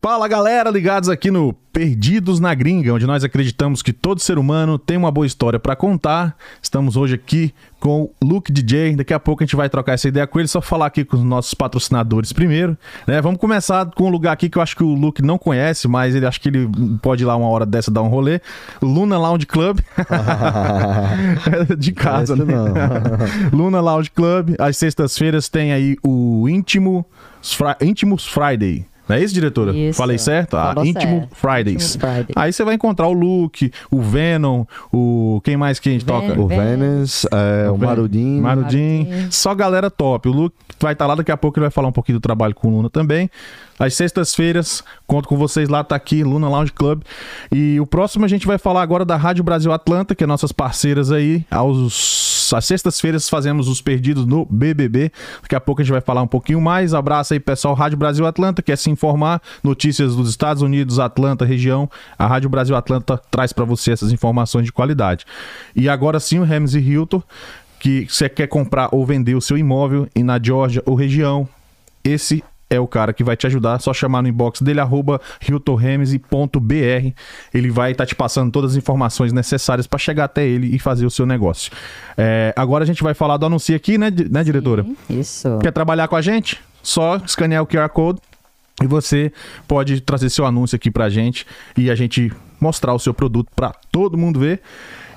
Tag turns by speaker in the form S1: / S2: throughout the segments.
S1: Fala galera, ligados aqui no Perdidos na Gringa, onde nós acreditamos que todo ser humano tem uma boa história pra contar. Estamos hoje aqui com o Luke DJ. Daqui a pouco a gente vai trocar essa ideia com ele, só falar aqui com os nossos patrocinadores primeiro, né? Vamos começar com um lugar aqui que eu acho que o Luke não conhece, mas ele acho que ele pode ir lá uma hora dessa dar um rolê. Luna Lounge Club. De casa,
S2: Conhece
S1: né? Luna Lounge Club, às sextas-feiras tem aí o Íntimo Fri- Íntimos Friday. Não é isso, diretora?
S3: Isso.
S1: Falei certo? Ah,
S3: Falou
S1: Íntimo
S3: certo.
S1: Fridays.
S3: Íntimo Friday.
S1: Aí você vai encontrar o Luke, o Venom, o. Quem mais que a gente
S3: Venom.
S1: toca?
S2: O
S3: Vênus.
S2: Vênus, é, o Marudim.
S1: Marudim.
S3: Marudim.
S1: Só galera top. O Luke vai estar lá, daqui a pouco ele vai falar um pouquinho do trabalho com o Luna também. Às sextas-feiras, conto com vocês lá, tá aqui, Luna Lounge Club. E o próximo a gente vai falar agora da Rádio Brasil Atlanta, que é nossas parceiras aí. Aos, às sextas-feiras fazemos os perdidos no BBB. Daqui a pouco a gente vai falar um pouquinho mais. Abraço aí, pessoal. Rádio Brasil Atlanta, quer se informar? Notícias dos Estados Unidos, Atlanta, região. A Rádio Brasil Atlanta traz para você essas informações de qualidade. E agora sim, o Ramsey Hilton que você quer comprar ou vender o seu imóvel e na Georgia ou região, esse é o cara que vai te ajudar. Só chamar no inbox dele, arroba hiltonremese.br. Ele vai estar te passando todas as informações necessárias para chegar até ele e fazer o seu negócio. É, agora a gente vai falar do anúncio aqui, né, di- né diretora?
S3: Isso.
S1: Quer trabalhar com a gente? Só escanear o QR Code e você pode trazer seu anúncio aqui pra gente e a gente mostrar o seu produto pra todo mundo ver.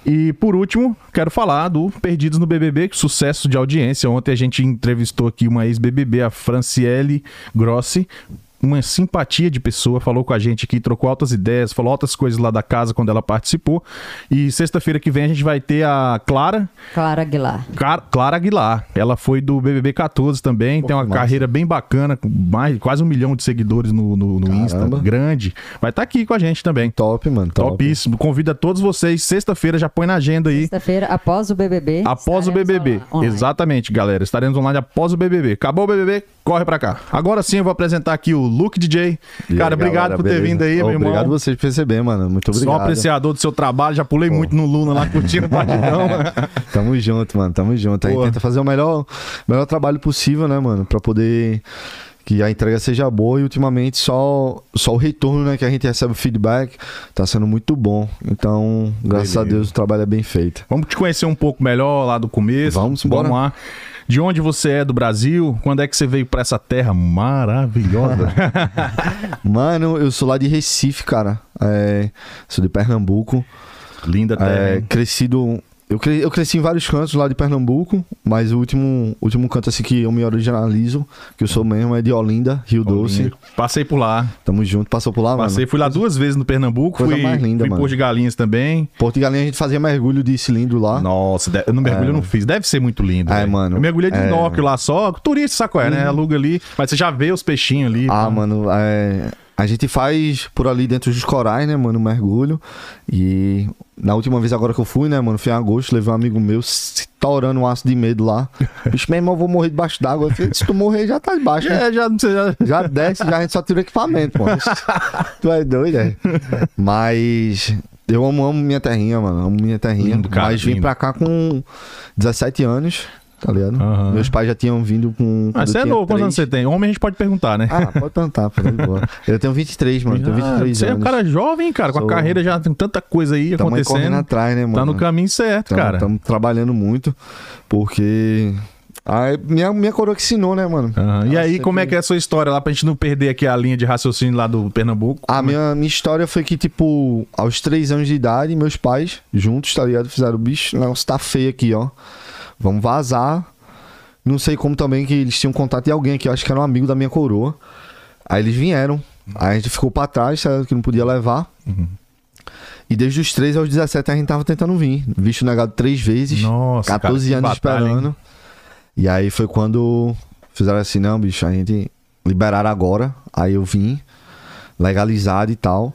S1: E por último, quero falar do Perdidos no BBB, que sucesso de audiência. Ontem a gente entrevistou aqui uma ex-BBB, a Franciele Grossi. Uma simpatia de pessoa, falou com a gente aqui, trocou altas ideias, falou altas coisas lá da casa quando ela participou. E sexta-feira que vem a gente vai ter a Clara,
S3: Clara Aguilar.
S1: Car- Clara Aguilar. Ela foi do BBB 14 também, tem uma carreira bem bacana, com mais, quase um milhão de seguidores no, no, no Insta,
S2: Caramba.
S1: grande. Vai estar aqui com a gente também.
S2: Top, mano. Top.
S1: Topíssimo. Convido a todos vocês, sexta-feira, já põe na agenda aí.
S3: Sexta-feira, após o BBB.
S1: Após o
S3: estaremos
S1: BBB.
S3: online.
S1: Exatamente, galera. Estaremos online após o BBB. Acabou o BBB, corre pra cá. Agora sim eu vou apresentar aqui o Luke DJ.
S2: E aí,
S1: Cara, obrigado
S2: galera,
S1: por ter
S2: beleza?
S1: vindo aí,
S2: Ô,
S1: meu irmão.
S2: Obrigado vocês por receber, mano. Muito
S1: Sou
S2: obrigado.
S1: um apreciador do seu trabalho, já pulei muito no Luna lá curtindo o batidão.
S2: Tamo junto, mano. Tamo junto. Aí
S1: Boa.
S2: tenta fazer o melhor, melhor trabalho possível, né, mano? Pra poder que a entrega seja boa e ultimamente só, só o retorno, né, que a gente recebe o feedback, tá sendo muito bom. Então, graças a
S1: Beleza.
S2: Deus, o trabalho é bem feito.
S1: Vamos te conhecer um pouco melhor lá do começo.
S2: Vamos embora.
S1: Vamos lá. De onde você é do Brasil? Quando é que você veio pra essa terra maravilhosa?
S2: Mano, eu sou lá de Recife, cara. É, sou de Pernambuco.
S1: Linda terra. né?
S2: É,
S1: hein?
S2: crescido. Eu, cre- eu cresci em vários cantos lá de Pernambuco, mas o último, último canto assim que eu me originalizo, que eu sou mesmo, é de Olinda, Rio Doce.
S1: Passei por lá.
S2: Tamo junto, passou por lá,
S1: Passei,
S2: mano.
S1: fui lá duas vezes no Pernambuco.
S2: Coisa
S1: fui
S2: mais linda,
S1: fui em
S2: mano.
S1: Porto de Galinhas também.
S2: Porto de Galinha a gente fazia mergulho de cilindro lá.
S1: Nossa, de- eu não mergulho, eu não fiz. Deve ser muito lindo.
S2: Ah. É,
S1: velho.
S2: mano.
S1: Eu mergulhei de
S2: É. Uhum.
S1: snorkel lá só. Turista, saco é, né? Aluga ali. Mas você já vê os peixinhos ali.
S2: Ah, mano, é, a gente faz por ali dentro dos corais, né, mano, mergulho. E na última vez agora que eu fui, né, mano, foi em agosto, levei um amigo meu se torando um aço de medo lá. Bicho, meu irmão, eu vou morrer debaixo d'água. Eu falei, Se tu morrer, já tá debaixo,
S1: já,
S2: né?
S1: já, já-
S2: Já desce, já a gente só tira o equipamento, mano. tu é doido, é? Mas eu amo, amo minha terrinha, mano. Amo minha terrinha.
S1: Lindo, cara,
S2: mas vim
S1: lindo.
S2: pra cá com 17 anos, tá ligado?
S1: Aham.
S2: Meus pais já tinham vindo com.
S1: Ah,
S2: quando
S1: você
S2: eu
S1: é
S2: tinha
S1: novo. Quantos
S2: três.
S1: anos você tem? Homem a gente pode perguntar, né?
S2: Ah, pode perguntar, pô, de boa. Eu tenho 23, mano. Tenho 23
S1: você é um
S2: anos.
S1: cara jovem, cara, com
S2: Sou-
S1: a carreira já tem tanta coisa aí
S2: Tamo aí correndo
S1: acontecendo.
S2: atrás, né, mano?
S1: Tá no caminho certo, cara.
S2: Estamos trabalhando muito, porque. Ah, minha, minha coroa que ensinou, né, mano?
S1: Aham. E
S2: Ela
S1: aí, como é
S2: sempre-
S1: que é a sua história lá pra gente não perder aqui a linha de raciocínio lá do Pernambuco? é
S2: A minha, minha história foi que, tipo, aos três anos de idade, meus pais, juntos, tá ligado? Fizeram, bicho, o negócio tá feio aqui, ó. Vamos vazar. Não sei como também que eles tinham contato de alguém aqui, eu acho que era um amigo da minha coroa. Aí eles vieram.
S1: Uhum.
S2: Aí a gente ficou pra trás, tá ligado? Que não podia levar. E desde os 13 aos 17 a gente tava tentando vir. Visto negado três vezes.
S1: Nossa,
S2: 14
S1: cara, que
S2: anos
S1: batalha, hein?
S2: esperando. E aí foi quando fizeram assim, não, bicho, a gente liberaram agora. Aí eu vim, legalizado e tal.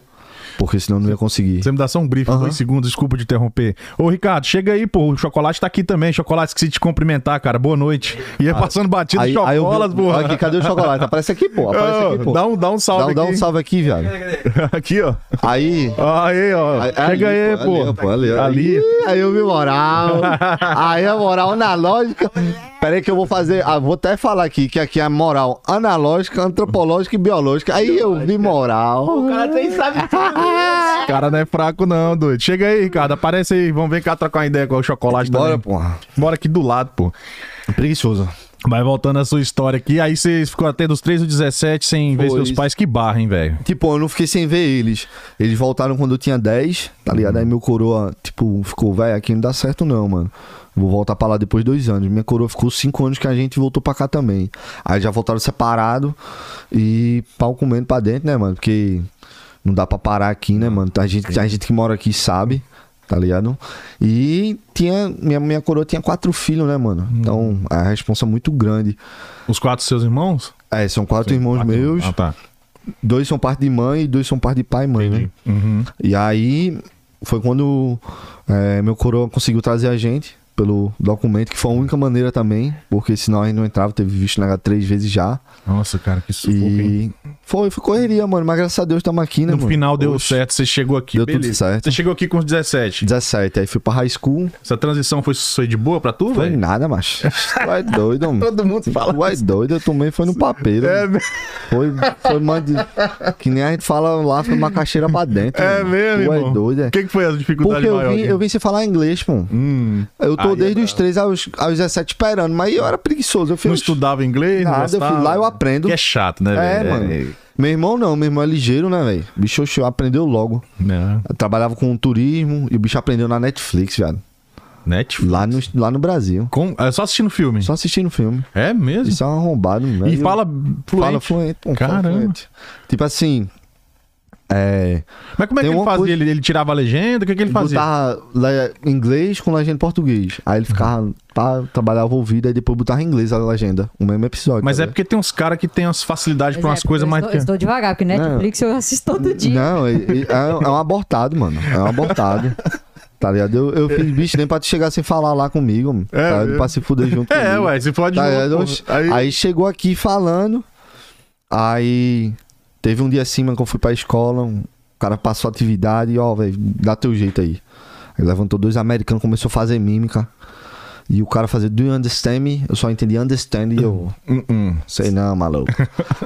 S2: Porque senão eu não ia conseguir.
S1: Você me dá só um brief,
S2: Aham.
S1: dois segundos, desculpa de interromper. Ô, Ricardo, chega aí, pô. O chocolate tá aqui também. Chocolate, esqueci de te cumprimentar, cara. Boa noite. Ia passando batido de
S2: Ah, Aí, aí eu
S1: chocolate, pô.
S2: Aqui, cadê o chocolate? Aparece aqui, pô. Aparece aqui, pô.
S1: Dá um, dá um
S2: Dá um-
S1: salve
S2: dá
S1: aqui.
S2: um salve aqui, viado.
S1: aqui, ó.
S2: Aí.
S1: Aí, ó.
S2: Aí-
S1: chega
S2: ali,
S1: aí, pô.
S2: Ali, ó, pô, ali, ó.
S1: Ali.
S2: Ih, Aí eu vi moral. Aí a moral na lógica. Pera aí que eu vou fazer. Ah, vou até falar aqui que aqui é moral analógica, antropológica e biológica. Aí eu vi moral.
S4: O cara nem sabe tudo.
S1: O cara não é fraco, não, doido. Chega aí, Ricardo. Aparece aí. Vamos ver cá trocar uma ideia com o chocolate
S2: Bora,
S1: também.
S2: porra.
S1: Bora aqui do lado, pô.
S2: Preguiçoso.
S1: Mas voltando à sua história aqui, aí você ficou até dos 3 ou 17 sem ver
S2: Foi.
S1: seus pais. Que barra, hein, velho?
S2: Tipo, eu não fiquei sem ver eles. Eles voltaram quando eu tinha 10, tá ligado? Aí meu coroa, tipo, ficou, velho, aqui não dá certo não, mano. Vou voltar pra lá depois de dois anos. Minha coroa ficou cinco anos que a gente voltou pra cá também. Aí já voltaram separado e pau comendo pra dentro, né, mano? Porque não dá pra parar aqui, né, mano? A gente, a gente que mora aqui sabe, tá ligado? E tinha, minha, minha coroa tinha quatro filhos, né, mano? Então, a responsa é muito grande.
S1: Os quatro seus irmãos?
S2: É, são quatro irmãos
S1: Quatro.
S2: meus.
S1: Ah, tá.
S2: Dois são parte de mãe e dois são parte de pai e mãe, né?
S1: Uhum.
S2: E aí foi quando é, meu coroa conseguiu trazer a gente pelo documento, que foi a única maneira também, porque senão a gente não entrava, teve visto negado três vezes já.
S1: Nossa, cara, que sufoco, hein?
S2: E foi, foi correria, mano. Mas graças a Deus estamos aqui, né,
S1: No
S2: mano?
S1: final deu
S2: Oxe,
S1: certo, você chegou aqui.
S2: Deu tudo certo.
S1: Você chegou aqui com os 17.
S2: 17, aí fui pra high school.
S1: Essa transição foi, foi de boa pra tu,
S2: Foi
S1: velho?
S2: nada, macho. Tu é doido, mano.
S1: Todo mundo fala
S2: Tu é doido, eu também foi no papel.
S1: É
S2: mano. Foi, foi mano, de- que nem a gente fala lá, foi macaxeira pra dentro.
S1: É
S2: mano.
S1: mesmo,
S2: Tu
S1: irmão?
S2: é doido, é.
S1: O que, que foi a dificuldade
S2: Porque eu
S1: maior?
S2: vim,
S1: aqui?
S2: eu vim sem falar inglês, pô.
S1: Hum,
S2: Eu tô
S1: Aí é
S2: desde
S1: brabo.
S2: os 3 aos, aos 17 esperando, mas eu era preguiçoso. Eu fui
S1: não estudava inglês, não
S2: nada, eu fui
S1: gostava.
S2: lá, eu aprendo.
S1: Que é chato, né,
S2: É,
S1: velho?
S2: mano. Meu irmão não, meu irmão é ligeiro, né, velho? O Bicho oxe, aprendeu logo.
S1: Não,
S2: Eu trabalhava com turismo e o bicho aprendeu na Netflix, viado.
S1: Netflix.
S2: Lá no, lá no Brasil.
S1: Com... é só assistindo filme.
S2: Só assistindo filme.
S1: É mesmo?
S2: Isso é um arrombado, né?
S1: E
S2: Eu-
S1: fala fluente.
S2: Fala fluente. pô, fala
S1: Caramba.
S2: fluente. Tipo assim. É.
S1: Mas como é que
S2: Tem
S1: ele
S2: uma
S1: fazia?
S2: coisa-
S1: Ele, ele tirava a legenda? O que, que ele fazia?
S2: Botava le- inglês com legenda em português. Aí ele ficava. Pá, trabalhava ouvido, aí depois botava em inglês a legenda. O mesmo episódio.
S1: Mas é
S2: tá ligado?
S1: porque tem uns caras que tem umas facilidades
S3: é,
S1: pra umas coisas mais.
S3: Eu
S1: que-
S3: estou devagar, porque Netflix eu assisto todo dia.
S2: Não, é, é- é um abortado, mano. É um abortado. Tá ligado? Eu, eu fiz bicho nem pra te chegar sem falar lá comigo. mano.
S1: É,
S2: tá ligado?
S1: mesmo.
S2: pra se fuder junto.
S1: É,
S2: comigo.
S1: ué, se for de
S2: Tá
S1: novo,
S2: ligado?
S1: pô, aí-
S2: Aí... chegou aqui falando. Aí teve um dia assim, mano, que eu fui pra escola. Um cara passou atividade e, ó, velho, dá teu jeito aí. Aí levantou dois americanos, começou a fazer mímica. E o cara fazia, do you understand me? Eu só entendi understand e eu.
S1: Hum, hum.
S2: Sei não, maluco.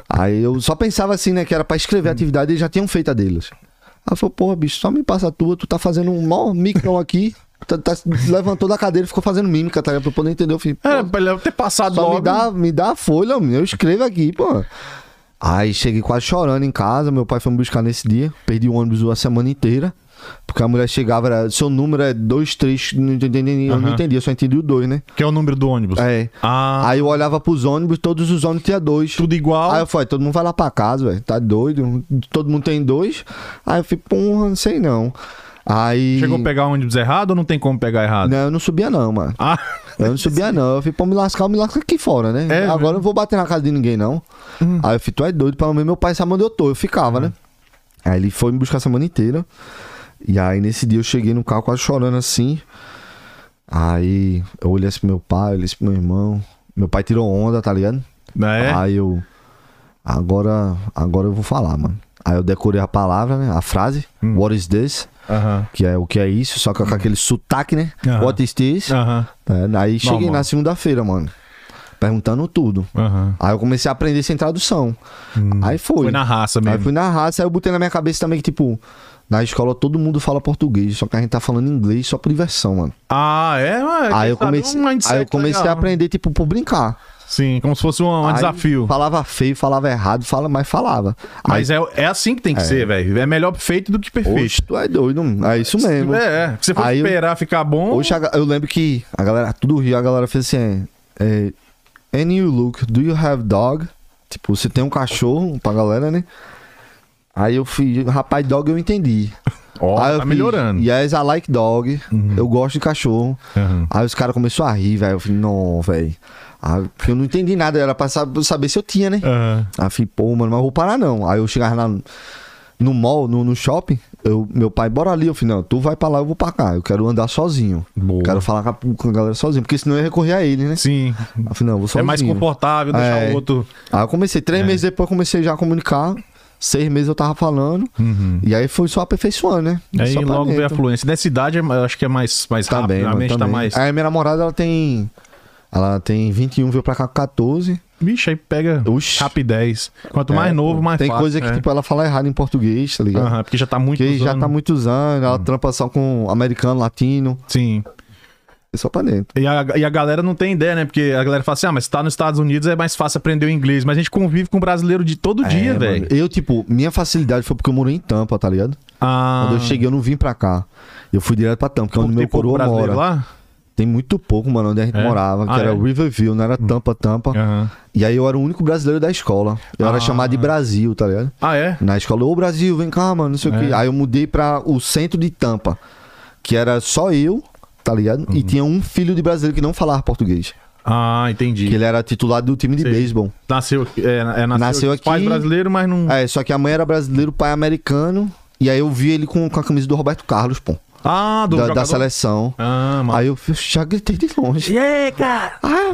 S2: aí eu só pensava assim, né? Que era pra escrever
S1: Hum.
S2: a atividade e já tinham feito a deles. Aí eu falei, porra, bicho, só me passa a tua, tu tá fazendo um maior micrão aqui. Tá, tá- levantou da cadeira e ficou fazendo mímica, tá ligado? Pra eu poder entender, eu falei,
S1: É,
S2: pô,
S1: pra ele ter passado
S2: só
S1: logo.
S2: me dá, me dá a folha, homem, eu escrevo aqui, pô. Aí cheguei quase chorando em casa, meu pai foi me buscar nesse dia, perdi o ônibus a semana inteira. Porque a mulher chegava, era, seu número é 2, 3, não entendi, eu não
S1: Aham.
S2: entendi, eu só entendi o 2, né?
S1: Que é o número do ônibus.
S2: É.
S1: Ah,
S2: Aí eu olhava pros ônibus, todos os ônibus tinha dois.
S1: tudo igual.
S2: Aí eu falei, todo mundo vai lá pra casa, velho. Tá doido? Todo mundo tem dois. Aí eu falei, porra, não sei não. Aí.
S1: Chegou a pegar o ônibus errado ou não tem como pegar errado?
S2: Não, eu não subia não, mano.
S1: Ah,
S2: Eu não subia não. Eu falei, pô, me lascar, eu me lasco aqui fora, né?
S1: É, Uhum.
S2: Agora eu não vou bater na casa de ninguém, não. Aí eu falei, tu é doido, pelo menos meu pai sabe onde eu tô. Eu ficava, né? Aí ele foi me buscar a semana inteira. E aí nesse dia eu cheguei no carro quase chorando assim. Aí eu olhei assim pro meu pai, olhei assim pro meu irmão. Meu pai tirou onda, tá ligado?
S1: né?
S2: Aí eu. Agora, agora eu vou falar, mano. Aí eu decorei a palavra, né? A frase.
S1: Hum.
S2: What is this?
S1: Aham.
S2: Que é o que é isso, só que com aquele sotaque, né?
S1: Aham.
S2: What is this?
S1: Aham.
S2: É, Aí cheguei
S1: Normal.
S2: na segunda-feira, mano. Perguntando tudo.
S1: Aham.
S2: Aí eu comecei a aprender sem tradução. Aí foi.
S1: Hum. Foi na raça
S2: Aí
S1: mesmo.
S2: fui na raça, aí eu botei na minha cabeça também que, tipo, na escola todo mundo fala português, só que a gente tá falando inglês só por diversão, mano.
S1: Ah, é? Ué, quem
S2: aí
S1: sabe
S2: eu comecei,
S1: um mindset
S2: aí eu comecei a
S1: legal.
S2: aprender, tipo, por brincar.
S1: Sim, como se fosse um, um
S2: Aí
S1: desafio.
S2: Falava feio, falava errado, fala, mas falava.
S1: Mas é, é assim que tem que
S2: É.
S1: ser, velho. É melhor feito do que
S2: aí,
S1: perfeito.
S2: oxe, tu é doido, mano. é isso mesmo.
S1: É, um- é. Se você for
S2: Aí eu-
S1: esperar ficar bom.
S2: Hoje a ga- eu lembro que a galera, tudo rio, a galera fez assim: é, é, And you look, do you have dog? Tipo, você tem um cachorro pra galera, né? Aí eu fui, rapaz, dog eu entendi.
S1: ó,
S2: Aí eu
S1: tá
S2: fiz,
S1: melhorando. Uhum.
S2: Yes, I like dog. Eu gosto de cachorro.
S1: Aham.
S2: Aí os caras começaram a rir, velho. Eu falei, não, velho. Aí, porque eu não entendi nada, era pra sa- saber se eu tinha, né?
S1: Aham.
S2: Aí eu falei, pô, mano, mas eu vou parar não. Aí eu chegava lá no- no mall, no, no shopping, eu, meu pai, bora ali. Eu falei, não, tu vai pra lá, eu vou pra cá. Eu quero andar sozinho.
S1: Boa.
S2: Quero falar com a, com a galera sozinho, porque senão eu ia recorrer a ele, né?
S1: Sim.
S2: Aí eu falei, não, eu vou sozinho.
S1: É mais confortável É. deixar
S2: É.
S1: o outro.
S2: Aí eu comecei, três meses depois eu comecei já a comunicar. Seis meses eu tava falando.
S1: Uhum.
S2: E aí foi só aperfeiçoando, né?
S1: Aí
S2: só pra
S1: logo vem a
S2: dentro.
S1: fluência. Nessa idade, eu acho que é mais, mais
S2: Tá
S1: rápido.
S2: bem,
S1: a
S2: mano,
S1: mente
S2: tá
S1: tá
S2: bem.
S1: mais.
S2: Aí minha namorada, ela tem Ela tem 21, veio pra cá com 14.
S1: Bicho, aí pega
S2: Oxi.
S1: rapidez. Quanto mais
S2: É,
S1: novo,
S2: pô,
S1: mais
S2: Tem
S1: fácil.
S2: coisa que,
S1: é.
S2: tipo, ela fala errado em português, tá ligado?
S1: Aham, porque já tá muito
S2: Porque já
S1: usando-
S2: tá muitos anos,
S1: Hum.
S2: ela trampa só com americano, latino,
S1: Sim.
S2: é só pra dentro.
S1: E a, e a galera não tem ideia, né? Porque a galera fala assim, ah, mas tá nos Estados Unidos é mais fácil aprender o inglês. Mas a gente convive com brasileiro de todo dia,
S2: É,
S1: velho.
S2: mano, Eu, tipo, minha facilidade foi porque eu morei em Tampa, tá ligado?
S1: Ah,
S2: Quando eu cheguei, eu não vim pra cá. Eu fui direto pra Tampa, que é onde
S1: tem
S2: meu
S1: pouco
S2: coroa
S1: brasileiro
S2: mora.
S1: lá?
S2: Tem muito pouco, mano, onde a gente
S1: É?
S2: morava, que
S1: Ah,
S2: era
S1: é?
S2: Riverview, não era Tampa, Tampa.
S1: Aham.
S2: E aí eu era o único brasileiro da escola. Eu
S1: Ah.
S2: era chamado de Brasil, tá ligado?
S1: Ah, é?
S2: Na escola, ô Brasil, vem cá, mano, não sei o quê. Aí eu mudei pra o centro de Tampa, que era só eu, tá ligado?
S1: Hum.
S2: E tinha um filho de brasileiro que não falava português.
S1: Ah, entendi.
S2: Que ele era titular do time de
S1: Sei.
S2: beisebol.
S1: Nasceu, aqui- é, é, nasceu,
S2: Nasceu aqui.
S1: Pais brasileiro, mas não...
S2: É, só que a mãe era brasileiro, o pai americano. E aí eu vi ele com, com a camisa do Roberto Carlos, pô.
S1: Ah, do
S2: Da, da
S1: jogador.
S2: seleção.
S1: Ah, mano.
S2: Aí eu f- já gritei de longe.
S1: E aí, cara?
S2: Ah,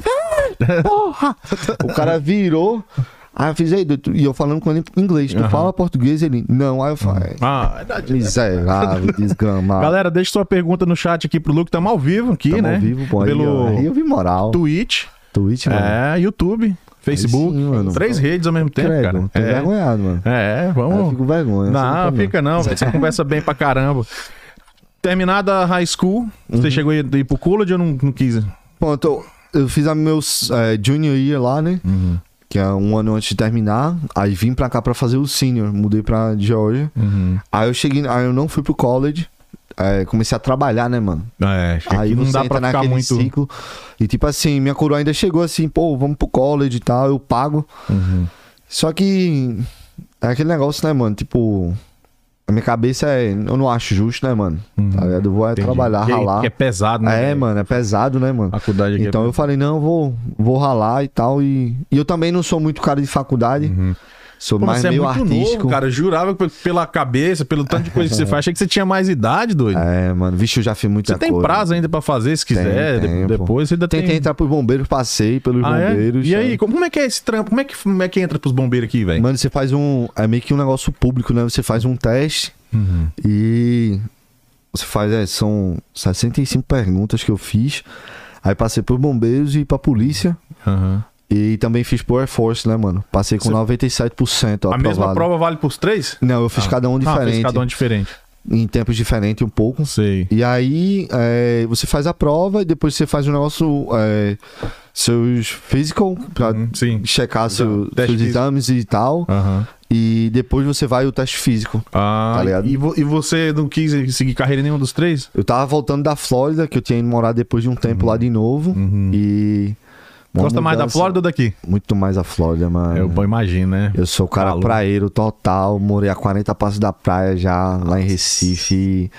S2: velho! Porra! o cara virou. Aí eu fiz aí, doutor", e eu falando com ele em inglês. Tu fala português? Ele, não. Aí eu falei,
S1: Ah, é da-
S2: miserável, desgamado.
S1: Galera, deixa sua pergunta no chat aqui pro Luke. Tamo ao vivo aqui,
S2: Tamo
S1: né?
S2: ao vivo, pô. Aí,
S1: Pelo
S2: ó, Aí eu vi moral.
S1: Twitch,
S2: Twitch, mano.
S1: é, YouTube, Facebook.
S2: sim, mano.
S1: Três redes ao mesmo tempo,
S2: Credo, tô
S1: cara.
S2: envergonhado, mano.
S1: É, é,
S2: Aí eu
S1: vamos.
S2: fico vergonha. assim,
S1: Não, fica não, velho. Você conversa bem pra caramba. Terminada a high school,
S2: Uhum.
S1: você chegou a ir ir pro college ou não, não quis?
S2: Pronto, eu, eu fiz a meus eh, junior year lá, né? Que é um ano antes de terminar. Aí vim pra cá pra fazer o senior. Mudei pra Georgia.
S1: Uhum.
S2: Aí eu cheguei. Aí eu não fui pro college. eh, comecei a trabalhar, né, mano?
S1: É,
S2: Aí
S1: não
S2: você
S1: dá
S2: entra
S1: pra ficar
S2: naquele
S1: muito.
S2: ciclo. E tipo assim, minha coroa ainda chegou assim, pô, vamos pro college e tal, eu pago.
S1: Uhum.
S2: Só que é aquele negócio, né, mano? Tipo, a minha cabeça é. Eu não acho justo, né, mano? Tá ligado? Eu vou é
S1: Uhum. Entendi.
S2: trabalhar,
S1: Que-
S2: ralar.
S1: Que é pesado, né?
S2: É,
S1: velho?
S2: mano, é pesado, né, mano?
S1: A faculdade aqui é
S2: Então eu falei, não, eu vou, vou ralar e tal. E, e eu também não sou muito cara de faculdade. Sou
S1: Uhum. Pô,
S2: mais
S1: você é
S2: meio
S1: muito
S2: artístico.
S1: novo, cara. Eu jurava pe- pela cabeça, pelo tanto de coisa que você faz. Achei que você tinha mais idade, doido.
S2: É, mano, vixe, eu já fiz muita
S1: você tem
S2: coisa.
S1: prazo ainda pra fazer, se quiser. de-
S2: tem, pô.
S1: depois você ainda tem.
S2: Tentei entrar pros bombeiros, passei pelos
S1: Ah, é?
S2: bombeiros.
S1: E
S2: sabe?
S1: aí, como como é que é esse trampo? Como é que, como é que entra pros bombeiros aqui, velho?
S2: Mano, você faz um. É meio que um negócio público, né? Você faz um teste
S1: Uhum.
S2: e. Você faz. é, são 65 perguntas que eu fiz. Aí passei por bombeiros e pra polícia.
S1: Aham.
S2: E também fiz pro Air Force, né, mano? Passei com 97% tá aprovado.
S1: A mesma prova vale pros três?
S2: Não, eu fiz cada um
S1: Ah, fez
S2: diferente.
S1: cada um diferente.
S2: Em tempos diferentes, um pouco.
S1: Não sei.
S2: E aí, é, você faz a prova e depois você faz o negócio. é, seus physical, pra
S1: Hum, Sim.
S2: checar seu-
S1: Teste
S2: seus
S1: físico. Ah.
S2: exames e tal.
S1: Aham.
S2: E depois você vai o teste físico.
S1: Ah,
S2: Tá ligado?
S1: e, vo- e você não quis seguir carreira em nenhum dos três?
S2: Eu tava voltando da Flórida, que eu tinha ido morar depois de um tempo
S1: Uhum.
S2: lá de novo. E. uma
S1: Gosta mais da
S2: mudança-
S1: Flórida ou daqui?
S2: Muito mais da Flórida, mano.
S1: Eu imagino, né?
S2: Eu sou o cara
S1: Falou.
S2: praeiro total, morei a 40 passos da praia já, lá em Recife. e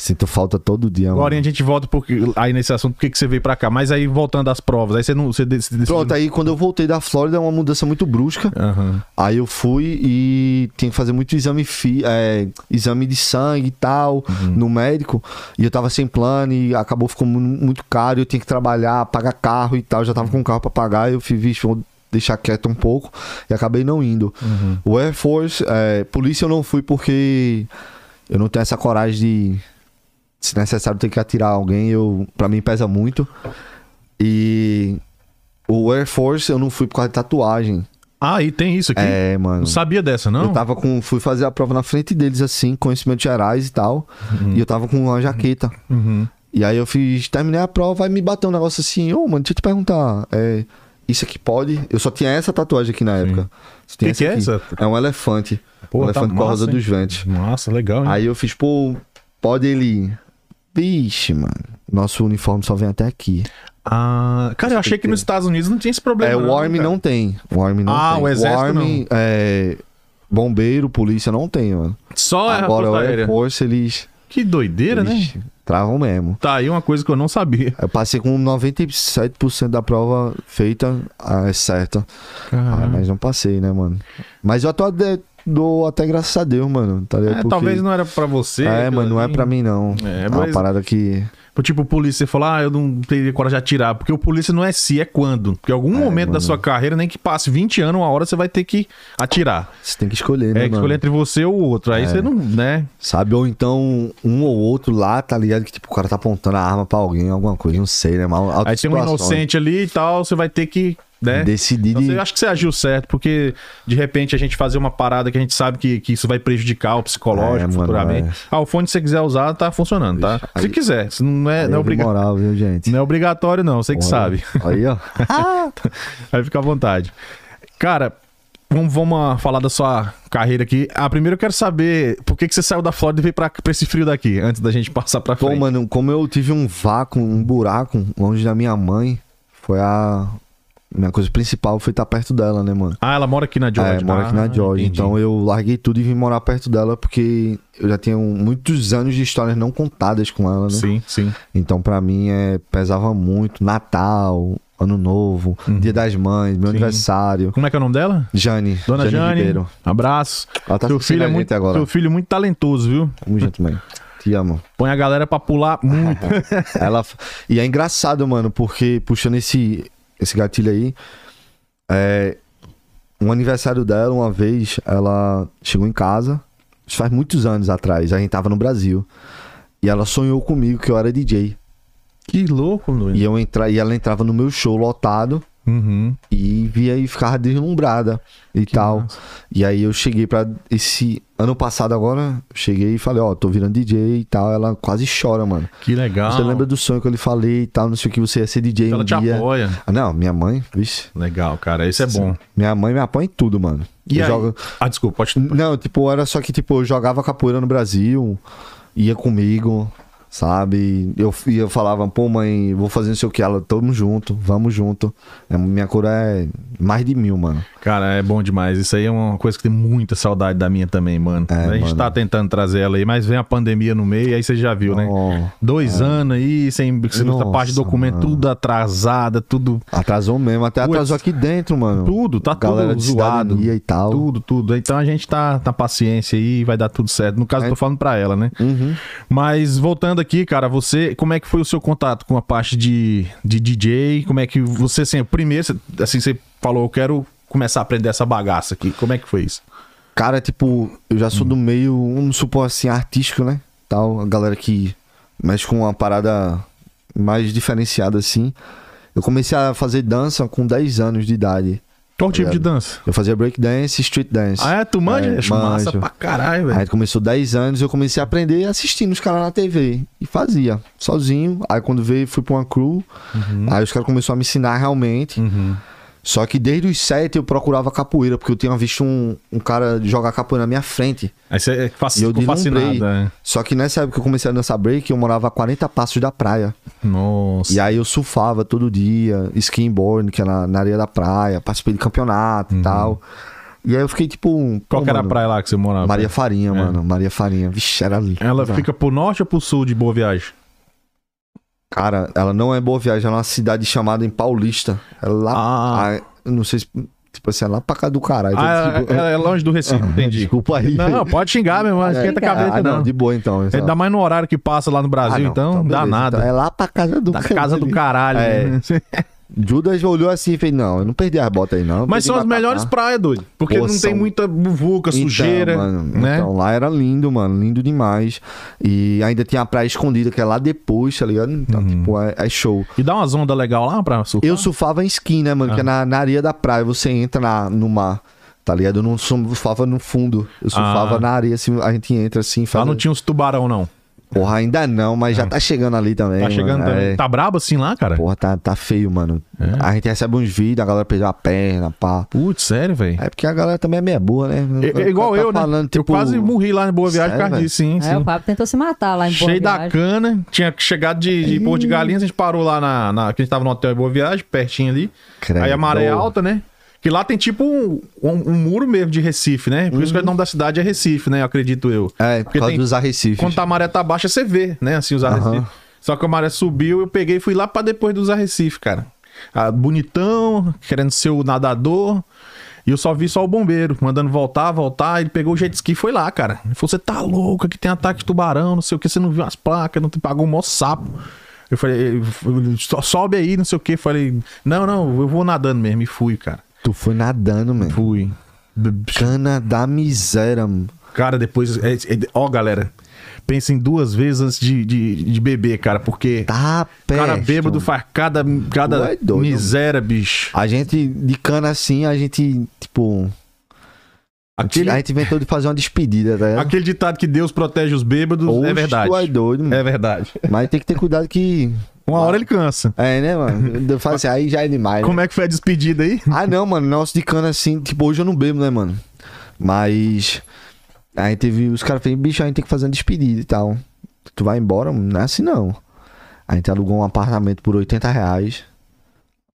S2: Sinto falta todo dia,
S1: Agora a
S2: mano.
S1: gente volta porque, aí nesse assunto, por que que você veio pra cá? Mas aí voltando às provas, aí você não. Você dec- decidiu-
S2: Pronto, aí quando eu voltei da Flórida, é uma mudança muito brusca.
S1: Aham.
S2: Aí eu fui e tinha que fazer muito exame, fi- é, exame de sangue e tal, no médico. E eu tava sem plano e acabou ficando mu- muito caro. Eu tinha que trabalhar, pagar carro e tal. Eu já tava com um carro pra pagar. Eu fiz, vixe, vou deixar quieto um pouco. E acabei não indo. O Air Force, é, polícia eu não fui porque eu não tenho essa coragem de. Se necessário ter que atirar alguém, eu, pra mim pesa muito. E o Air Force eu não fui por causa de tatuagem.
S1: Ah, e tem isso aqui.
S2: É, mano.
S1: Não sabia dessa, não?
S2: Eu tava com. Fui fazer a prova na frente deles, assim, conhecimentos gerais e tal. E eu tava com uma jaqueta.
S1: Uhum.
S2: E aí eu fiz, terminei a prova, aí me bateu um negócio assim, ô, mano, deixa eu te perguntar, é, isso aqui pode? Eu só tinha essa tatuagem aqui na época. Só tinha
S1: Que que é
S2: aqui. É um elefante.
S1: Pô,
S2: um
S1: tá
S2: elefante com a
S1: massa,
S2: rosa
S1: hein?
S2: dos ventos.
S1: Nossa, legal, hein?
S2: Aí eu fiz, pô, pode ele. Vixe, mano. Nosso uniforme só vem até aqui.
S1: Ah, cara, eu achei que nos Estados Unidos não né, tinha esse problema.
S2: É, o Army
S1: cara.
S2: não tem. O Army não
S1: Ah,
S2: tem.
S1: o exército
S2: Army, é. Bombeiro, polícia não tem, mano.
S1: Só é a
S2: Agora o
S1: Força
S2: Air
S1: Aérea.
S2: Force, eles.
S1: Que doideira, né?
S2: Ixi, Travam mesmo.
S1: Tá aí uma coisa que eu não sabia.
S2: Eu passei com 97% da prova feita, ah, é certa. Ah,
S1: Caramba.
S2: mas não passei, né, mano? Mas eu tô, ade- dou até graças a Deus, mano. Tá ligado?
S1: É, talvez não era pra você.
S2: É,
S1: aquilo
S2: mano, não é
S1: ali.
S2: pra mim, não.
S1: É,
S2: É, uma
S1: mas-
S2: parada que.
S1: Tipo, o polícia, você fala, ah, eu não teria coragem de atirar. Porque o polícia não é se, é quando. Porque em algum momento da sua carreira, nem que passe 20 anos, uma hora você vai ter que atirar.
S2: Você tem que
S1: é
S2: escolher, né?
S1: que
S2: mano? É.
S1: escolher entre você ou o outro. Aí você não, né?
S2: Sabe? Ou então um ou outro lá, tá ligado? Que tipo, o cara tá apontando a arma pra alguém, alguma coisa, não sei, né? Mas altas
S1: Aí tem um
S2: situações.
S1: inocente ali e tal, você vai ter que, né?
S2: Decidir
S1: Então,
S2: de-
S1: você- eu acho que você agiu certo, porque de repente a gente fazer uma parada que a gente sabe que, que isso vai prejudicar o
S2: É,
S1: psicológico
S2: mano,
S1: futuramente.
S2: é.
S1: Ah, o fone se você quiser usar, tá funcionando, tá?
S2: Aí-
S1: se quiser, se não é,
S2: Aí
S1: não é,
S2: eu vi
S1: obriga...
S2: moral, viu, gente?
S1: não é obrigatório, não, você que sabe.
S2: Aí, ó.
S1: Aí fica à vontade. Cara, vamos, vamos ah, falar da sua carreira aqui. Ah, primeiro eu quero saber por que, que você saiu da Flórida e veio pra, pra esse frio daqui, antes da gente passar pra
S2: Pô,
S1: frente.
S2: mano, como eu tive um vácuo, um buraco longe da minha mãe, foi a. Minha coisa principal foi estar perto dela, né, mano?
S1: Ah, ela mora aqui na Georgia.
S2: É, mora aqui na
S1: Ah,
S2: Georgia.
S1: entendi.
S2: Então eu larguei tudo e vim morar perto dela porque eu já tinha um- muitos anos de histórias não contadas com ela, né?
S1: Sim, sim.
S2: Então pra mim é, pesava muito. Natal, Ano Novo,
S1: Uhum.
S2: Dia das Mães, meu aniversário.
S1: Como é que é o nome dela?
S2: Jane.
S1: Dona Jane,
S2: Ribeiro.
S1: abraço.
S2: Ela tá
S1: seu
S2: assistindo
S1: filho é
S2: a gente
S1: muito,
S2: agora.
S1: seu filho é muito talentoso, viu?
S2: Tamo junto, mãe. Te amo.
S1: Põe a galera pra pular muito.
S2: Ela... E é engraçado, mano, porque puxando esse, esse gatilho aí, é, um aniversário dela, uma vez, ela chegou em casa, isso faz muitos anos atrás, a gente tava no Brasil, e ela sonhou comigo que eu era DJ.
S1: que louco, Luiz.
S2: E, eu entra... e ela entrava no meu show lotado,
S1: Uhum.
S2: e via e ficava deslumbrada e tal.
S1: massa.
S2: E aí eu cheguei pra esse ano passado agora, eu cheguei e falei, ó, tô virando DJ e tal, ela quase chora, mano.
S1: Que legal.
S2: Você lembra do sonho que eu lhe falei e tal, não sei o que você ia ser DJ
S1: Ela
S2: um
S1: te
S2: dia.
S1: apoia.
S2: Ah, não, minha mãe, vixe.
S1: Legal, cara. Isso é bom.
S2: Minha mãe me apoia em tudo, mano.
S1: E
S2: eu
S1: aí?
S2: jogo-
S1: Ah, desculpa, pode.
S2: Não, tipo, era só que tipo, eu jogava capoeira no Brasil, ia comigo, sabe? Eu, e eu falava, pô, mãe, vou fazer não sei o que, ela, tamo junto, vamos junto. É, Minha cura é mais de mil, mano.
S1: Cara, é bom demais. Isso aí é uma coisa que tem muita saudade da minha também, mano.
S2: É,
S1: a gente
S2: mano.
S1: tá tentando trazer ela aí, mas vem a pandemia no meio, aí você já viu, né?
S2: Ó.
S1: Dois anos aí, sem sem muita
S2: Nossa,
S1: parte de documento,
S2: mano.
S1: tudo atrasada, tudo.
S2: Atrasou mesmo, até
S1: Putz.
S2: atrasou aqui dentro, mano.
S1: Tudo, tá
S2: Galera
S1: tudo
S2: de
S1: zoado.
S2: cidadania e tal.
S1: Tudo, tudo. Então a gente tá na paciência aí, vai dar tudo certo. No
S2: É.
S1: caso, eu tô falando pra ela, né?
S2: Uhum.
S1: Mas voltando aqui, cara, você, como é que foi o seu contato com a parte de, de DJ? Como é que você, assim, primeiro, você- assim, você falou, eu quero começar a aprender essa bagaça aqui. Como é que foi isso?
S2: Cara, tipo, eu já sou do
S1: Hum.
S2: meio, um supor assim, artístico, né? Tal, a galera que mexe com uma parada mais diferenciada assim. Eu comecei a fazer dança com 10 anos de idade.
S1: Qual tipo de dança?
S2: Eu fazia breakdance e street dance.
S1: Ah, é? Tu manja?
S2: É,
S1: Acho massa
S2: manjo.
S1: pra caralho, velho.
S2: Aí começou 10 anos, eu comecei a aprender assistindo os caras na TV. E fazia, sozinho. Aí quando veio, fui pra uma crew.
S1: Uhum.
S2: Aí os caras começaram a me ensinar realmente. Só que desde os 7 eu procurava capoeira, porque eu tinha visto um, um cara jogar capoeira na minha frente.
S1: Aí você é fac-
S2: E eu
S1: ficou é.
S2: deslumbrei.
S1: fascinada. né?
S2: Só que nessa época que eu comecei a dançar break, eu morava a 40 passos da praia.
S1: é. Nossa.
S2: E aí eu surfava todo dia, skinboard, que é na, na areia da praia, participei de campeonato e tal. E aí eu fiquei tipo. um-
S1: Uhum. Qual
S2: pô,
S1: que era a
S2: mano,
S1: praia lá que você morava?
S2: Maria Farinha, mano. Maria Farinha. Vixe, era ali.
S1: Ela fica pro norte ou pro sul de Boa Viagem?
S2: Cara, ela não é Boa Viagem, ela é uma cidade chamada em Paulista. É lá.
S1: Ah.
S2: Ah, eu não sei se. Tipo assim, é lá pra cá do caralho. Então,
S1: Ah,
S2: tipo,
S1: é, é longe do Recife, entendi.
S2: Desculpa aí.
S1: Não, não, pode xingar mesmo, não esquenta a
S3: xingar.
S1: cabeça
S2: ah, não,
S1: não.
S2: de boa então. Ah,
S1: É, Ainda mais no horário que passa lá no Brasil, então,
S2: não
S1: dá nada.
S2: é lá pra casa do
S1: da casa do caralho.
S2: É.
S1: né?
S2: Judas olhou assim e fez: Não, eu não perdi as botas aí, não. Eu
S1: Mas
S2: perdi
S1: são as
S2: batata."
S1: melhores praias, doido. Porque não
S2: Pô, são-
S1: tem muita buvuca,
S2: Então,
S1: sujeira,
S2: mano,
S1: né?
S2: Então, lá era lindo, mano. Lindo demais. E ainda tinha a praia escondida, que é lá depois, tá ligado?
S1: Uhum.
S2: Então, tipo, é, é show.
S1: E dá umas ondas legal lá pra surfar?
S2: Eu surfava em skin, né,
S1: Ah.
S2: mano? Que é na, na areia da praia. Você entra na, no mar, tá ligado? Eu não surfava no fundo. Eu surfava
S1: Ah.
S2: na areia, assim. A gente entra assim.
S1: Lá
S2: Faz...
S1: não tinha uns tubarão, não.
S2: Porra, ainda não, mas já tá chegando ali também.
S1: Tá
S2: mano.
S1: chegando
S2: É.
S1: também. Tá É? brabo assim lá, cara?
S2: Porra, tá, tá feio, mano. A gente recebe uns vídeos, a galera perdeu a perna, pá.
S1: Putz, sério, velho.
S2: É porque a galera também é meia boa, né?
S1: É, é igual
S2: Tá
S1: eu, né?
S2: falando,
S1: Eu
S2: tipo,
S1: quase morri lá em Boa Viagem por
S2: Sério,
S1: causa disso, sim,
S3: É, o
S1: sim.
S3: Pablo tentou se matar lá em Boa
S1: Cheio da
S3: Viagem.
S1: cana, tinha chegado de, de Porto de Galinhas, a gente parou lá na, na. que a gente tava no hotel em Boa Viagem, pertinho ali.
S2: Credo.
S1: Aí a maré é alta, né? Que lá tem tipo um, um- um muro mesmo de Recife, né? Por isso que o nome da cidade é Recife, né? Eu acredito eu.
S2: Uhum. É, por
S1: Porque
S2: causa
S1: tem-
S2: dos arrecifes.
S1: quando a maré tá baixa, você vê, né? Assim, os arrecifes.
S2: Aham.
S1: Só que a maré subiu, eu peguei e fui lá pra depois dos arrecifes, cara. Ah, bonitão, querendo ser o nadador. E E eu só vi só o bombeiro, mandando voltar, voltar. Ele pegou o jet ski e foi lá, cara. Ele falou: Você tá louco, aqui tem ataque de tubarão, não sei o que, você não viu as placas, não te pagou o maior sapo. Eu falei: ele- ele, "So- Sobe aí, não sei o que. Falei: Não, não, eu vou nadando mesmo. E fui, cara.
S2: Tu foi nadando, mano.
S1: Fui.
S2: Cana da miséria, mano.
S1: Cara, depois. é- é- ó, galera. Pensa em duas vezes antes de, de, de beber, cara, porque.
S2: Tá
S1: o
S2: perto.
S1: cara bêbado faz cada,
S2: Tu
S1: cada
S2: é doido.
S1: miséria, bicho.
S2: A gente, de cana assim, a gente, tipo...
S1: Aquele,
S2: A gente inventou de fazer uma despedida, tá ligado?
S1: aquele ditado que Deus protege os bêbados é
S2: Oxe,
S1: verdade.
S2: Tu é doido, mano.
S1: É verdade.
S2: Mas tem que ter cuidado que...
S1: Uma hora ele cansa.
S2: É, né, mano? Eu falo assim, aí já é demais, né?
S1: Como é que foi a despedida aí?
S2: Ah, não, mano. Nosso de cana assim, tipo, hoje eu não bebo, né, mano? Mas. Aí teve. Os caras falaram, bicho, a gente tem que fazer uma despedida e tal. Tu vai embora, mano? Não é assim não. A gente alugou um apartamento por 80 reais.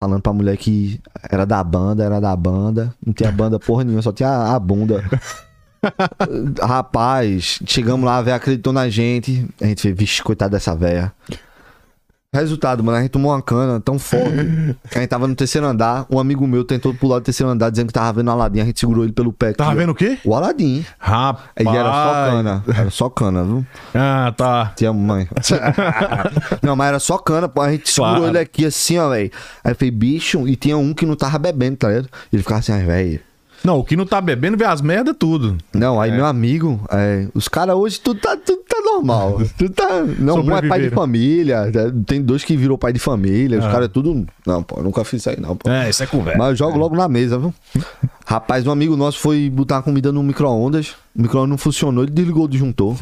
S2: Falando pra mulher que era da banda, era da banda. Não tinha banda porra nenhuma, só tinha a, a bunda. Rapaz, chegamos lá, a véia acreditou na gente. A gente fez, vixe, coitado dessa véia. Resultado, mano, a gente tomou uma cana tão forte. que a gente tava no terceiro andar. Um amigo meu tentou pular do terceiro andar dizendo que tava vendo o Aladim. A gente segurou ele pelo pé. aqui,
S1: Tava
S2: ó.
S1: vendo o quê?
S2: O Aladim.
S1: Rapaz.
S2: E era só cana. Era só cana, viu?
S1: Ah, tá.
S2: Tinha mãe. não, mas era só cana, pô. A gente
S1: Claro.
S2: segurou ele aqui assim, ó, velho. Aí eu falei, bicho, e tinha um que não tava bebendo, tá ligado? Ele ficava assim, ai, velho.
S1: Não, o que não tá bebendo vê as merda tudo.
S2: Não, aí meu amigo, é, os caras hoje tudo tá, tudo tá normal. Tudo tá. Não, um é pai de
S1: Sobreviveram.
S2: família. tá? Tem dois que virou pai de família. Os
S1: Ah.
S2: caras tudo. Não, pô, eu nunca fiz isso aí, não, pô.
S1: É, isso é conversa.
S2: Mas eu jogo logo na mesa, viu? Rapaz, um amigo nosso foi botar a comida no micro-ondas. O micro-ondas não funcionou, ele desligou o disjuntor.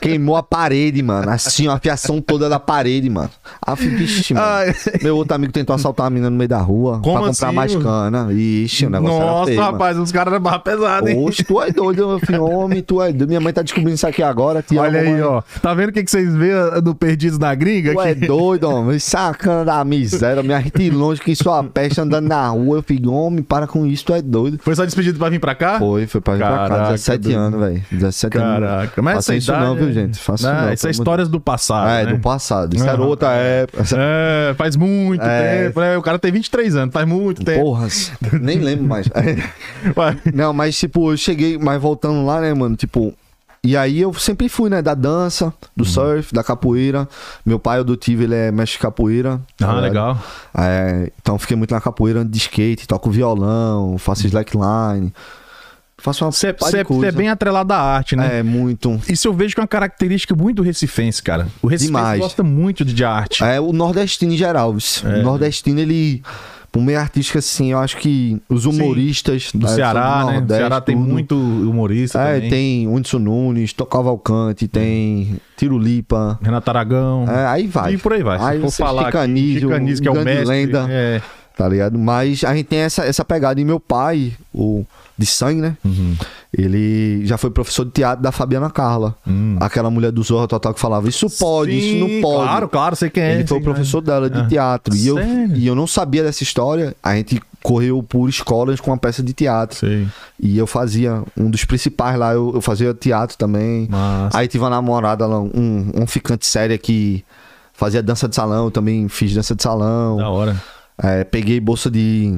S2: Queimou a parede, mano. Assim, ó, a fiação toda da parede, mano. Ah, vixe, mano.
S1: Ai.
S2: Meu outro amigo tentou assaltar uma menina no meio da rua
S1: Como
S2: pra comprar
S1: assim,
S2: mais
S1: mano?
S2: cana. Ixi, o negócio era
S1: Nossa,
S2: feio, mano.
S1: rapaz, os caras eram barra pesada, hein?
S2: Oxe, tu é doido, meu filho. Homem, tu é doido. Minha mãe tá descobrindo isso aqui agora. Te
S1: Olha
S2: amo,
S1: aí,
S2: mãe.
S1: ó. Tá vendo o que, que vocês vê ah, do Perdidos na Gringa?
S2: é Tu é
S1: Que-
S2: doido, homem. Sacana da miséria. Me arrete longe que só a peste andando na rua. Eu fico, homem, para com isso, tu é doido.
S1: Foi só despedido pra vir pra cá?
S2: Foi, foi pra vir pra cá.
S1: Caraca,
S2: 17
S1: doido.
S2: anos, velho. 17 anos.
S1: Caraca, mas
S2: Faça
S1: essa
S2: isso
S1: idade
S2: não,
S1: é-
S2: viu, gente? Faça isso
S1: Ah,
S2: não.
S1: Isso é
S2: pelo amor de
S1: histórias do passado.
S2: Deus. É,
S1: né?
S2: do passado. Isso era
S1: Aham.
S2: outra época. Essa-
S1: É, faz muito
S2: É. Um
S1: tempo. né? O cara tem 23 anos, faz muito tempo.
S2: Porra, nem lembro mais. É,
S1: Vai.
S2: Não, mas tipo, eu cheguei, mas voltando lá, né, mano, tipo. E aí eu sempre fui, né, da dança, do
S1: Uhum.
S2: surf, da capoeira. Meu pai adotivo, ele é mestre de capoeira.
S1: Ah,
S2: É,
S1: legal.
S2: é, então fiquei muito na capoeira, ando de skate, toco violão, faço slackline. Faço uma
S1: Você
S2: pá de
S1: é
S2: coisa.
S1: bem atrelado à arte, né?
S2: É, muito.
S1: Isso eu vejo que é uma característica muito do recifense, cara. O recifense
S2: Demais.
S1: gosta muito de de arte.
S2: É o nordestino em geral. viu?
S1: É.
S2: O nordestino, ele. Pro meio artístico, assim, eu acho que os humoristas
S1: Do
S2: né, são
S1: Ceará, né?
S2: Nordeste,
S1: o Ceará tem
S2: tudo.
S1: muito humorista
S2: É,
S1: também.
S2: tem Whindersson Nunes, Tom Cavalcante, tem Tirulipa.
S1: Renato Aragão.
S2: É, aí vai.
S1: E por aí vai. Se
S2: Aí
S1: for
S2: você
S1: falar aqui,
S2: Chicanísio,
S1: Chicanísio, que é o
S2: grande
S1: mestre.
S2: lenda.
S1: É.
S2: Tá ligado? Mas a gente tem essa, essa pegada. E meu pai, o de sangue, né?
S1: Uhum.
S2: Ele já foi professor de teatro da Fabiana Carla. Aquela mulher do Zorra Total que falava: Isso pode, isso
S1: Uhum. Sim,
S2: não pode.
S1: Claro, claro, sei quem é.
S2: Ele foi o
S1: sei
S2: professor dela de
S1: Ah.
S2: teatro. E eu,
S1: Sério?
S2: e eu não sabia dessa história. A gente correu por escolas com uma peça de teatro.
S1: né? Sei.
S2: E eu fazia um dos principais lá, eu, eu fazia teatro também.
S1: Massa.
S2: Aí tive uma namorada lá, um, um ficante séria que fazia dança de salão, eu também fiz dança de
S1: Da
S2: salão.
S1: hora.
S2: É, peguei bolsa de.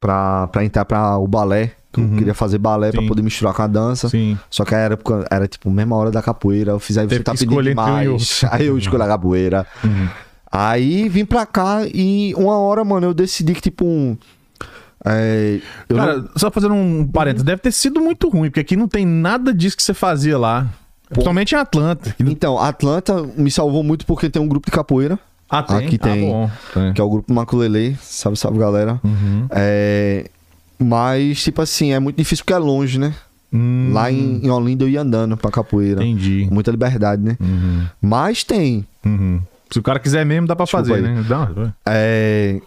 S2: pra, pra entrar pra o balé. que Eu queria fazer balé pra
S1: Uhum. Sim.
S2: poder misturar com a dança.
S1: Sim.
S2: Só que era, época- era tipo mesma hora da capoeira. Eu fiz aí você
S1: Teve
S2: tá
S1: que
S2: pedindo
S1: escolher entre um e Uhum.
S2: demais. Aí eu escolhi a capoeira. Aí vim pra cá e uma hora, mano, eu decidi que, tipo, um. é, eu não-
S1: Cara, só fazendo um parênteses, deve ter sido muito ruim, porque aqui não tem nada disso que você fazia lá. Principalmente em Atlanta. Que não-
S2: Então, Atlanta me salvou muito porque tem um grupo de capoeira,
S1: Ah, tem.
S2: Aqui tem.
S1: Ah, bom. Tem.
S2: que é o grupo Maculele. Salve, salve, galera.
S1: Uhum.
S2: É, mas, tipo assim, é muito difícil porque é longe, né?
S1: Hum,
S2: Lá em, em Olinda eu ia andando pra capoeira.
S1: Entendi.
S2: Muita liberdade, né?
S1: Uhum.
S2: Mas tem.
S1: Uhum. Se o cara quiser mesmo, dá pra
S2: Desculpa
S1: fazer,
S2: aí.
S1: né? Dá, vai.
S2: É,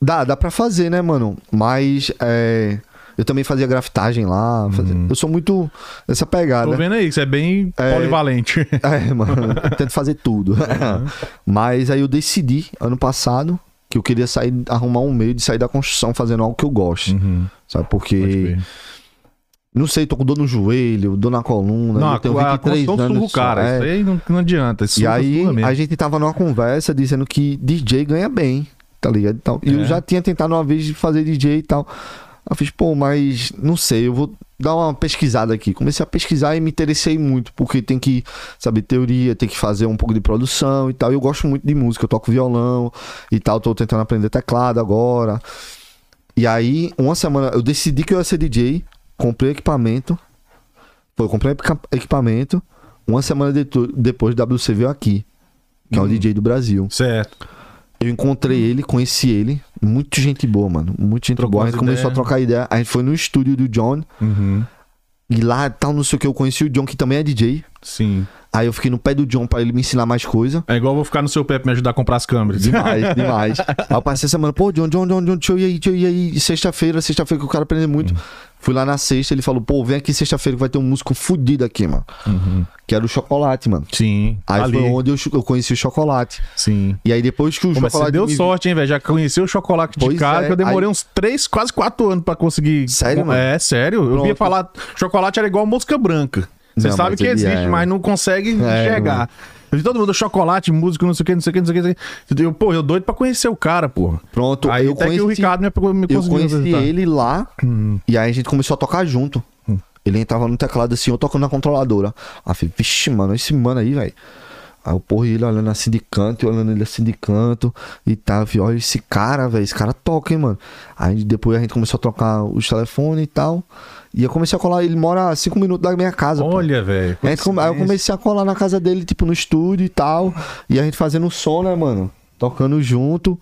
S2: dá, dá pra fazer, né, mano? Mas é, eu também fazia grafitagem lá. fazia- Eu sou muito dessa pegada.
S1: Uhum. Tô vendo aí, que você é bem
S2: É.
S1: polivalente.
S2: É, mano, eu tento fazer tudo.
S1: Uhum.
S2: Mas aí eu decidi, ano passado, que eu queria sair, arrumar um meio de sair da construção fazendo algo que eu gosto.
S1: Uhum.
S2: Sabe?
S1: Pode
S2: Porque,
S1: ver.
S2: não sei, tô com dor no joelho, dor na coluna.
S1: Não,
S2: eu tenho
S1: a, a
S2: 23
S1: construção suga o
S2: anos.
S1: cara.
S2: só,
S1: Isso
S2: é.
S1: aí não, não adianta. Isso
S2: E
S1: suga-
S2: aí
S1: suga mesmo.
S2: a gente tava numa conversa dizendo que DJ ganha bem. tá ligado? E, tal. e eu já tinha tentado uma vez de fazer DJ e tal. Aí eu fiz, pô, mas não sei, eu vou dar uma pesquisada aqui. Comecei a pesquisar e me interessei muito, porque tem que saber teoria, tem que fazer um pouco de produção e tal. Eu gosto muito de música, eu toco violão e tal, tô tentando aprender teclado agora. E aí, uma semana, eu decidi que eu ia ser DJ, comprei o equipamento. Foi, eu comprei equipa- equipamento. Uma semana de- depois, o WC veio aqui, que
S1: Uhum.
S2: é o DJ do Brasil.
S1: Certo.
S2: Eu encontrei ele, conheci ele. Muito gente boa, mano. Muito
S1: Uhum.
S2: gente
S1: Trocou
S2: boa. A
S1: umas
S2: gente começou
S1: ideias.
S2: a trocar ideia. A gente foi no estúdio do John.
S1: Uhum.
S2: E lá, tal, não sei o que, eu conheci o John, que também é DJ.
S1: Sim.
S2: Aí eu fiquei no pé do John pra ele me ensinar mais coisa.
S1: É igual eu vou ficar no seu pé pra me ajudar a comprar as câmeras.
S2: Demais, demais. Aí eu passei a semana, pô, John, John, John, John, deixa eu ir aí, deixa eu ir aí. E Sexta-feira, sexta-feira que o cara aprende
S1: Uhum.
S2: muito. Fui lá na sexta, ele falou, pô, vem aqui sexta-feira que vai ter um músico fudido aqui, mano. Que era o Chocolate, mano.
S1: Sim.
S2: Aí
S1: Uhum. ali.
S2: foi onde eu, eu conheci o Chocolate.
S1: Sim.
S2: E aí depois que o
S1: Pô, mas você
S2: Chocolate
S1: deu
S2: me-
S1: sorte, hein, velho? Já conheceu o chocolate de
S2: Pois
S1: cara,
S2: é,
S1: que eu demorei uns três, quase quatro anos pra conseguir.
S2: Sério, mano?
S1: É, sério. Eu
S2: Pronto.
S1: via falar. Chocolate era igual mosca branca. Você
S2: Não,
S1: sabe
S2: mas
S1: que
S2: ele
S1: existe,
S2: é,
S1: mas não consegue enxergar. Eu vi todo mundo, chocolate, músico, não sei o que, não sei o que, não sei o que. não sei o que. Eu, pô, eu doido pra conhecer o cara, porra.
S2: Pronto,
S1: Aí
S2: eu
S1: até
S2: conheci...
S1: que o Ricardo me, me
S2: Eu
S1: conseguiu Hum.
S2: conheci
S1: apresentar.
S2: ele lá e aí a gente começou a tocar junto.
S1: Hum.
S2: Ele entrava no teclado assim, eu tocando na controladora. Aí eu falei, vixe, mano, esse mano aí, velho. Aí o porra, ele olhando assim de canto, eu olhando ele assim de canto e tá, eu falei, olha esse cara, velho, esse cara toca, hein, mano. Aí depois a gente começou a trocar os telefones e tal. E eu comecei a colar, ele mora a 5 minutos da minha casa. pô. é
S1: Olha, velho. né?
S2: Aí, come- aí eu comecei a colar na casa dele, tipo, no estúdio e tal. E a gente fazendo som, né, mano? Tocando junto.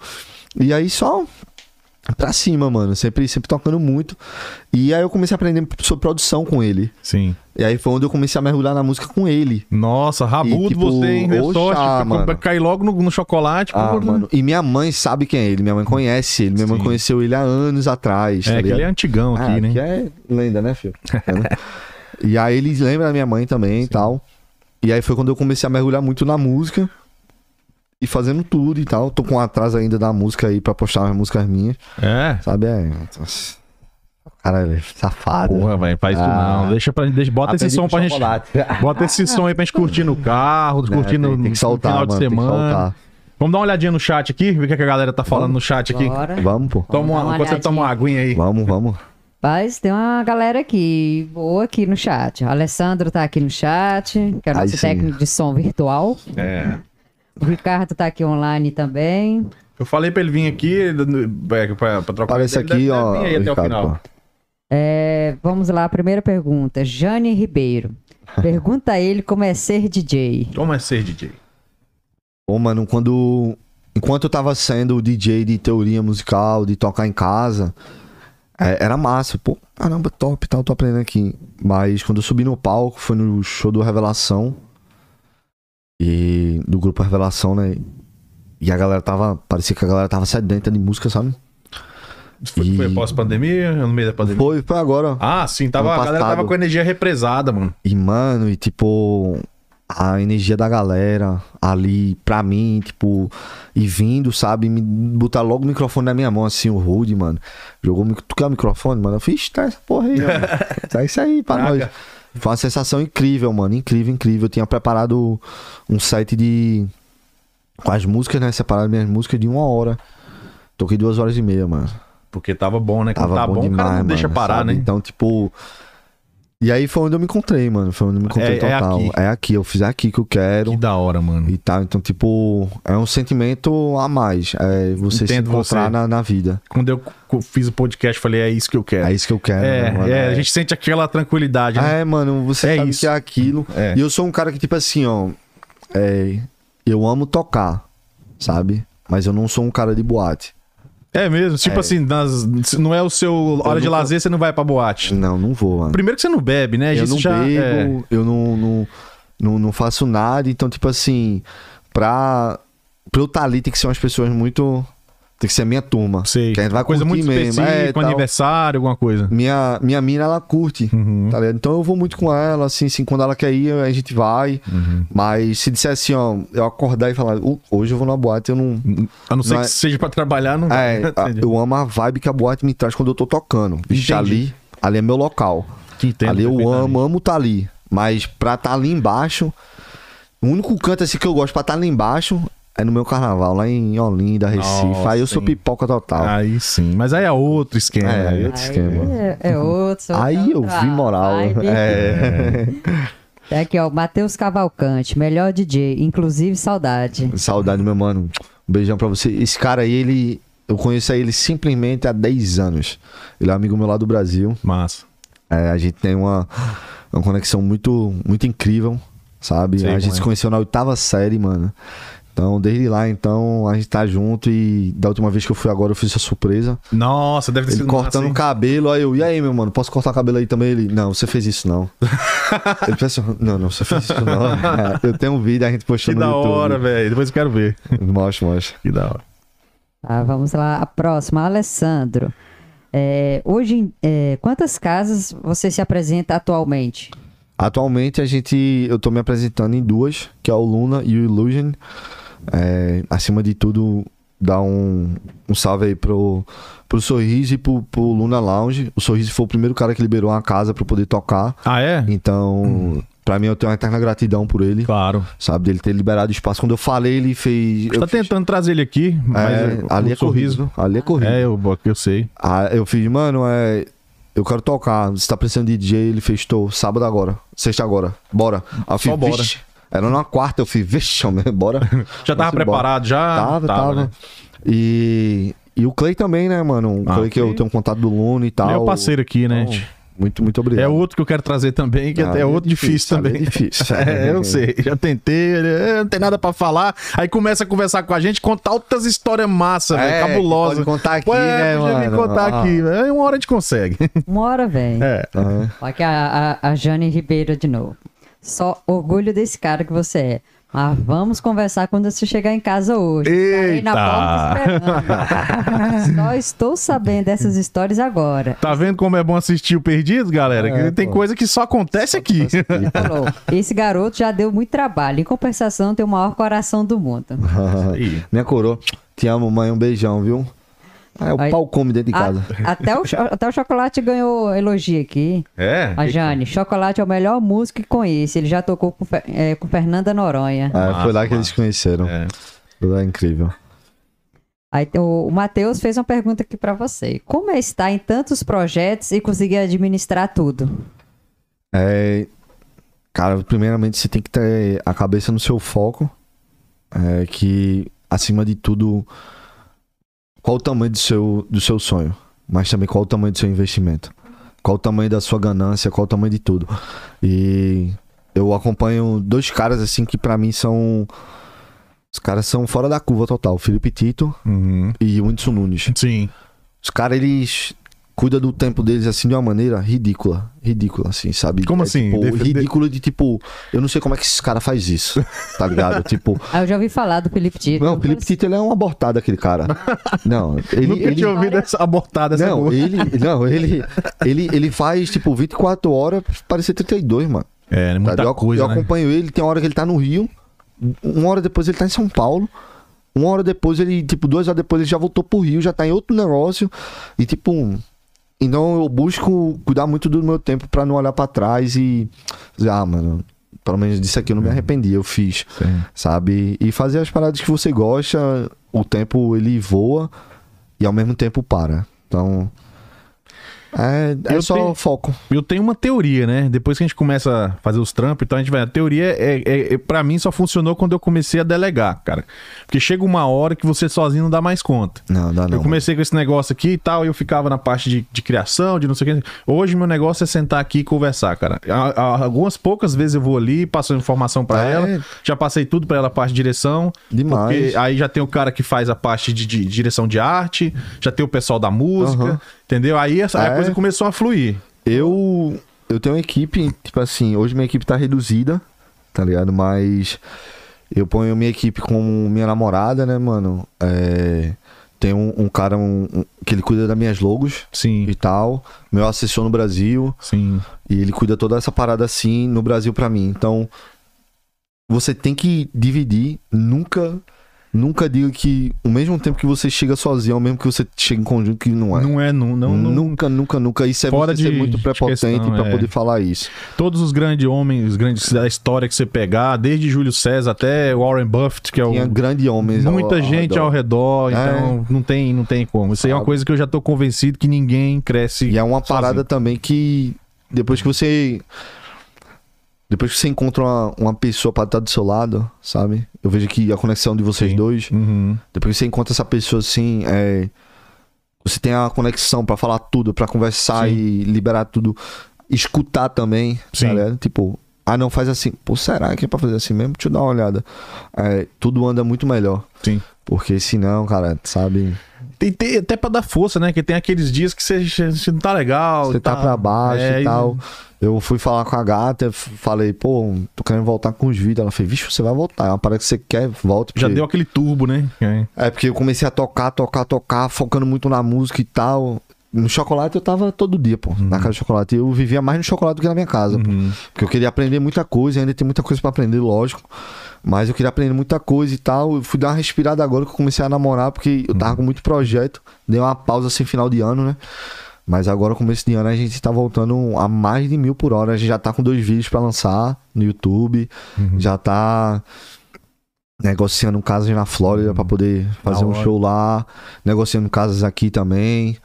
S2: E aí só pra cima, mano. Sempre, sempre tocando muito. E aí eu comecei a aprender sobre produção com ele.
S1: Sim.
S2: E aí foi onde eu comecei a mergulhar na música com ele.
S1: Nossa, rabudo
S2: E, tipo,
S1: você, hein? Deu
S2: oxa,
S1: sorte.
S2: mano.
S1: Pra cair logo no, no chocolate.
S2: Ah,
S1: pô, né?
S2: mano. E minha mãe sabe quem é ele. Minha mãe conhece ele. Minha mãe
S1: Sim.
S2: conheceu ele há anos atrás. tá
S1: É, que
S2: ligado?
S1: ele é antigão aqui,
S2: Ah,
S1: né?
S2: Que é lenda, né, filho? É, né? e aí ele lembra da minha mãe também e tal. E aí foi quando eu comecei a mergulhar muito na música e fazendo tudo e tal. Tô com um atraso ainda da música aí pra postar umas músicas minhas,
S1: É.
S2: sabe? É. nossa. Caralho, é safado.
S1: Porra, velho, faz isso
S2: Ah.
S1: não. Deixa pra deixa, bota esse
S2: Aprendi
S1: som
S2: com
S1: pra gente.
S2: chocolate.
S1: Bota esse som aí pra gente curtir no carro,
S2: Né,
S1: curtir no,
S2: tem, tem que soltar,
S1: no final
S2: mano,
S1: de semana.
S2: Tem que soltar.
S1: Vamos dar uma olhadinha no chat aqui, ver o que, é que a galera tá falando no chat aqui.
S3: Bora.
S2: Vamos, pô.
S1: Toma uma,
S3: Vamos dar uma
S1: enquanto você toma uma aguinha aí.
S2: Vamos, vamos.
S3: Mas tem uma galera aqui, boa aqui no chat. O Alessandro tá aqui no chat, que é o
S2: Aí
S3: nosso
S2: sim.
S3: técnico de som virtual.
S1: É.
S3: O Ricardo tá aqui online também.
S1: Eu falei pra ele vir aqui é, pra, pra trocar.
S2: Aparece
S1: ele deve-
S2: aqui,
S1: deve
S2: ó.
S1: vir aí até o
S2: Ricardo,
S1: final.
S2: pô.
S3: É, vamos lá, primeira pergunta. Jane Ribeiro. Pergunta a ele como é ser DJ.
S1: Como é ser DJ?
S2: Pô, mano, quando. Enquanto eu tava sendo o DJ de teoria musical, de tocar em casa, é, era massa. Pô, caramba, top e tal, tô aprendendo aqui. Mas quando eu subi no palco, foi no show do Revelação. E. Do grupo Revelação, né? E a galera tava. Parecia que a galera tava sedenta de música, sabe?
S1: Foi,
S2: E-
S1: foi pós-pandemia, no meio da pandemia?
S2: Foi, foi agora.
S1: Ah, sim, tava, a
S2: Ano
S1: galera tava
S2: passado.
S1: com a energia represada, mano.
S2: E, mano, e tipo, a energia da galera ali pra mim, tipo, e vindo, sabe, me botar logo o microfone na minha mão, assim, o Rude, mano. Jogou, mi- tu quer o microfone, mano? Eu fiz, tá essa porra aí, mano. Tá isso aí pra
S1: Caraca.
S2: nós. Foi uma sensação incrível, mano, incrível, incrível. Eu tinha preparado um site de. com as músicas, né? Separado minhas músicas de uma hora. Toquei duas horas e meia, mano.
S1: Porque tava bom, né? Quando
S2: Tava
S1: tá bom,
S2: bom, demais,
S1: o cara não
S2: mano,
S1: deixa parar,
S2: sabe?
S1: né?
S2: Então, tipo. E aí foi onde eu me encontrei, mano. Foi onde eu me encontrei
S1: É- é
S2: total.
S1: aqui.
S2: eu fiz aqui que eu quero
S1: Que da hora, mano.
S2: e tal. Então, tipo, é um sentimento a mais. É você
S1: Entendo
S2: se encontrar
S1: você.
S2: Na, na vida.
S1: Quando eu co- fiz o podcast, eu falei, é isso que eu quero.
S2: É isso que eu quero.
S1: É,
S2: né, mano?
S1: é, a gente sente aquela tranquilidade, né?
S2: É, mano, você
S1: É
S2: sabe
S1: isso.
S2: que é aquilo.
S1: É.
S2: E eu sou um cara que, tipo assim, ó. é, eu amo tocar, sabe? Mas eu não sou um cara de boate.
S1: É, mesmo, tipo assim, nas- não é o seu hora de
S2: nunca-
S1: lazer, você não vai pra boate.
S2: Não, não vou, mano.
S1: Primeiro que você não bebe, né?
S2: eu
S1: Isso
S2: não
S1: é.
S2: bebo, eu não, não, não, não faço nada. Então, tipo assim, pra, pra eu estar ali tem que ser umas pessoas muito. Tem que ser a minha turma.
S1: Sei.
S2: Que a gente vai
S1: coisa
S2: curtir
S1: muito
S2: mesmo.
S1: específica,
S2: é,
S1: um
S2: tal.
S1: aniversário, Uhum. alguma coisa.
S2: Minha, minha mina, ela curte. tá ligado? Então eu vou muito com ela, assim, assim, quando ela quer ir, a gente vai.
S1: Uhum.
S2: Mas se disser assim, ó, eu acordar e falar, "Uh, hoje eu vou na boate, eu não.
S1: A não ser
S2: Não é-
S1: que seja pra trabalhar, não.
S2: É, a-
S1: Entendi.
S2: eu amo a vibe que a boate me traz quando eu tô tocando.
S1: Entendi.
S2: Vixe, ali, ali é meu local.
S1: Que entendo
S2: ali eu
S1: perfeitamente.
S2: amo, amo tá ali. Mas pra tá ali embaixo, o único canto assim que eu gosto pra tá ali embaixo É no meu carnaval, lá em Olinda, Recife.
S1: Nossa,
S2: aí eu sou
S1: hein? Ah,
S2: pipoca total.
S1: Aí sim. Mas aí é outro esquema.
S2: É,
S1: né?
S2: eu- Outro esquema.
S3: É, é outro.
S2: aí eu
S3: Ah,
S2: vi moral.
S3: É.
S2: É.
S3: Aqui, ó, Matheus Cavalcante, melhor DJ, inclusive saudade.
S2: É. Saudade, meu mano. Um beijão pra você. Esse cara aí, ele. Eu conheço ele simplesmente há 10 anos. Ele é amigo meu lá do Brasil.
S1: Massa.
S2: É, a gente tem uma, uma conexão muito, muito incrível, sabe?
S1: Sei
S2: a gente
S1: como
S2: se
S1: é.
S2: conheceu na oitava série, mano. Então, desde lá, então, a gente tá junto e da última vez que eu fui agora, eu fiz essa surpresa.
S1: Nossa, deve ter
S2: Ele
S1: sido
S2: cortando o
S1: massa, hein?
S2: cabelo, aí eu, e aí, meu mano, posso cortar o cabelo aí também? Ele, não, você fez isso não. Ele pensou, não, não, você fez isso não. É, eu tenho um vídeo, a gente postou
S1: Que
S2: no
S1: da
S2: YouTube.
S1: hora, velho. Depois eu quero ver.
S2: Mostra, mostra.
S1: Que da hora.
S3: Tá, vamos lá, a próxima, Alessandro. É, hoje, em- é, quantas casas você se apresenta atualmente?
S2: Atualmente a gente, eu tô me apresentando em duas, que é o Luna e o Illusion. É, acima de tudo, dá um, um salve aí pro, pro Sorriso e pro, pro Luna Lounge. O Sorriso foi o primeiro cara que liberou uma casa pra eu poder tocar.
S1: Ah, é?
S2: Então, pra mim eu tenho uma eterna gratidão por ele,
S1: Claro.
S2: sabe? Dele ter liberado espaço. Quando eu falei, ele fez.
S1: Tá
S2: eu fiz-
S1: tentando trazer ele aqui, mas
S2: É,
S1: o-
S2: ali
S1: o
S2: é corrido. Ali é corrido.
S1: É, eu, eu sei.
S2: Ah, eu fiz, mano, é. Eu quero tocar. Você tá precisando de DJ? Ele fez, tô, sábado agora. Sexta agora. Bora. Aí eu fiz,
S1: Só bora.
S2: "Vixe." Era numa quarta, eu fiz, vixe, homem, bora.
S1: Já tava
S2: Vamos embora.
S1: preparado, já?
S2: Tava, tava.
S1: né?
S2: E. E o Clay também, né, mano? O
S1: Ah,
S2: Clay que eu
S1: Clay.
S2: tenho um contato do Luna e tal.
S1: Ele é o parceiro aqui, né?
S2: Então, Muito, muito obrigado.
S1: é outro que eu quero trazer também, que
S2: Ah,
S1: é
S2: ali
S1: outro difícil,
S2: ali
S1: também.
S2: É difícil.
S1: É, eu sei, já tentei, ele, é, não tem nada pra falar. Aí começa a conversar com a gente, contar outras histórias massa,
S2: É,
S1: velho, cabulosa. é,
S2: pode contar aqui, né,
S1: podia me
S2: mano?
S1: contar
S2: Ah.
S1: aqui, né? uma hora a gente consegue.
S3: Uma hora, velho.
S1: É.
S2: Ah,
S3: Aqui a, a, a Jane Ribeiro de novo. Só orgulho desse cara que você é. Mas vamos conversar quando você chegar em casa hoje. Estarei
S1: Eita!
S3: porta esperando. Só estou sabendo dessas histórias agora.
S1: Tá vendo como é bom assistir o Perdido, galera?
S2: É,
S1: Que tem
S2: pô.
S1: coisa que só acontece aqui.
S3: Falou. Esse garoto já deu muito trabalho. Em compensação, tem o maior coração do mundo.
S1: Ih.
S2: Minha coroa. Te amo, mãe. Um beijão, viu? Ah, o
S3: Aí-
S2: pau come dentro de
S3: A-
S2: casa.
S3: até, o, cho- até o Chocolate ganhou elogio aqui.
S1: É?
S3: A Jane, Chocolate é o melhor músico que conheço. Ele já tocou com, Fe- eh, com Fernanda Noronha.
S2: Ah,
S1: Massa,
S2: foi lá que
S1: massa.
S2: eles conheceram.
S1: É.
S2: É incrível.
S3: Aí tem o, o Matheus fez uma pergunta aqui pra você. Como é estar em tantos projetos e conseguir administrar tudo?
S2: É, cara, primeiramente você tem que ter a cabeça no seu foco. É, que, acima de tudo, qual o tamanho do seu, do seu sonho, mas também qual o tamanho do seu investimento, qual o tamanho da sua ganância, qual o tamanho de tudo. E eu acompanho dois caras assim que pra mim são. Os caras são fora da curva total: Felipe Tito
S1: Uhum.
S2: e Whindersson Nunes.
S1: Sim.
S2: Os caras, eles cuidam do tempo deles assim de uma maneira ridícula. Ridícula, assim, sabe?
S1: Como
S2: É,
S1: assim?
S2: Tipo,
S1: Defe-
S2: ridículo de tipo, eu não sei como é que esses caras faz isso, tá ligado? tipo,
S3: Ah, eu já ouvi falar do Felipe Tito.
S2: não, o Felipe Tito ele é um abortado, aquele cara. Não, ele.
S1: Nunca
S2: ele-
S1: tinha ouvido essa abortada essa
S2: não,
S1: boa.
S2: ele, não, ele, ele, ele faz tipo 24 horas, parece 32, mano.
S1: É,
S2: Tá?
S1: muita
S2: eu,
S1: coisa,
S2: eu
S1: né?
S2: acompanho ele, tem hora que ele tá no Rio, uma hora depois ele tá em São Paulo, uma hora depois ele, tipo, duas horas depois ele já voltou pro Rio, já tá em outro negócio, e tipo. um- Então eu busco cuidar muito do meu tempo pra não olhar pra trás e. dizer, Ah, mano, pelo menos disso aqui eu
S1: Uhum.
S2: não me arrependi, eu fiz,
S1: Sim.
S2: sabe? E fazer as paradas que você gosta, o tempo ele voa e ao mesmo tempo para. Então. É, é
S1: Eu
S2: só
S1: tenho-
S2: foco.
S1: Eu tenho uma teoria, né? Depois que a gente começa a fazer os trampos, então a gente vai. A teoria, é, é, é- pra mim, só funcionou quando eu comecei a delegar, cara. Porque chega uma hora que você sozinho não dá mais conta.
S2: Não, dá não.
S1: eu comecei com esse negócio aqui e tal, e eu ficava na parte de, de criação, de não sei o que. Hoje meu negócio é sentar aqui e conversar, cara. A- a- algumas poucas vezes eu vou ali, passo a informação pra
S2: É.
S1: ela, já passei tudo pra ela, a parte de direção.
S2: Demais.
S1: Porque aí já tem o cara que faz a parte de, de direção de arte, já tem o pessoal da música,
S2: Aham.
S1: entendeu? Aí essa- a
S2: É.
S1: coisa começou a fluir.
S2: Eu, eu tenho uma equipe, tipo assim, hoje minha equipe tá reduzida, tá ligado? Mas eu ponho minha equipe com minha namorada, né, mano? É, tem um, um cara um- um- que ele cuida das minhas logos e
S1: Sim,
S2: tal. Meu assessor no Brasil.
S1: sim.
S2: E ele cuida toda essa parada assim no Brasil pra mim. Então, você tem que dividir, nunca Nunca diga que o mesmo tempo que você chega sozinho é o mesmo que você chega em conjunto, que não é.
S1: Não é, não, não, não-
S2: Nunca, nunca, nunca. Isso é
S1: Fora
S2: você ser
S1: de-
S2: muito
S1: de
S2: prepotente
S1: questão,
S2: pra
S1: é.
S2: poder falar isso.
S1: Todos os grandes homens, os grandes da história que você pegar, desde Júlio César até Warren Buffett, que é o
S2: Tinha grandes homens. ao-
S1: muita
S2: ao
S1: gente
S2: redor.
S1: ao redor,
S2: É.
S1: então não tem, não tem como. Isso aí é uma
S2: Sabe?
S1: coisa que eu já tô convencido que ninguém cresce.
S2: E é uma
S1: sozinho.
S2: parada também que depois que você. Depois que você encontra uma, uma pessoa pra estar do seu lado, sabe? Eu vejo que a conexão de vocês
S1: Sim.
S2: dois.
S1: Uhum.
S2: Depois que você encontra essa pessoa assim, é, você tem a conexão pra falar tudo, pra conversar
S1: Sim.
S2: e liberar tudo, escutar também,
S1: Sim.
S2: tá ligado? Tipo, ah não, faz assim. Pô, será que é pra fazer assim mesmo? Deixa eu dar uma olhada. É, tudo anda muito melhor.
S1: Sim.
S2: Porque senão, cara, sabe?
S1: Tem, tem- até pra dar força, né? Que tem aqueles dias que você, você não tá legal.
S2: Você
S1: e
S2: tá
S1: tal.
S2: pra baixo
S1: É,
S2: e tal. Eu fui falar com a gata, f- falei, pô, tô querendo voltar com os vídeos. Ela fez, vixe, você vai voltar. É uma parada que você quer, volta.
S1: Já
S2: porque-
S1: deu aquele turbo, né? É.
S2: É, porque eu comecei a tocar, tocar, tocar, focando muito na música e tal. No chocolate eu tava todo dia, pô,
S1: Uhum.
S2: na casa de chocolate. Eu vivia mais no chocolate do que na minha casa, pô. Porque eu queria aprender muita coisa, ainda tem muita coisa pra aprender, lógico. Mas eu queria aprender muita coisa e tal. Eu fui dar uma respirada agora que eu comecei a namorar, porque eu tava com muito projeto. Dei uma pausa assim, final de ano, né? Mas agora, começo de ano, a gente tá voltando a mais de mil por hora. A gente já tá com dois vídeos pra lançar no YouTube. Já tá negociando um casas na Flórida pra poder fazer
S1: Da
S2: um
S1: hora.
S2: show lá. Negociando casas aqui também.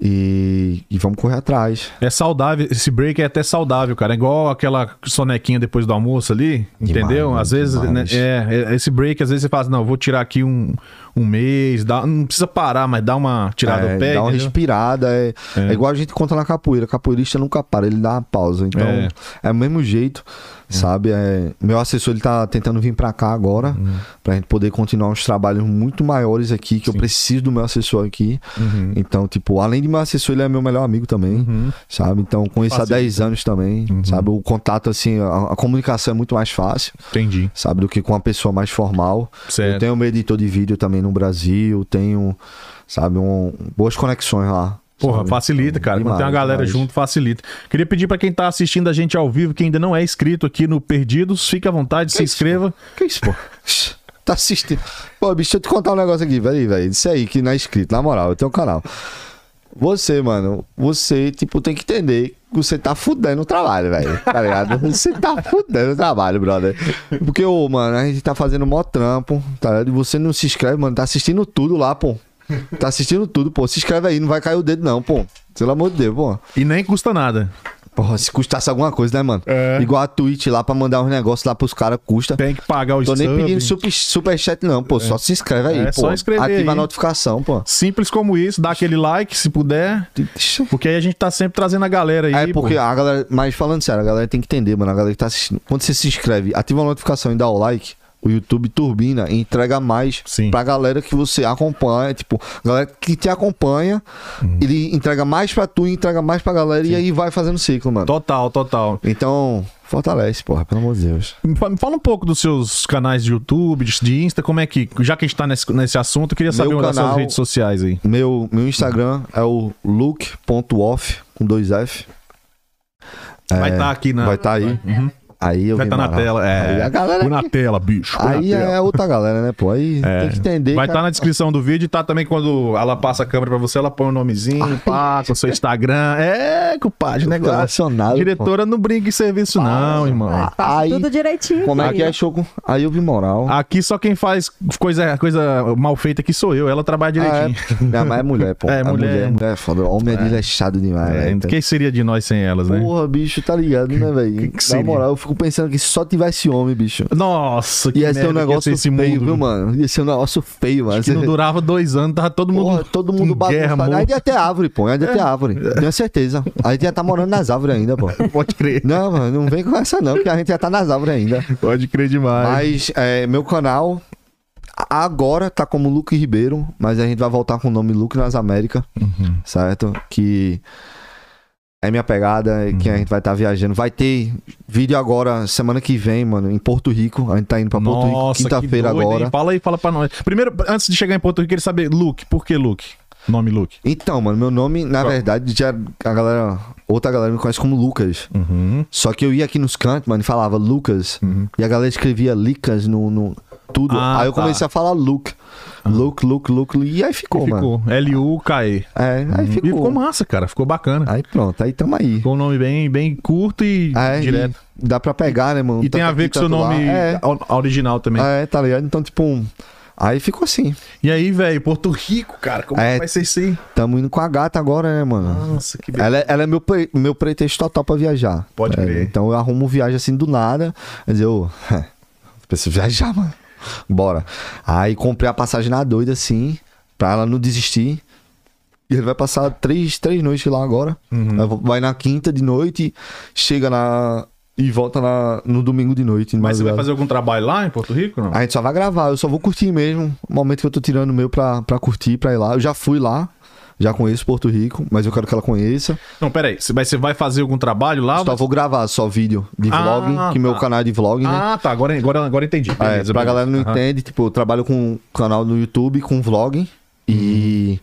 S2: E, e vamos correr atrás.
S1: É saudável, esse break é até saudável, cara. É igual aquela sonequinha depois do almoço ali, entendeu?
S2: né?
S1: Às vezes, né,
S2: Demais.
S1: é, é, esse break, às vezes você fala, assim, não, eu vou tirar aqui um, um mês, dá, não precisa parar, mas dá uma tirada
S2: é,
S1: do pé.
S2: dá uma
S1: entendeu?
S2: respirada. É,
S1: É.
S2: é igual a gente conta na capoeira. Capoeirista nunca para, ele dá uma pausa. Então,
S1: É.
S2: é, o mesmo jeito, sabe? É, meu assessor, ele tá tentando vir pra cá agora,
S1: Uhum.
S2: pra gente poder continuar uns trabalhos muito maiores aqui, que eu preciso do meu assessor aqui.
S1: Uhum.
S2: Então, tipo, além de meu assessor, ele é meu melhor amigo também, sabe? Então, conheço há
S1: Facilita. Uhum.
S2: 10 anos também, sabe? O contato, assim, a- a comunicação é muito mais fácil
S1: Entendi.
S2: sabe? Do que com uma pessoa mais formal.
S1: Certo.
S2: Eu tenho meu editor de vídeo também no Brasil, tenho, sabe, um, boas conexões lá.
S1: Porra,
S2: sabe?
S1: facilita,
S2: Então,
S1: cara. Quando tem uma
S2: demais,
S1: galera
S2: demais.
S1: junto, facilita. Queria pedir pra quem tá assistindo a gente ao vivo, que ainda não é inscrito aqui no Perdidos, fique à vontade, se inscreva.
S2: Que isso, pô? tá assistindo. Pô, bicho, deixa eu te contar um negócio aqui, peraí, velho. Isso aí que não é inscrito, na moral, eu tenho um canal. Você, mano, você, tipo, tem que entender que você tá fudendo o trabalho, velho. Tá ligado? Você tá fudendo o trabalho, brother. Porque, ô, mano, a gente tá fazendo mó trampo, tá ligado? E você não se inscreve, mano, tá assistindo tudo lá, pô. Tá assistindo tudo, pô. Se inscreve aí, não vai cair o dedo, não, pô. Pelo amor de Deus, pô.
S1: E nem custa nada.
S2: Porra, se custasse alguma coisa, né, mano?
S1: É.
S2: Igual a Twitch lá pra mandar uns negócios lá pros caras, custa.
S1: Tem que pagar o
S2: Tô nem
S1: sub.
S2: pedindo super, superchat, não, pô. Só se inscreve aí,
S1: É,
S2: pô.
S1: só inscrever
S2: Ativa
S1: aí.
S2: a notificação, pô.
S1: Simples como isso, dá aquele like se puder. Porque aí a gente tá sempre trazendo a galera aí.
S2: É porque
S1: pô.
S2: a galera. Mas falando sério, a galera tem que entender, mano. A galera que tá assistindo. Quando você se inscreve, ativa a notificação e dá o like. O YouTube turbina e entrega mais
S1: Sim.
S2: pra galera que você acompanha. Tipo, a galera que te acompanha,
S1: Uhum.
S2: ele entrega mais pra tu e entrega mais pra galera. E aí vai fazendo ciclo, mano.
S1: Total, total.
S2: Então, fortalece, porra, pelo amor de Deus.
S1: Me fa- me Fala um pouco dos seus canais de YouTube, de- de Insta, como é que. Já que a gente tá nesse, nesse assunto, eu queria saber uma das suas
S2: canal-
S1: redes sociais aí.
S2: Meu, meu Instagram é o look.off com dois F.
S1: Vai tá aqui na.
S2: É, Vai estar aí. Aí eu
S1: vai
S2: vim
S1: tá na
S2: morar.
S1: tela. É.
S2: Aí a galera
S1: Põe na tela, bicho. põe na
S2: tá Aí
S1: tela. É.
S2: é outra galera, né, pô? Aí tem que entender.
S1: Vai estar
S2: cara.
S1: na descrição do vídeo e tá também quando ela passa a câmera pra você, ela põe o nomezinho, pá, com o seu Instagram. É, compadre,
S2: tô
S1: negócio.
S2: emocionado,
S1: Diretora não brinca em serviço, não, irmão.
S2: Aí,
S3: Tudo direitinho.
S2: como é que
S3: querido.
S2: é, Choco? Aí eu vi moral.
S1: Aqui só quem faz coisa, coisa mal feita aqui sou eu, ela trabalha direitinho.
S2: Ah, é. Minha mãe é mulher, pô.
S1: É,
S2: A
S1: mulher.
S2: mulher, mulher é foda. Homem é desleixado demais,
S1: É,
S2: velho.
S1: Quem seria de nós sem elas, né?
S2: Porra, bicho, tá ligado, né, velho?
S1: que
S2: Na
S1: seria?
S2: moral, eu fico pensando que se só tivesse homem, bicho.
S1: Nossa, que
S2: Ia ser um
S1: merda que
S2: negócio
S1: ia ser esse
S2: feio,
S1: mundo. né?
S2: viu, mano? é- Ia ser um negócio feio, mano.
S1: Que não durava dois anos, tava todo mundo.
S2: Porra, todo mundo
S1: em guerra, É.
S2: bagunçado. Aí
S1: morto.
S2: ia ter árvore, pô. Aí ia ter árvore. Tenho certeza. Aí ia tá morando nas árvores ainda, pô.
S1: Pode crer.
S2: Não, mano, não vem com essa não, que a gente já tá nas árvores ainda.
S1: Pode crer demais.
S2: Mas é, meu canal agora tá como Luke Ribeiro, mas a gente vai voltar com o nome Luke nas Américas,
S1: Uhum.
S2: certo? Que é minha pegada, é que
S1: Uhum.
S2: a gente vai estar viajando. Vai ter vídeo agora, semana que vem, mano, em Porto Rico. A gente tá indo pra Porto Rico
S1: Nossa, que
S2: quinta-feira
S1: doido, hein?
S2: agora.
S1: Fala aí, fala pra nós. Primeiro, antes de chegar em Porto Rico, eu queria saber, Luke, por que Luke? Nome Luke.
S2: Então, mano, meu nome, na verdade, já a galera, outra galera me conhece como Lucas.
S1: Uhum.
S2: Só que eu ia aqui nos cantos, mano, e falava Lucas. E a galera escrevia Licas no, no, tudo.
S1: Ah,
S2: aí eu
S1: tá. Ah.
S2: comecei a falar Luke. Luke, Luke, Luke, Luke. E aí ficou, mano.
S1: Ficou. L-U-K-E.
S2: É, aí
S1: E
S2: ficou. Ah.
S1: ficou massa, cara. Ficou bacana.
S2: Aí pronto, aí tamo aí.
S1: Ficou um nome bem, bem curto e
S2: É, e
S1: direto.
S2: dá pra pegar, né, mano?
S1: E tem
S2: Tanto
S1: a ver
S2: aqui,
S1: com seu
S2: tanto lá.
S1: nome
S2: É,
S1: o- original também.
S2: é, tá ligado? Então, tipo, um- aí ficou assim.
S1: E aí, velho, Porto Rico, cara, como
S2: É.
S1: que vai ser isso aí?
S2: Tamo indo com a gata agora, né, mano?
S1: Nossa, que beleza.
S2: Ela, é- ela é meu, pre- meu pretexto total pra viajar.
S1: Pode
S2: É,
S1: crer.
S2: Então eu arrumo viagem assim do nada. Quer dizer, eu preciso viajar, mano. Bora. Aí comprei a passagem na doida, assim, pra ela não desistir. E ele vai passar três, três noites lá agora.
S1: Uhum.
S2: Aí vou- Vai na quinta de noite, chega na. E volta na, no domingo de noite. de
S1: Mas você vai
S2: madrugada.
S1: fazer algum trabalho lá em Porto Rico? Não?
S2: A gente só vai gravar, eu só vou curtir mesmo. O momento que eu tô tirando o meu pra, pra curtir, pra ir lá. Eu já fui lá, já conheço Porto Rico, mas eu quero que ela conheça.
S1: Não, peraí. Você vai, você vai fazer algum trabalho lá?
S2: Só vou gravar só vídeo de
S1: Ah,
S2: vlog, que meu
S1: tá.
S2: canal é de vlog, né?
S1: Ah, tá. Agora, agora, agora entendi.
S2: É,
S1: Beleza,
S2: pra
S1: beleza.
S2: galera que não
S1: Aham.
S2: entende, tipo, eu trabalho com um canal no YouTube, com vlog e.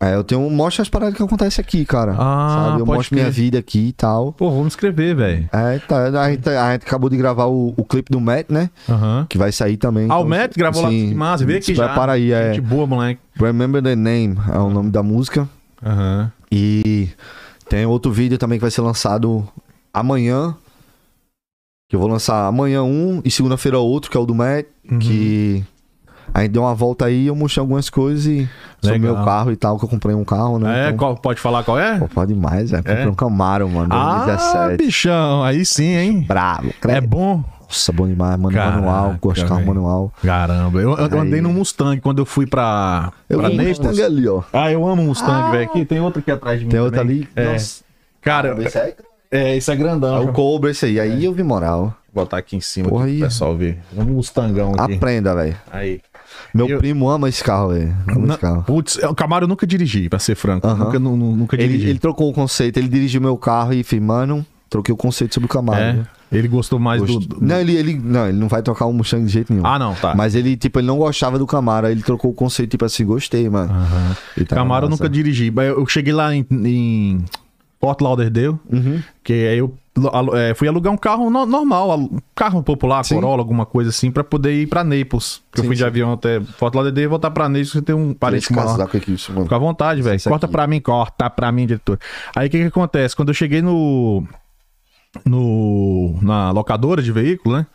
S2: É, eu tenho. Mostro as paradas que acontecem aqui, cara.
S1: Ah,
S2: sabe? Eu
S1: pode
S2: mostro minha
S1: crer.
S2: vida aqui e tal.
S1: Pô, vamos escrever, velho.
S2: É, tá. A gente, a gente acabou de gravar o, o clipe do Matt, né?
S1: Aham.
S2: Que vai sair também.
S1: Ah, o
S2: então,
S1: Matt gravou lá.
S2: assim,
S1: Que massa. Vê aqui
S2: se
S1: já.
S2: Prepara aí, é.
S1: Gente boa, moleque.
S2: Remember the Name é o nome da música.
S1: Aham.
S2: E tem outro vídeo também que vai ser lançado amanhã. Que eu vou lançar amanhã um e segunda-feira outro, que é o do Matt.
S1: Uhum.
S2: Que aí deu uma volta aí, eu mostrei algumas coisas e sobre
S1: Legal.
S2: meu carro e tal, que eu comprei um carro, né?
S1: É,
S2: Então,
S1: qual- pode falar qual é?
S2: pô, pode demais, velho.
S1: É?
S2: Comprei um Camaro, mano,
S1: Ah,
S2: 2017.
S1: bichão. Aí sim, hein?
S2: Bravo,
S1: É
S2: credo.
S1: bom?
S2: Nossa, bom demais, mano.
S1: Caraca,
S2: manual, gosto de carro
S1: velho.
S2: manual.
S1: Caramba. Eu, eu
S2: Aí.
S1: andei no Mustang quando eu fui pra,
S2: Eu
S1: pra
S2: vi um Mustang
S1: Naples.
S2: ali, ó.
S1: Ah, eu amo Mustang, velho. Aqui tem outro aqui atrás de mim.
S2: Tem outro
S1: também.
S2: ali.
S1: É.
S2: Nossa,
S1: Cara,
S2: esse é,
S1: é, isso é grandão.
S2: é
S1: deixa
S2: o
S1: eu
S2: Cobra, esse aí. Aí eu vi moral.
S1: botar aqui em cima
S2: Porra
S1: aqui
S2: aí.
S1: pro pessoal ver. Um Mustangão aqui.
S2: Aprenda, velho.
S1: Aí.
S2: Meu
S1: Eu-
S2: primo ama esse carro, velho. Ama
S1: Na-
S2: esse carro.
S1: Putz, é, o Camaro eu nunca dirigi, pra ser franco.
S2: Aham.
S1: Nunca, nu- nu- nunca dirigi.
S2: Ele, ele trocou o conceito, ele dirigiu meu carro e fez, mano, troquei o conceito sobre o Camaro.
S1: É,
S2: né?
S1: ele gostou mais do,
S2: Gost-
S1: do-
S2: Não, ele, ele, não, ele não vai trocar o Mustang de jeito nenhum.
S1: Ah, não, tá.
S2: Mas ele, tipo, ele não gostava do Camaro, aí ele trocou o conceito, tipo assim, gostei, mano.
S1: Aham.
S2: E tá
S1: Camaro eu
S2: massa.
S1: nunca dirigi. Mas Eu eu cheguei lá em, em Fort Lauderdale,
S2: Uhum.
S1: que aí eu lo- alu- é, fui alugar um carro no- normal, alu- carro popular,
S2: Sim.
S1: Corolla, alguma coisa assim, pra poder ir pra Naples. Que eu
S2: Sim,
S1: fui de
S2: sim.
S1: avião até Fort Lauderdale e voltar pra Naples, que tem um parente
S2: Esse
S1: maior.
S2: casaco aqui, isso, mano.
S1: Fica à vontade, velho.
S2: Isso
S1: Corta
S2: aqui.
S1: pra mim, corta pra mim, diretor. Aí o que que acontece? Quando eu cheguei no. No, na locadora de veículo, né?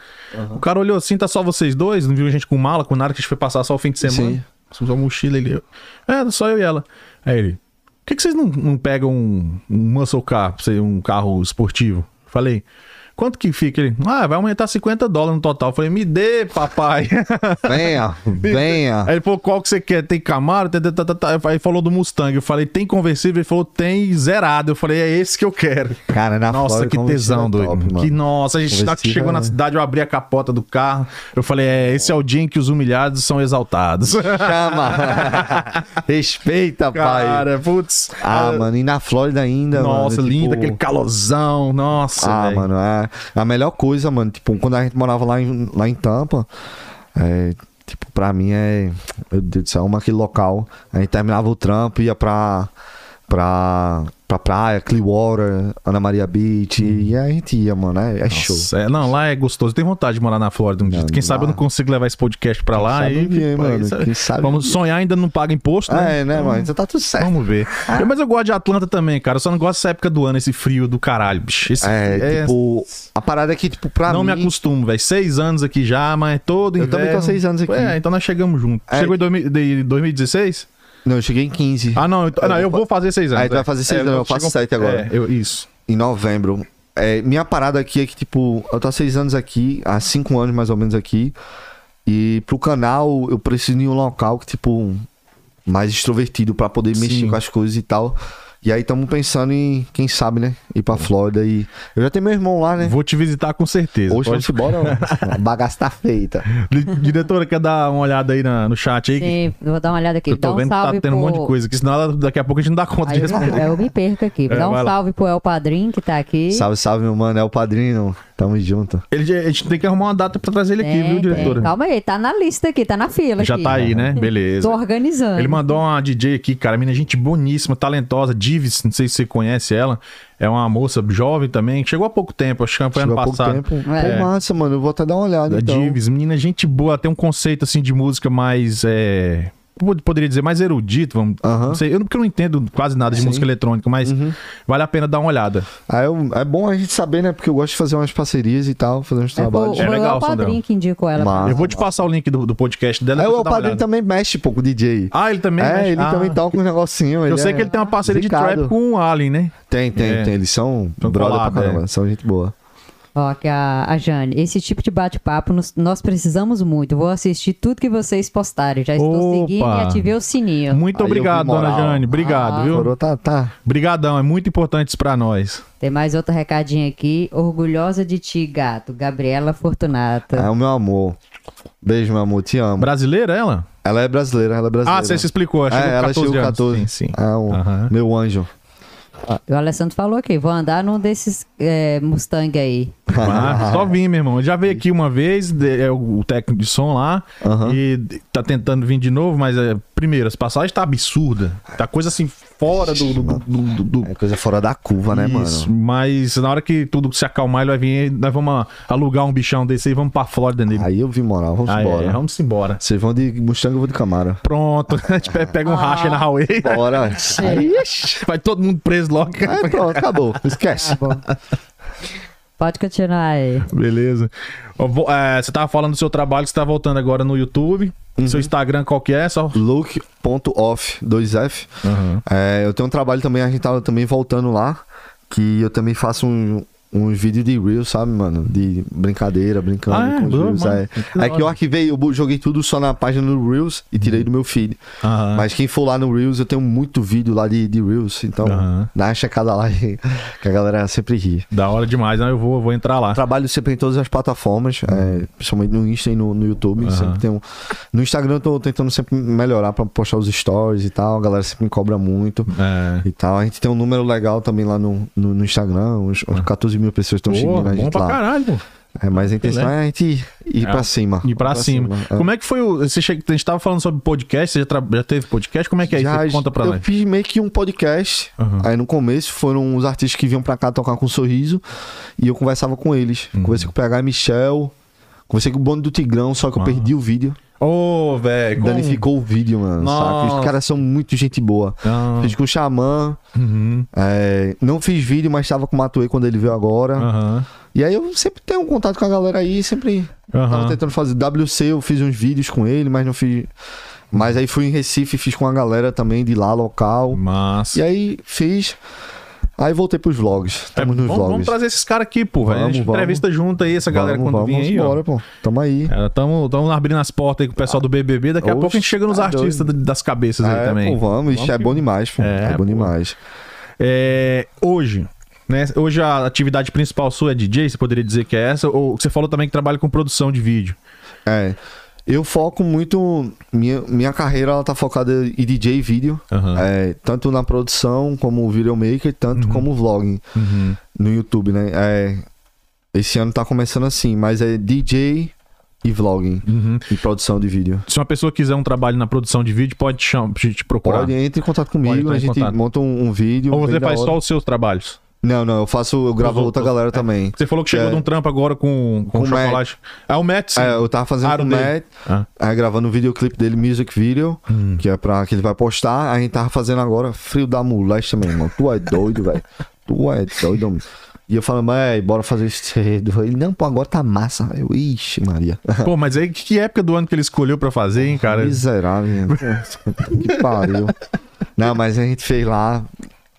S1: O cara olhou assim, tá só vocês dois, não viu gente com mala, com nada, que a gente foi passar só o fim de semana.
S2: Sim.
S1: Só mochila ele. É, só eu e ela. Aí ele. Por que, que vocês não, não pegam um, um muscle car, pra ser um carro esportivo? Falei. Quanto que fica? Ele, ah, vai aumentar 50 dólares no total. Eu falei, me dê, papai.
S2: Venha, venha.
S1: Aí ele falou, qual que você quer? Tem Camaro? Tá, tá, tá, tá, tá. Aí falou do Mustang. Eu falei, tem conversível? Ele falou, tem zerado. Eu falei, é esse que eu quero.
S2: Cara, na
S1: Nossa,
S2: Flórida,
S1: que
S2: como
S1: tesão,
S2: vestido é
S1: doido.
S2: top, mano.
S1: que nossa, a gente tá,
S2: Conversível
S1: chegou na
S2: é-
S1: cidade, eu abri a capota do carro. Eu falei, é, esse é o dia em que os humilhados são exaltados.
S2: Chama. Respeita, pai.
S1: Cara, putz.
S2: Ah, mano, e na Flórida ainda,
S1: nossa,
S2: mano,
S1: lindo,
S2: tipo-
S1: aquele calosão. Nossa,
S2: Ah,
S1: velho.
S2: mano, é a melhor coisa, mano. Tipo, quando a gente morava lá em, lá em Tampa, é, tipo, pra mim é. Meu Deus do céu, uma aquele local. A gente terminava o trampo, ia pra. pra. pra praia, Clearwater, Ana Maria Beach. E a gente ia, mano. É, é show.
S1: Nossa, é, não, lá é gostoso. Eu tenho vontade de morar na Flórida um dia.
S2: Não,
S1: Quem sabe eu não
S2: lá-
S1: consigo levar esse podcast pra lá.
S2: sabe
S1: e,
S2: um dia, hein,
S1: pô,
S2: mano?
S1: isso-
S2: Quem sabe um
S1: Vamos
S2: dia.
S1: sonhar, ainda não paga imposto, né?
S2: É, né, mano? Então tá tudo certo.
S1: Vamos ver. Eu- Mas eu gosto de Atlanta também, cara. Eu só não gosto dessa época do ano, esse frio do caralho, bicho. Esse-
S2: É,
S1: é-
S2: tipo, a parada é que, tipo, pra
S1: Não
S2: mim.
S1: me acostumo, velho. Seis anos aqui já, mas todo
S2: Eu
S1: inverno.
S2: também tô há seis anos aqui.
S1: É, então nós chegamos juntos.
S2: É.
S1: Chegou em dois mil- de 2016?
S2: Não, eu cheguei em 15.
S1: Ah, não. Eu, não, eu vou fazer seis anos. é.
S2: Aí tu Ah, então vai fazer seis anos, eu faço
S1: chego-
S2: sete agora.
S1: É, eu- isso.
S2: em novembro. É, minha parada aqui é que, tipo, eu tô há seis anos aqui, há cinco anos mais ou menos aqui. E pro canal eu preciso de um local que, tipo, mais extrovertido pra poder mexer
S1: Sim.
S2: com as coisas e tal. E aí estamos pensando em, quem sabe, né? Ir pra Flórida e. Eu já tenho meu irmão lá, né?
S1: Vou te visitar com certeza.
S2: Hoje
S1: Pode-
S2: vamos embora, mano.
S1: né?
S2: a bagaça tá feita.
S1: Diretora, quer dar uma olhada aí na- no chat aí? Que
S3: Sim, vou dar uma olhada aqui.
S1: eu
S3: Dá
S1: tô
S3: um
S1: vendo que tá
S3: salve
S1: tendo um monte de
S3: pro-
S1: coisa, que senão ela- daqui a pouco a gente não dá conta
S3: Aí
S1: de
S3: eu,
S1: responder.
S3: eu me perco aqui.
S1: É,
S3: Dá um
S1: vai lá.
S3: salve pro El Padrinho que tá aqui.
S2: Salve, salve, meu mano. É o padrinho. Tamo junto.
S1: Ele- a gente tem que arrumar uma data pra trazer ele aqui,
S3: Tem,
S1: viu,
S3: tem.
S1: diretora?
S3: Calma aí, tá na lista aqui, tá na fila
S1: Já
S3: aqui.
S1: tá aí, né? Beleza.
S3: Tô organizando.
S1: Ele mandou uma DJ aqui, cara. Menina, gente boníssima, talentosa. Divis, não sei se você conhece ela. É uma moça jovem também. que Chegou há pouco tempo, acho que foi ano
S2: Chegou há pouco
S1: passado.
S2: tempo.
S3: É.
S2: Pô, massa, mano. Eu vou até dar uma olhada.
S1: Da
S2: Então.
S1: Divis, menina, gente boa. Ela tem um conceito assim de música mais. É... pod- Poderia dizer mais erudito, vamos.
S2: Aham.
S1: Não sei, eu, porque eu não entendo quase nada de
S2: Sim. Uhum.
S1: música eletrônica, mas vale a pena dar uma olhada.
S2: Aí eu- é bom a gente saber, né? Porque eu gosto de fazer umas parcerias e tal, fazer uns
S3: É, pô,
S2: trabalhos.
S1: É
S3: o
S1: legal,
S3: meu
S1: Sandrão.
S3: padrinho que indicou ela. pra
S2: Mas-
S3: mim.
S1: eu vou te passar o link do, do podcast dela.
S2: Aí
S1: depois
S2: Ah, É, o
S1: você dá uma
S2: padrinho
S1: olhada.
S2: também mexe, pô, com o DJ.
S1: Ah, ele também.
S2: é,
S1: mexe?
S2: ele
S1: Ah,
S2: também toca uns negocinho.
S1: Eu sei
S2: é
S1: que ele tem uma parceria de
S2: zicado.
S1: trap com o Alien, né?
S2: Tem, tem,
S1: É.
S2: tem. Eles são
S1: São é.
S2: brother
S1: colados,
S2: pra caramba. São gente boa.
S3: Ó, que a, a Jane, esse tipo de bate-papo nos- nós precisamos muito. Vou assistir tudo que vocês postarem. Já estou
S1: Opa!
S3: seguindo e ativei o sininho.
S1: Muito
S2: Aí eu vi
S1: obrigado, dona
S2: moral.
S1: Jane. Obrigado,
S3: Ah.
S1: viu?
S2: Coroa tá, tá.
S1: Obrigadão, é muito importante isso pra nós.
S3: Tem mais outro recadinho aqui. Orgulhosa de ti, gato. Gabriela Fortunata.
S2: É o meu amor. Beijo, meu amor. Te amo.
S1: Brasileira ela?
S2: Ela é brasileira, ela é brasileira.
S1: Ah, você se explicou. Ela
S2: É,
S1: chegou com 14
S2: ela chegou
S1: anos.
S2: 14.
S1: Sim, sim.
S2: Ah, o-
S1: Aham.
S2: meu anjo.
S3: O Alessandro falou aqui. Vou andar num desses é, Mustang aí.
S1: Ah, só vim, meu irmão. Ele já veio aqui uma vez, de- é o o técnico de som lá,
S2: Aham.
S1: e de- tá tentando vir de novo, mas é, primeiro, as passagens tá absurda. Tá coisa assim fora do. do, do- do- do-
S2: É coisa fora da curva, né,
S1: Isso,
S2: mano?
S1: mas na hora que tudo se acalmar, ele vai vir, nós vamos alugar um bichão desse aí, vamos pra Flórida nele.
S2: Aí eu vi moral, vamos
S1: Ah, é,
S2: embora.
S1: vamos embora.
S2: Vocês vão de Mustang, eu vou de Camaro.
S1: Pronto, a gente pe- pega um racha aí na Huawei,
S2: Bora. Aí,
S1: vai todo mundo preso logo.
S2: aí pronto, acabou. Esquece.
S3: Pode continuar aí.
S1: Beleza. Ó, vo- é, você tava falando do seu trabalho, que você tá voltando agora no YouTube.
S2: Uhum.
S1: Seu Instagram qual que é? Só...
S2: Look.off, 2F. É, eu tenho um trabalho também, a gente tava também voltando lá, que eu também faço um, uns vídeos de Reels, sabe, mano? De brincadeira, brincando
S1: Ah, é?
S2: com os
S1: Boa,
S2: Reels.
S1: mano.
S2: É.
S1: Que da
S2: é que eu
S1: hora.
S2: arquivei, eu bo- joguei tudo só na página do Reels e tirei do meu feed.
S1: Aham.
S2: Mas quem for lá no Reels, eu tenho muito vídeo lá de, de Reels, então
S1: Aham.
S2: dá uma checada lá que a galera sempre ri.
S1: Da hora demais, né? Eu vou, eu vou entrar lá.
S2: Trabalho sempre em todas as plataformas, é, principalmente no Insta e no, no YouTube. Sempre tem um... No Instagram eu tô tentando sempre melhorar pra postar os stories e tal. A galera sempre me cobra muito
S1: É.
S2: e tal. A gente tem um número legal também lá no, no, no Instagram. Uns, uns 14 mil pessoas estão
S1: Pô,
S2: seguindo a
S1: Ah. bom
S2: gente
S1: pra
S2: lá.
S1: caralho, pô.
S2: É, mas a intenção é a gente ir, ir
S1: É,
S2: pra cima.
S1: E pra cima.
S2: É.
S1: Como é que foi o. Você che... A gente tava falando sobre podcast, você já, tra- já teve podcast? Como é que é isso?
S2: Já-
S1: Você Conta pra
S2: eu
S1: nós. Ah.
S2: fiz meio que um podcast.
S1: Aham.
S2: Aí no começo foram os artistas que vinham pra cá tocar com um sorriso. E eu conversava com eles.
S1: Uhum.
S2: Conversei com o PH Michel. Conversei com o Bonde do Tigrão, só que
S1: Ah.
S2: eu perdi o vídeo.
S1: Ô, velho. como-
S2: Danificou o vídeo, mano. Saca?
S1: um. Nossa.
S2: Os caras são muito gente boa.
S1: Ah,
S2: Fiz com o Xamã.
S1: uhum,
S2: é, não fiz vídeo, mas tava com o Matuei quando ele veio
S1: Ah.
S2: agora.
S1: aham,
S2: E aí eu sempre tenho um contato com a galera aí, sempre
S1: Aham.
S2: tava tentando fazer. WC, eu fiz uns vídeos com ele, mas não fiz. Mas aí fui em Recife, fiz com a galera também de lá, local.
S1: Massa.
S2: E aí fiz. Aí voltei pros vlogs.
S1: É,
S2: Estamos nos
S1: vamos, vamos
S2: vlogs.
S1: trazer esses caras aqui, pô. velho. A
S2: Vamos,
S1: gente
S2: vamos.
S1: entrevista junto aí essa galera
S2: vamos,
S1: quando
S2: vamos,
S1: vir aí. ó. É,
S2: embora, pô. Tamo aí.
S1: Estamos abrindo as portas aí com o pessoal do BBB. Daqui a
S2: Oxe,
S1: pouco a gente chega nos
S2: tá
S1: artistas
S2: doido.
S1: d- das cabeças aí
S2: É,
S1: também.
S2: pô, vamos, isso é
S1: que-
S2: bom demais, pô.
S1: É,
S2: É, bom
S1: pô.
S2: demais.
S1: É, hoje, né? Hoje a atividade principal sua é DJ, você poderia dizer que é essa? Ou você falou também que trabalha com produção de vídeo.
S2: É. Eu foco muito. Minha, minha carreira ela tá focada em DJ e vídeo.
S1: Aham.
S2: É, tanto na produção, como videomaker, tanto como vlogging
S1: Uhum.
S2: no YouTube, né? É, esse ano tá começando assim, mas é DJ e vlogging
S1: Uhum.
S2: e produção de vídeo.
S1: Se uma pessoa quiser um trabalho na produção de vídeo, pode te, chamar, te procurar.
S2: Pode, entre em contato comigo,
S1: entrar
S2: a
S1: em
S2: gente
S1: contato.
S2: monta um, um vídeo.
S1: Ou você
S2: bem da
S1: faz
S2: hora.
S1: só os seus trabalhos?
S2: Não, não, eu faço, eu gravo
S1: Os
S2: outra
S1: outros-
S2: galera também.
S1: Você falou que chegou
S2: É.
S1: de um trampo agora com, com,
S2: Com o Matt.
S1: chocolate. É o Matt, sim.
S2: É, eu tava fazendo
S1: Aro
S2: com o
S1: dele.
S2: Matt,
S1: Ah. Hum.
S2: aí gravando o videoclipe dele, Music Video, que é pra que ele vai postar. Aí a gente tava fazendo agora Frio da Muleste também, irmão. Tu é doido, velho. Tu é doido, mano. E eu falando, mas bora fazer isso cedo. Ele, não, pô, agora tá massa. Eu, ixi, Maria.
S1: Pô, mas aí que, que época do ano que ele escolheu pra fazer, hein, cara?
S2: Miserável. que pariu. Não, mas a gente fez lá.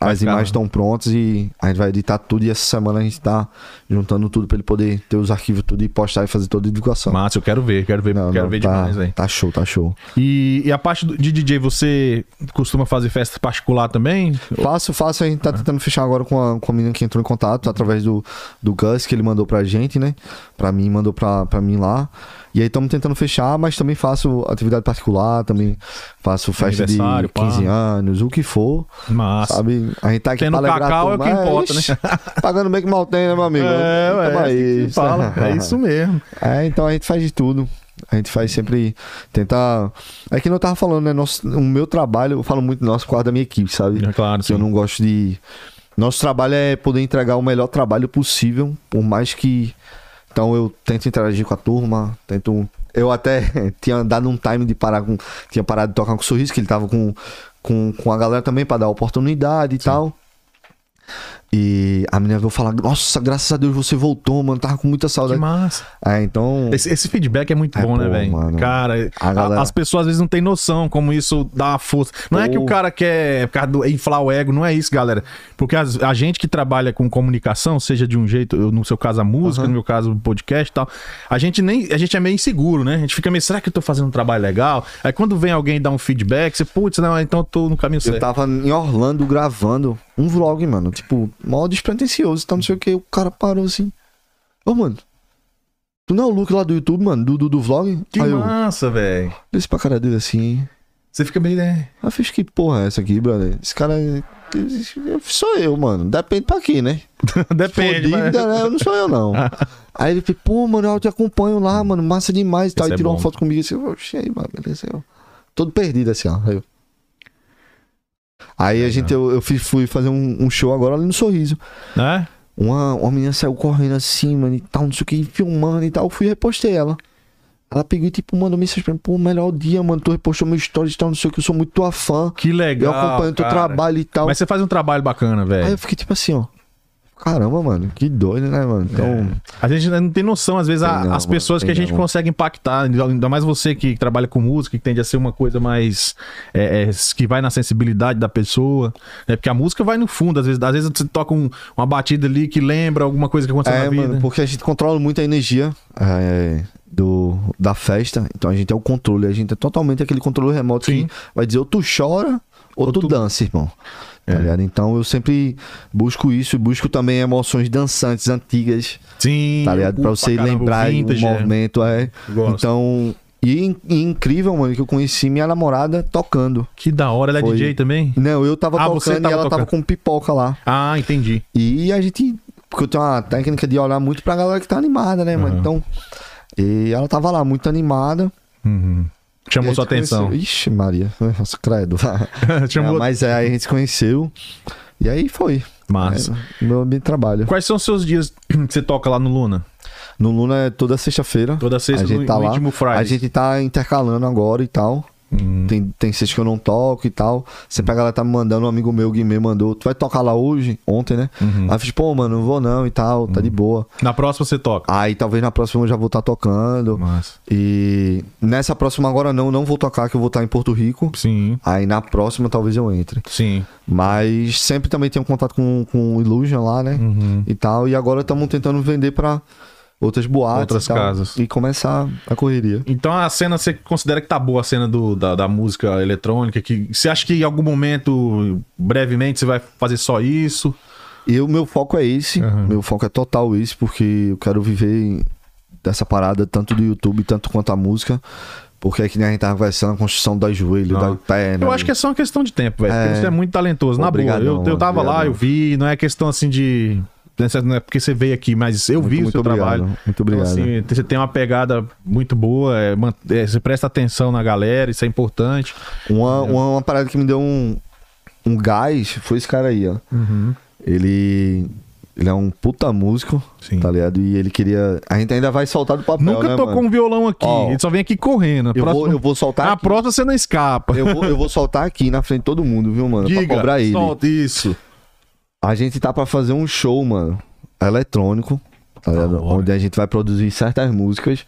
S2: As
S1: ficar,
S2: imagens estão prontas e a gente vai editar tudo. E essa semana a gente tá juntando tudo pra ele poder ter os arquivos tudo e postar e fazer toda a divulgação.
S1: Massa, eu quero ver, quero ver,
S2: Não,
S1: quero
S2: não,
S1: ver
S2: tá,
S1: demais, velho.
S2: Tá show, tá show.
S1: E, e a parte do- de DJ, você costuma fazer festa particular também?
S2: Faço, faço. A gente
S1: É.
S2: tá tentando fechar agora com a, com a menina que entrou em contato através do, do Gus que ele mandou pra gente, né? Pra mim, mandou pra, pra mim lá. E aí estamos tentando fechar, mas também faço atividade particular, também faço festa de
S1: Aniversário,
S2: 15
S1: pá.
S2: anos, o que for.
S1: Massa.
S2: Sabe? A gente tá aqui
S1: Tendo
S2: pra alegrar a
S1: cacau é o
S2: turma,
S1: que importa,
S2: ixi,
S1: né?
S2: Pagando bem que mal tem, né, meu amigo?
S1: É,
S2: Tamo
S1: ué,
S2: aí,
S1: é isso que se fala. É isso mesmo.
S2: É, então a gente faz de tudo. A gente faz sempre tentar. É que não tava falando, né? Nosso, o meu trabalho, eu falo muito nosso por causa da minha equipe, sabe?
S1: É claro,
S2: que eu
S1: sim.
S2: não gosto de. Nosso trabalho é poder entregar o melhor trabalho possível, por mais que. Então eu tento interagir com a turma, tento. Eu até tinha dado um time de parar com. Tinha parado de tocar com o sorriso, que ele tava com, com, com a galera também pra dar oportunidade e tal. E a menina veio falar, nossa, graças a Deus você voltou, mano. Tava com muita
S1: Que
S2: saudade.
S1: massa.
S2: Ah, então.
S1: Esse, esse feedback é muito
S2: É
S1: bom, né,
S2: bom,
S1: velho?
S2: mano.
S1: Cara,
S2: A
S1: a-
S2: galera-
S1: as pessoas às vezes não têm noção como isso dá uma força. Não é que o
S2: Pô.
S1: cara quer por causa do- inflar o ego, não é isso, galera. Porque as- a gente que trabalha com comunicação, seja de um jeito, eu- no seu caso a música, no meu caso o podcast e tal, a gente nem a gente é meio inseguro, né? A gente fica meio, será que eu tô fazendo um trabalho legal? Aí quando vem alguém dar um feedback, você, putz, não, então eu tô no caminho
S2: Eu
S1: certo.
S2: tava em Orlando gravando um vlog, mano. Tipo, mal despretensioso, tá não sei o que. O cara parou assim. Ô, mano. Tu não é o Luke lá do YouTube, mano? Do, do, do vlog?
S1: Que
S2: Aí eu
S1: massa, velho.
S2: disse pra cara dele assim.
S1: Você fica meio, né?
S2: Aí eu fiz que porra é essa aqui, brother? Esse cara. é- Sou eu, mano. Depende pra quê, né?
S1: Depende, mas- Ah.
S2: Fodida, né? Eu não sou eu, não. aí ele falou, pô, mano, eu te acompanho lá, mano. Massa demais e tal.
S1: Isso
S2: E
S1: é
S2: tirou
S1: bom.
S2: uma foto comigo assim. Oxi, aí, mano, beleza. Eu, todo perdido assim, ó. Aí, eu- Aí a gente, eu, eu fui, fui fazer um, um show agora ali no Sorriso.
S1: né?
S2: Uma, uma menina saiu correndo assim, mano, e tal, não sei o que, filmando e tal. Eu fui e repostei ela. Ela pegou e, tipo, mandou mensagem pra mim, pô, melhor dia, mano. Tu repostou meu stories e tal, não sei o que, eu sou muito tua fã.
S1: Que legal.
S2: eu acompanho teu
S1: cara.
S2: trabalho e tal.
S1: Mas você faz um trabalho bacana,
S2: Aí eu
S1: velho.
S2: fiquei tipo assim, ó. Caramba, mano, que doido, né, mano? Então,
S1: A gente não tem noção, às vezes, a-
S2: Tem não,
S1: as pessoas
S2: mano,
S1: que a
S2: tem
S1: gente
S2: não.
S1: consegue impactar, ainda mais você que trabalha com música, que tende a ser uma coisa mais. é, é, que vai na sensibilidade da pessoa. Né? Porque a música vai no fundo, às vezes, às vezes você toca um- uma batida ali que lembra alguma coisa que aconteceu
S2: é,
S1: na vida.
S2: mano, porque a gente controla muito a energia é, do, da festa. Então a gente é o controle, a gente é totalmente aquele controle remoto
S1: Sim.
S2: que vai dizer ou tu chora ou, tu, dança, irmão.
S1: É.
S2: Tá ligado? Então eu sempre busco isso, busco também emoções dançantes antigas,
S1: Sim.
S2: tá
S1: eu
S2: ligado? Pra
S1: curto
S2: você
S1: caramba,
S2: lembrar um e o
S1: vintage, é.
S2: movimento, é.
S1: Gosto.
S2: Então, e, in- e incrível, mano, que eu conheci minha namorada tocando.
S1: Que da hora, ela é
S2: Foi.
S1: DJ também?
S2: Não, eu tava
S1: Ah, você
S2: tocando e
S1: tava
S2: ela tava
S1: tocando.
S2: com pipoca lá.
S1: Ah, entendi.
S2: E a gente. Porque eu tenho uma técnica de olhar muito pra galera que tá animada, né, mano?
S1: Aham.
S2: Então. E ela tava lá muito animada.
S1: Uhum.
S2: E
S1: Chamou
S2: a
S1: sua
S2: gente conheceu-
S1: atenção.
S2: Ixi, Maria. Nossa, credo.
S1: Chamou.
S2: É, mas é, aí a gente se conheceu. E aí foi.
S1: Massa.
S2: É, meu ambiente de trabalho.
S1: Quais são os seus dias que você toca lá no Luna?
S2: No Luna é toda sexta-feira.
S1: Toda sexta
S2: a gente
S1: no-
S2: tá
S1: no
S2: lá.
S1: Íntimo Friday.
S2: A gente tá intercalando agora e tal.
S1: Hum.
S2: Tem, tem sexta que eu não toco e tal. Sempre a galera tá me mandando, um amigo meu, Guimê, mandou. Tu vai tocar lá hoje? Ontem, né?
S1: Uhum.
S2: Aí eu fiz, pô, mano, não vou não e tal. Tá de boa.
S1: Na próxima você toca.
S2: Aí talvez na próxima eu já vou estar tocando.
S1: Massa.
S2: E nessa próxima agora não, não vou tocar, que eu vou estar em Porto Rico.
S1: Sim.
S2: Aí na próxima talvez eu entre.
S1: Sim.
S2: Mas sempre também tenho contato com, com o Illusion lá, né?
S1: Uhum.
S2: E tal. E agora estamos tentando vender pra outras boates.
S1: Outras
S2: e tal,
S1: casas.
S2: E começar a correria.
S1: Então a cena, você considera que tá boa a cena do, da, da música eletrônica? Que, você acha que em algum momento, brevemente, você vai fazer só isso?
S2: E o meu foco é esse.
S1: Aham.
S2: Meu foco é total esse, porque eu quero viver dessa parada, tanto do YouTube, tanto quanto a música. Porque é que nem a gente tava conversando, a construção do joelho,
S1: Ah.
S2: da perna.
S1: Eu acho que é só uma questão de tempo, velho. Porque
S2: É.
S1: você é muito talentoso. Na boa,
S2: Obrigadão,
S1: eu, eu tava
S2: obrigadão.
S1: lá, eu vi. Não é questão assim de. Não é porque você veio aqui, mas eu vi o
S2: muito
S1: seu
S2: obrigado,
S1: trabalho.
S2: muito obrigado.
S1: assim, você tem uma pegada muito boa, é, man- é, você presta atenção na galera, isso é importante.
S2: Uma, uma, uma parada que me deu um, um gás foi esse cara aí, ó.
S1: Uhum.
S2: Ele. Ele é um puta músico,
S1: Sim.
S2: tá ligado? E ele queria. A gente ainda vai soltar do papel.
S1: Nunca
S2: né,
S1: tocou
S2: mano?
S1: um violão aqui,
S2: Ó,
S1: ele só vem aqui correndo. A
S2: eu vou- eu vou soltar
S1: Na
S2: aqui.
S1: próxima você não escapa.
S2: Eu vou, eu vou soltar aqui na frente de todo mundo, viu, mano? pra cobrar ele.
S1: solta isso.
S2: A gente tá pra fazer um show, mano, eletrônico, tá ligado?
S1: hora.
S2: onde a gente vai produzir certas músicas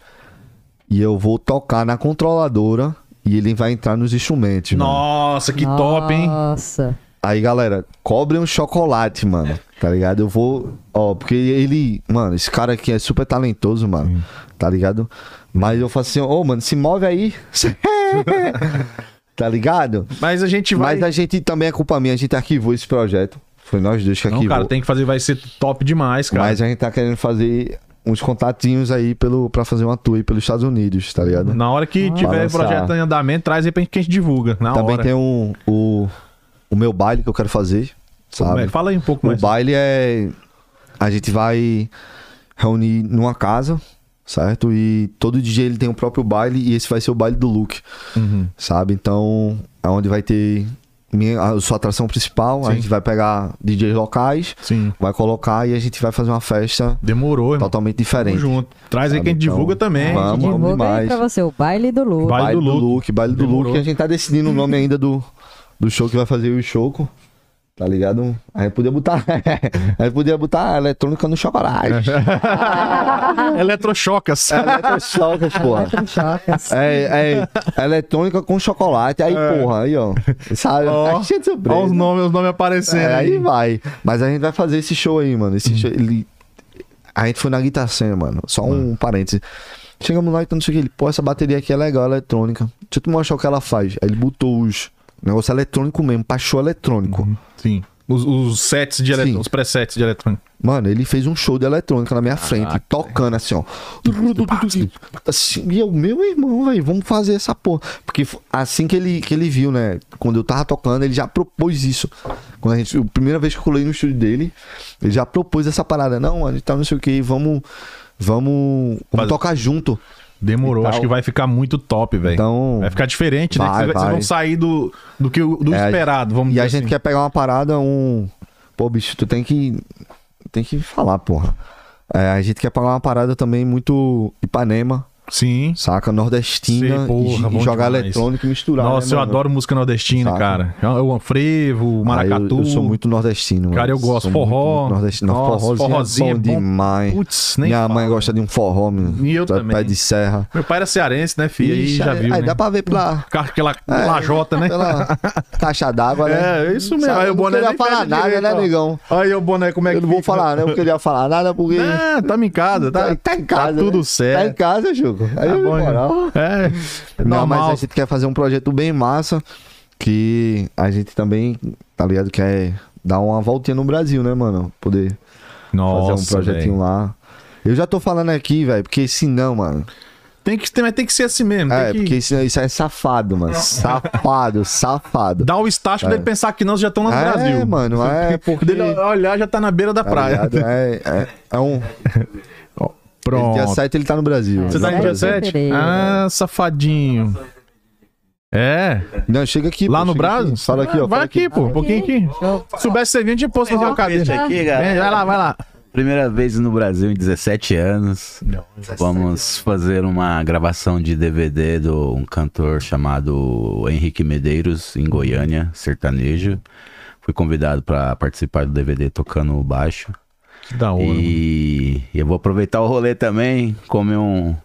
S2: e eu vou tocar na controladora e ele vai entrar nos instrumentos, mano.
S1: Nossa, que top, hein?
S3: Nossa.
S2: Aí, galera, cobre um chocolate, mano. Tá ligado? Eu vou. Ó, porque ele. Mano, esse cara aqui é super talentoso, mano. Tá ligado? Mas eu falo assim, ô, mano, se move aí. tá ligado?
S1: Mas a gente vai.
S2: Mas a gente também é culpa minha, a gente arquivou esse projeto. Foi nós dois que
S1: Não,
S2: arquivou.
S1: cara, tem que fazer, vai ser top demais, cara.
S2: Mas a gente tá querendo fazer uns contatinhos aí pelo, pra fazer uma tour aí pelos Estados Unidos, tá ligado?
S1: Na hora que tiver
S2: Balançar.
S1: projeto em andamento, traz aí pra gente que a gente divulga. Na
S2: Também
S1: hora.
S2: tem um, o, o meu baile que eu quero fazer,
S1: Como é?
S2: sabe?
S1: Fala aí um pouco
S2: O
S1: mais.
S2: baile é. A gente vai reunir numa casa, certo? E todo DJ ele tem o próprio baile e esse vai ser o baile do Luke,
S1: Uhum.
S2: sabe? Então é onde vai ter minha, a sua atração principal. A
S1: Sim.
S2: gente vai pegar DJs locais,
S1: Sim.
S2: vai colocar e a gente vai fazer uma festa
S1: Demorou, irmão.
S2: totalmente
S1: Tamo
S2: diferente.
S1: junto. Traz aí
S2: Sabe,
S1: que a gente
S2: então,
S1: divulga também.
S2: vamos.
S3: Divulga aí
S2: demais.
S3: pra você, o baile do Lu.
S1: Baile do Luke.
S2: baile do
S1: Demorou.
S2: Luke. A gente tá decidindo o nome ainda do, do show que vai fazer o Choco. Tá ligado? Aí podia botar. Aí podia botar eletrônica no chocolate.
S1: Ah. Eletrochocas.
S2: Eletrochocas, É porra.
S3: Chocas.
S2: É, é eletrônica com chocolate. Aí, porra, aí, ó. Sabe?
S1: É. Ó,
S2: tá cheio de surpresa.
S1: Olha os nomes, os nomes aparecendo
S2: É,
S1: aí. Hum.
S2: aí vai. Mas a gente vai fazer esse show aí, mano. Esse show, ele- A gente foi na Guitar Center, mano. Só um parêntese. Chegamos lá e então, não sei o que. Ele, pô, essa bateria aqui é legal, eletrônica. Deixa eu te mostrar o que ela faz. Aí ele botou os. Negócio eletrônico mesmo, pra show eletrônico.
S1: Sim. Os, os sets de eletrônico,
S2: Sim.
S1: os presets de eletrônico.
S2: Mano, ele fez um show de eletrônica na minha frente, tocando assim, ó. Assim, e eu, meu irmão, velho, vamos fazer essa porra. Porque f- assim que ele, que ele viu, né? Quando eu tava tocando, ele já propôs isso. Quando a gente, a primeira vez que eu colei no estúdio dele, ele já propôs essa parada. Não, mano, então não sei o que, vamos, vamos, vamos
S1: Fazer.
S2: tocar junto.
S1: Demorou,
S2: E tal.
S1: acho que vai ficar muito top, velho.
S2: Então-
S1: vai ficar diferente, né?
S2: Vai,
S1: Vocês- Vocês
S2: vai.
S1: vão sair do, do, que, o- do
S2: É,
S1: esperado, vamos
S2: E
S1: dizer
S2: a gente
S1: assim.
S2: quer pegar uma parada, um. Pô, bicho, tu tem que. Tem que falar, porra. É, a gente quer pegar uma parada também muito Ipanema.
S1: Sim.
S2: saca? Nordestina
S1: Sei, porra,
S2: e,
S1: bom
S2: e jogar
S1: demais.
S2: eletrônico e misturar.
S1: Nossa,
S2: né,
S1: eu
S2: mano?
S1: adoro música nordestina,
S2: Saca?
S1: cara. Eu amo frevo,
S2: Ah, eu-
S1: maracatu.
S2: eu, sou muito nordestino.
S1: Cara,
S2: mano.
S1: eu gosto.
S2: Sou
S1: Forró.
S2: Muito, muito nordestino. Não,
S1: Nossa,
S2: forrozinho,
S1: forrozinho
S2: é bom,
S1: é bom.
S2: demais.
S1: Putz, nem
S2: Minha mãe
S1: fala.
S2: gosta de um forró, mano.
S1: E eu
S2: Tá-
S1: também.
S2: Pé de serra.
S1: Meu pai era cearense, né, filho? Aí
S2: Ixi,
S1: já
S2: aí-
S1: viu,
S2: aí
S1: né?
S2: dá pra É, ver pela...
S1: Cara, Aquela lajota, né?
S2: Pela caixa d'água, né?
S1: É, isso mesmo.
S2: Sabe,
S1: Aí
S2: eu
S1: o
S2: não
S1: boné
S2: queria
S1: nem
S2: falar
S1: pede
S2: nada,
S1: direito,
S2: né,
S1: ó.
S2: negão?
S1: Aí o boné, como é que
S2: Eu não vou
S1: fica?
S2: falar, né? Eu não queria falar nada porque...
S1: Ah, tamo em casa, tá, Tá tudo
S2: né?
S1: certo.
S2: Tá em casa, Juco. Aí,
S1: Tá
S2: eu
S1: bom,
S2: moral...
S1: né? É.
S2: Não, mas
S1: normal.
S2: a gente quer fazer um projeto bem massa que a gente também, tá ligado? Quer dar uma voltinha no Brasil, né, mano? Poder fazer um
S1: Nossa,
S2: projetinho
S1: velho.
S2: lá. Eu já tô falando aqui, velho, porque se não, mano.
S1: Tem que, tem, mas tem que ser assim mesmo.
S2: É,
S1: tem que
S2: porque isso, isso é safado, mano. safado, safado.
S1: dar o estágio pra ele pensar que nós já estamos no
S2: é,
S1: Brasil.
S2: mano, é porque.
S1: Dele olhar já tá na beira da
S2: tá
S1: praia.
S2: ligado? É, é, é um.
S1: Ó,
S2: Dia
S1: Pronto.
S2: 7 ele tá no Brasil.
S1: Você tá em
S2: Não, é
S1: dia
S3: Brasil.
S1: 7?
S3: Fevereiro.
S1: Ah, safadinho. É,
S2: Não, chega aqui.
S1: lá
S2: pô,
S1: no
S2: chega aqui.
S1: Brasil?
S2: Fala aqui, ó.
S1: Vai
S2: fala
S1: aqui, pô, um pouquinho aqui. Se soubesse ser 20, eu posso fazer uma
S4: Isso
S1: cadeira.
S4: aqui,
S1: Vem,
S4: galera.
S1: vai lá, vai lá.
S4: Primeira vez no Brasil em 17 anos. Vamos fazer uma gravação de DVD de um cantor chamado Henrique Medeiros, em Goiânia, sertanejo. Fui convidado para participar do DVD tocando baixo.
S1: Que da hora. mano.
S4: E eu vou aproveitar o rolê também, comer um,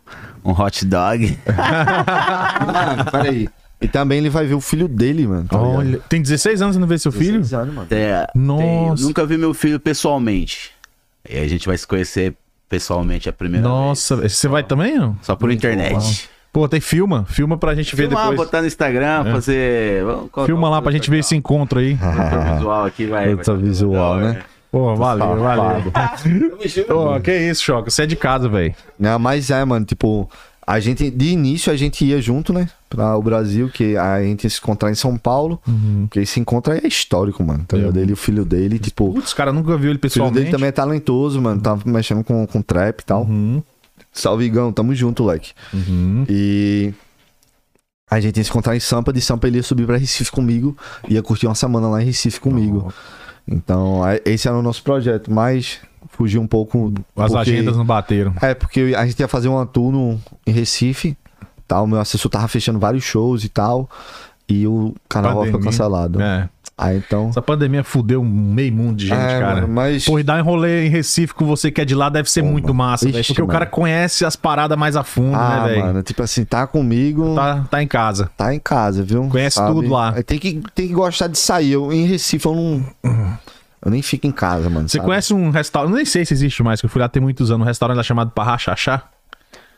S4: um hot dog.
S2: Mano, Ah, peraí. E também ele vai ver o filho dele, mano. tá ligado?
S1: Olha, tem 16 anos e não vê seu filho?
S2: Seis anos, mano.
S4: É,
S1: Nossa.
S4: tem- eu nunca vi meu filho pessoalmente. E a gente vai se conhecer pessoalmente a primeira vez.
S1: Nossa, você vai também? não?
S4: Só por internet.
S1: Pô, tem filma, filma pra gente ver
S4: Filmar,
S1: depois. É.
S4: botar no Instagram, fazer. vamos colocar
S1: Filma
S4: um
S1: lá pra gente ver esse encontro aí.
S4: produto Então, visual aqui, vai. vai
S2: Outra
S4: ficar
S2: visual,
S4: legal, é.
S2: né?
S1: Pô, valeu, valeu.
S4: Tamo junto.
S1: Ô, que isso, Choca, você é de casa, velho.
S2: Não, mas é, mano, tipo, a gente, de início a gente ia junto, né? Pra o Brasil, que a gente ia se encontrar em São Paulo.
S1: Uhum.
S2: Porque esse encontro aí é histórico, mano. Tá ligado? Ele e o filho dele, tipo. O
S1: Putz, os caras nunca viu ele
S2: filho
S1: pessoalmente. Uhum.
S2: dele também é talentoso, mano. Tava mexendo com, com trap e tal. Salve, Igão, tamo junto, leque. E. A gente ia se encontrar em Sampa, de Sampa ele ia subir pra Recife comigo, ia curtir uma semana lá em Recife comigo. Então, é- esse era o nosso projeto, mas fugiu um pouco.
S1: As
S2: porque-
S1: agendas não bateram.
S2: é, porque a gente ia fazer uma tour no- em Recife, tal. Meu assessor tava fechando vários shows e tal. E o carnaval foi
S1: Pandemia.
S2: cancelado.
S1: É.
S2: Aí então.
S1: Essa pandemia fudeu um meio mundo de gente,
S2: É,
S1: cara.
S2: mano, mas.
S1: Porra, e dar um rolê em Recife com você que é de lá deve ser muito
S2: mano.
S1: massa, velho.
S2: Ixi,
S1: Porque o
S2: mano.
S1: cara conhece as paradas mais a fundo,
S2: ah,
S1: né, velho?
S2: mano, tipo assim, tá comigo, tá,
S1: Tá, tá em casa.
S2: em casa, viu?
S1: Conhece tudo lá.
S2: Aí Tem que, tem que gostar de sair. Eu, em Recife eu não. Eu nem fico em casa, mano.
S1: Você
S2: sabe?
S1: conhece um restaurante, nem sei se existe mais, que eu fui lá tem muitos anos, um restaurante lá chamado Parra Chachá?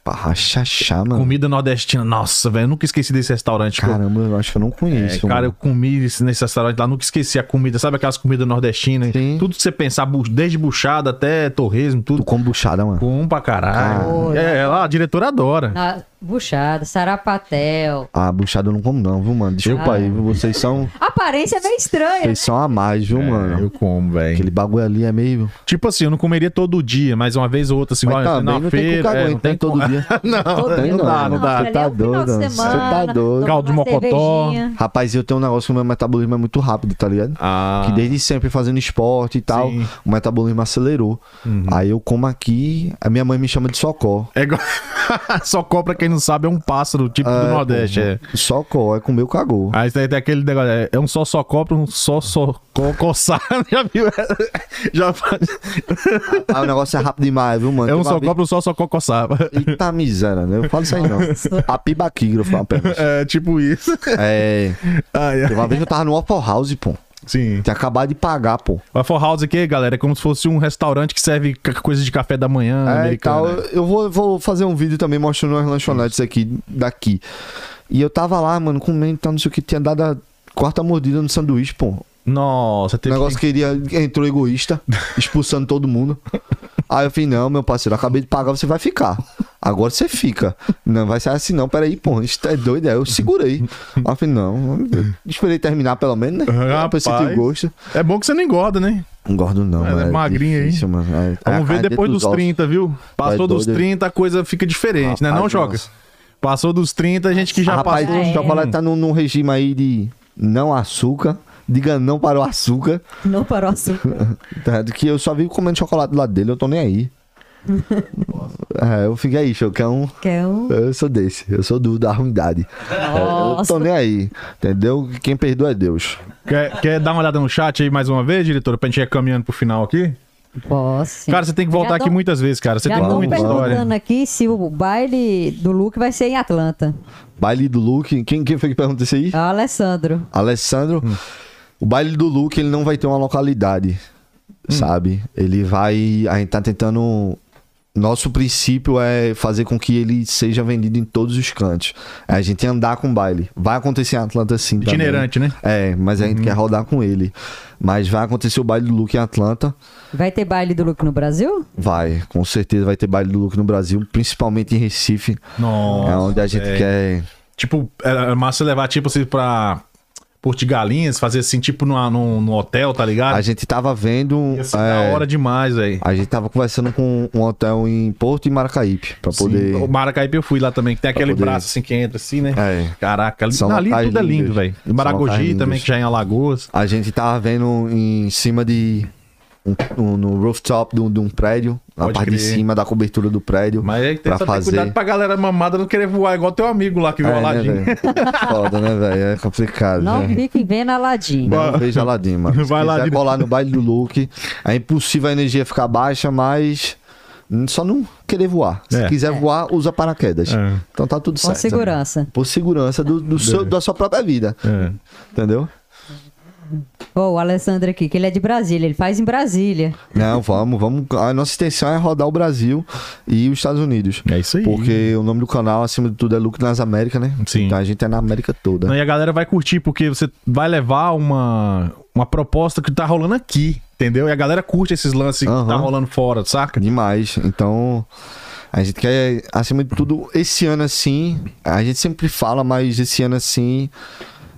S2: Parra chachá, mano.
S1: Comida nordestina. Nossa, velho, eu nunca esqueci desse restaurante. que eu-
S2: Caramba, eu acho que eu não
S1: É,
S2: conheço.
S1: cara, eu
S2: mano.
S1: comi esse- nesse restaurante lá, nunca esqueci a comida, sabe aquelas comidas nordestinas?
S2: Sim.
S1: Tudo que você pensar, bu- desde buchada até torresmo,
S2: Tu
S1: tudo.
S2: come buchada, mano.
S1: Com pra caralho.
S3: Caralho.
S1: é, lá, a diretora adora.
S3: Na buchada, sarapatel.
S2: Ah, buchada eu não como não, viu, mano? Desculpa aí, viu? vocês são,
S3: A aparência é meio estranha.
S2: vocês são a mais, viu,
S1: É,
S2: mano?
S1: eu como, velho.
S2: Aquele bagulho ali é meio...
S1: Tipo assim, eu não comeria todo dia, mas uma vez ou outra, assim,
S2: Mas
S1: igual
S2: também não tem cu que
S1: é,
S2: aguente, né? Todo dia.
S1: não,
S2: tem
S1: não dá, não dá. é
S2: Você tá doido, você tá doido.
S1: Caldo de mocotó.
S2: Rapaz, eu tenho um negócio que o meu metabolismo é muito rápido, tá ligado?
S1: Ah,
S2: Que desde sempre fazendo esporte e tal,
S1: Sim. Uhum.
S2: o metabolismo acelerou. Aí eu como aqui, a minha mãe me chama de socó.
S1: é igual... Só compra quem não sabe, é um pássaro típico
S2: Ah,
S1: do Nordeste. É.
S2: Socó, é comer o cagou.
S1: Aí tem, tem aquele negócio, é, é um só só compra, um só só co- coçar, já viu? Já
S2: Aí o negócio é rápido demais, viu, mano?
S1: É um
S2: Tem
S1: só
S2: uma vez-
S1: copo, um só só co- coçar.
S2: Eita miséria, né? Eu falo isso aí não. A pibaquígrafa, apenas.
S1: É, tipo isso.
S2: É.
S1: Ai,
S2: Teve
S1: ai.
S2: uma vez que eu tava no Opal House, pô.
S1: Sim.
S2: Tinha acabado de pagar, pô.
S1: O Waffle House aqui, galera, é como se fosse um restaurante que serve ca- coisa de café da manhã
S2: É, e tal.
S1: americano.
S2: Eu vou, vou fazer um vídeo também mostrando as lanchonetes aqui, daqui. E eu tava lá, mano, comendo, tal, não sei o que. Tinha dado a quarta mordida no sanduíche, pô.
S1: Nossa,
S2: O
S1: teve
S2: negócio que iria, entrou egoísta, expulsando todo mundo. Aí eu falei, não, meu parceiro, acabei de pagar, você vai ficar. Agora você fica. Não vai ser assim, não. Peraí, pô, isso é doido. Aí eu segurei. Aí eu falei, não, eu esperei terminar pelo menos, né? Pra
S1: Rapaz.
S2: sentir o gosto.
S1: É bom que você não engorda, né?
S2: Não gordo não,
S1: É,
S2: mano.
S1: magrinho aí.
S2: difícil, Mano. É- é a
S1: Vamos ver
S2: carne
S1: depois
S2: dentro
S1: dos
S2: ossos.
S1: 30, viu? Passou dos
S2: doido.
S1: 30, a coisa fica diferente, né?
S2: Rapaz,
S1: Não, Joca?
S2: nossa.
S1: Passou dos 30, a gente que já
S2: Rapaz,
S1: passou.
S3: É.
S2: o chocolate tá num, num regime aí de não açúcar. Diga não para o açúcar.
S3: Não parou açúcar.
S2: Tá, do que eu só vivo comendo chocolate do lado dele, eu tô nem aí. é, eu fico aí, chocão.
S3: Que é um.
S2: Eu sou desse, eu sou do da ruindade. É, Eu
S3: Nossa.
S2: tô nem aí, entendeu? Quem perdoa é Deus.
S1: Quer, quer dar uma olhada no chat aí mais uma vez, diretora? Pra gente ir caminhando pro final aqui?
S3: Posso.
S1: Cara, você tem que voltar
S3: Já
S1: aqui
S3: tão-
S1: muitas vezes, cara. Você
S3: Já
S1: tem
S3: estão
S1: muita história.
S3: perguntando né? aqui se o baile do Luke vai ser em Atlanta.
S2: Baile do Luke, quem, quem foi que perguntou isso aí?
S3: É o Alessandro.
S2: Alessandro,
S1: Hum.
S2: o baile do Luke ele não vai ter uma localidade,
S1: Hum.
S2: sabe? Ele vai. A gente tá tentando. Nosso princípio é fazer com que ele seja vendido em todos os cantos. É a gente andar com o baile. Vai acontecer em Atlanta sim. também.
S1: Itinerante, né?
S2: É, mas a gente quer rodar com ele. Mas vai acontecer o baile do Luke em Atlanta.
S3: Vai ter baile do Luke no Brasil?
S2: Vai, com certeza vai ter baile do Luke no Brasil, principalmente em Recife.
S1: Nossa.
S2: é onde a gente
S1: velho.
S2: quer.
S1: Tipo, é massa levar, tipo, assim, pra Portigalinhas, fazer assim, tipo, numa, num, num hotel, tá ligado?
S2: A gente tava vendo.
S1: Ia ser
S2: é,
S1: da hora demais, velho.
S2: A gente tava conversando com um hotel em Porto e Maracaípe pra poder.
S1: Sim, O Maracaípe eu fui lá também, que tem aquele
S2: poder-
S1: braço assim que entra assim, né?
S2: É.
S1: Caraca, ali,
S2: São
S1: não, ali
S2: locais
S1: tudo é lindo,
S2: lindos.
S1: velho.
S2: São locais
S1: Maragogi
S2: lindos.
S1: também, que já é em Alagoas.
S2: A gente tava vendo em cima de. Um, um- no rooftop de um, de um prédio, na
S1: Pode
S2: parte de
S1: crer.
S2: cima da cobertura do prédio.
S1: Mas aí tem
S2: pra
S1: só ter
S2: fazer.
S1: cuidado pra galera mamada não querer voar, igual teu amigo lá que viu a
S2: é, né,
S1: Aladim.
S2: velho? Foda, né, velho? É complicado.
S3: Não
S2: né?
S3: fiquem vendo Aladim.
S2: Não vejo Aladim, mano.
S1: Vai,
S2: Se quiser
S1: Aladim.
S2: colar no baile do Luke, é impossível a energia ficar baixa, mas só não querer voar. Se
S1: É.
S2: quiser voar, usa paraquedas.
S1: É.
S2: Então tá tudo
S3: Com
S2: certo.
S3: segurança.
S2: Por segurança do, do seu, da sua própria vida.
S1: É.
S2: Entendeu?
S3: Ó, o Alessandro aqui, que ele é de Brasília, ele faz em Brasília.
S2: Não, vamos, vamos. A nossa intenção é rodar o Brasil e os Estados Unidos.
S1: É isso aí.
S2: Porque o nome do canal, acima de tudo, é Luke nas Américas, né?
S1: Sim.
S2: Então a gente é na América toda.
S1: Não, e a galera vai curtir, porque você vai levar uma, uma proposta que tá rolando aqui, entendeu? E a galera curte esses lances que tá
S2: Aham.
S1: rolando fora, saca?
S2: Demais. Então, a gente quer, acima de tudo, esse ano assim. A gente sempre fala, mas esse ano assim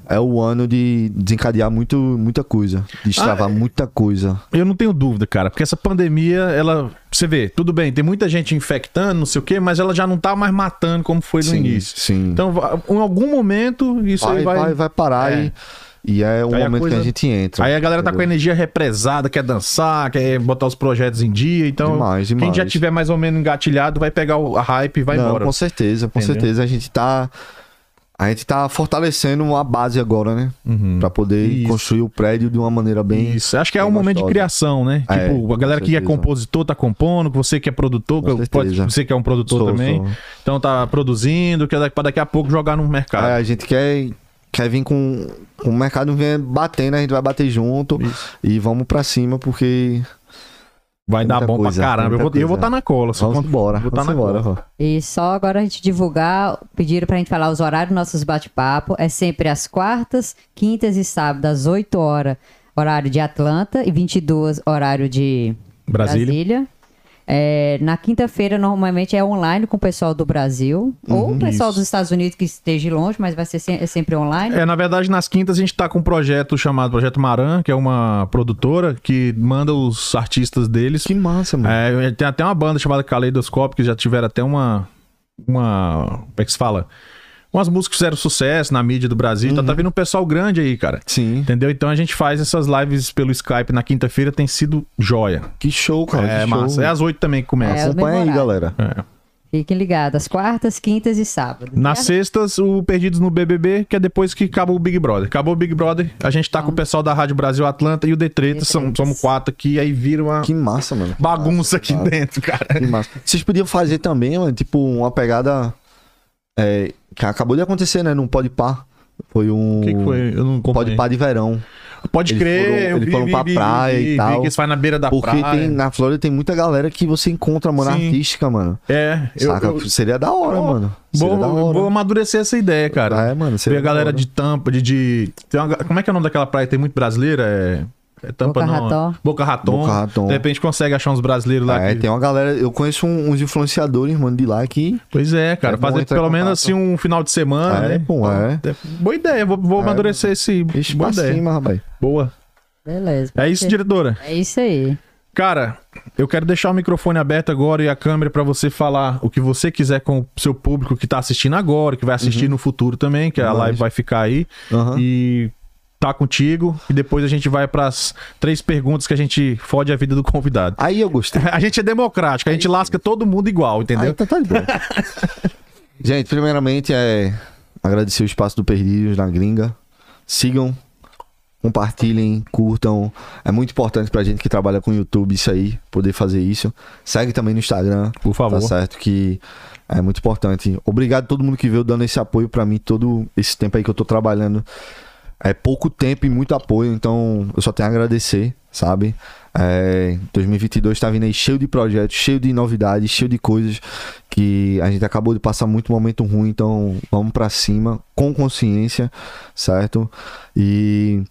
S2: é o ano de desencadear muito, muita coisa. De
S1: Ah, é.
S2: destravar muita coisa.
S1: Eu não tenho dúvida, cara, porque essa pandemia, ela. Você vê, tudo bem, tem muita gente infectando, não sei o quê, mas ela já não tá mais matando como foi no
S2: Sim,
S1: início.
S2: sim.
S1: Então, va- em algum momento, isso
S2: Vai,
S1: aí
S2: vai, vai parar
S1: É.
S2: e. E é o
S1: Aí a
S2: momento
S1: coisa-
S2: que a gente entra.
S1: Aí a galera tá com a
S2: entendeu?
S1: energia represada, quer dançar, quer botar os projetos em dia. Então,
S2: Demais,
S1: quem
S2: demais.
S1: já tiver mais ou menos engatilhado vai pegar o a hype e vai
S2: Não,
S1: embora.
S2: com certeza, com
S1: Entendeu?
S2: certeza. A gente tá. A gente tá fortalecendo a base agora, né? Pra poder
S1: Uhum. Isso.
S2: construir o prédio de uma maneira bem.
S1: Isso, acho que é um
S2: bem
S1: momento de
S2: gostosa.
S1: criação, né?
S2: É,
S1: tipo, a galera
S2: com
S1: que é
S2: certeza.
S1: compositor tá compondo, que você que é produtor,
S2: Com
S1: que pode,
S2: certeza.
S1: você que é um produtor
S2: Sou,
S1: também.
S2: sou.
S1: Então tá produzindo, que daqui- pra daqui a pouco jogar no mercado.
S2: É, a gente quer, quer vir com, com o mercado vem batendo, a gente vai bater junto e vamos pra cima, porque
S1: Vai
S2: É
S1: dar
S2: muita
S1: bom
S2: coisa,
S1: pra caramba. Eu
S2: muita
S1: vou, eu vou
S2: coisa.
S1: estar na cola. Só
S2: Vamos
S1: quando-
S2: embora.
S1: Vou tá
S2: Vamos
S1: na
S2: embora.
S1: cola.
S2: Rô.
S3: E só agora a gente divulgar, pediram pra gente falar os horários dos nossos bate-papo. É sempre às quartas, quintas e sábados, às 8 horas, horário de Atlanta, e 22 horário de
S1: Brasília.
S3: É, na quinta-feira, normalmente é online com o pessoal do Brasil, ou
S1: Uhum.
S3: o pessoal dos Estados Unidos que esteja longe, mas vai ser se- é sempre online.
S1: É, na verdade, nas quintas a gente tá com um projeto chamado Projeto Maran, que é uma produtora que manda os artistas deles.
S2: Que massa, mano.
S1: É, tem até uma banda chamada Caleidoscópio, que já tiveram até uma. Uma. Como é que se fala? Umas músicas que fizeram sucesso na mídia do Brasil. Então tá
S2: Uhum.
S1: vindo um pessoal grande aí, cara.
S2: Sim.
S1: Entendeu? Então a gente faz essas lives pelo Skype na quinta-feira, tem sido joia.
S2: Que show, cara.
S1: É
S2: que show.
S1: massa. É às oito também que começa.
S3: É, o mesmo
S2: Acompanha aí,
S3: horário.
S2: galera.
S1: É.
S3: Fiquem ligados, às quartas, quintas e sábados.
S2: É.
S1: Nas sextas, o Perdidos no BBB, que é depois que acaba o Big Brother. Acabou o Big Brother, a gente tá com o pessoal da Rádio Brasil Atlanta e o Detreta,
S3: Detretas.
S1: são, somos quatro aqui, aí vira uma
S2: Que massa, mano. Que
S1: bagunça aqui
S2: massa, que
S1: dentro, cara.
S2: Que massa. Vocês podiam fazer também, mano, tipo, uma pegada. é, que acabou de acontecer, né? Num pode par. Foi um.
S1: O que, que foi? Eu não
S2: Pode
S1: comprei.
S2: par de verão.
S1: Pode
S2: Eles
S1: crer,
S2: foram-
S1: eu
S2: eles foram pra praia e tal.
S1: que eles fazem na beira da
S2: Porque
S1: praia.
S2: tem, na Flórida tem muita galera que você encontra, mano,
S1: Sim.
S2: artística, mano.
S1: É, eu,
S2: Saca?
S1: eu-
S2: Seria da hora,
S1: Ó,
S2: mano. Seria
S1: vou,
S2: da hora.
S1: vou amadurecer essa ideia, cara.
S2: É, mano,
S1: Ver
S2: seria
S1: a
S2: da
S1: galera
S2: hora.
S1: de tampa, de. de- tem uma ga- como é que é o nome daquela praia? que Tem muito brasileira? É. é tampa
S3: Boca
S1: não.
S3: Raton.
S1: Boca Raton.
S2: Boca Raton.
S1: De repente consegue achar uns brasileiros lá.
S2: É,
S1: que-
S2: tem uma galera. Eu conheço um- uns influenciadores, mano, de lá que.
S1: Pois é, cara.
S2: É bom
S1: fazer
S2: entrar em
S1: pelo menos
S2: contato.
S1: assim um final de semana,
S2: É,
S1: né?
S2: bom, é.
S1: Boa ideia, vou, vou amadurecer esse.
S2: Ixi,
S1: boa
S2: pra
S1: ideia.
S2: cima, rapaz.
S1: Boa.
S3: Beleza.
S1: É isso, diretora.
S3: É isso aí.
S1: Cara, eu quero deixar o microfone aberto agora e a câmera pra você falar o que você quiser com o seu público que tá assistindo agora, que vai assistir
S2: Uhum.
S1: no futuro também, que a
S2: Lógico.
S1: live vai ficar aí.
S2: Aham.
S1: E tá contigo. E depois a gente vai pras três perguntas que a gente fode a vida do convidado.
S2: Aí eu gostei.
S1: A gente é democrático, a gente lasca todo mundo igual,
S2: Ah,
S1: entendeu?
S2: então tá de boa. Gente, primeiramente é agradecer o espaço do Perdidos na gringa. Sigam, compartilhem, curtam. É muito importante pra gente que trabalha com YouTube isso aí, poder fazer isso. Segue também no Instagram.
S1: Por favor.
S2: Tá certo que é muito importante. Obrigado a todo mundo que veio dando esse apoio pra mim todo esse tempo aí que eu tô trabalhando. É pouco tempo e muito apoio, então eu só tenho a agradecer, sabe? É, 2022 tá vindo aí cheio de projetos, cheio de novidades, cheio de coisas que a gente acabou de passar muito momento ruim, então vamos pra cima com consciência, certo? E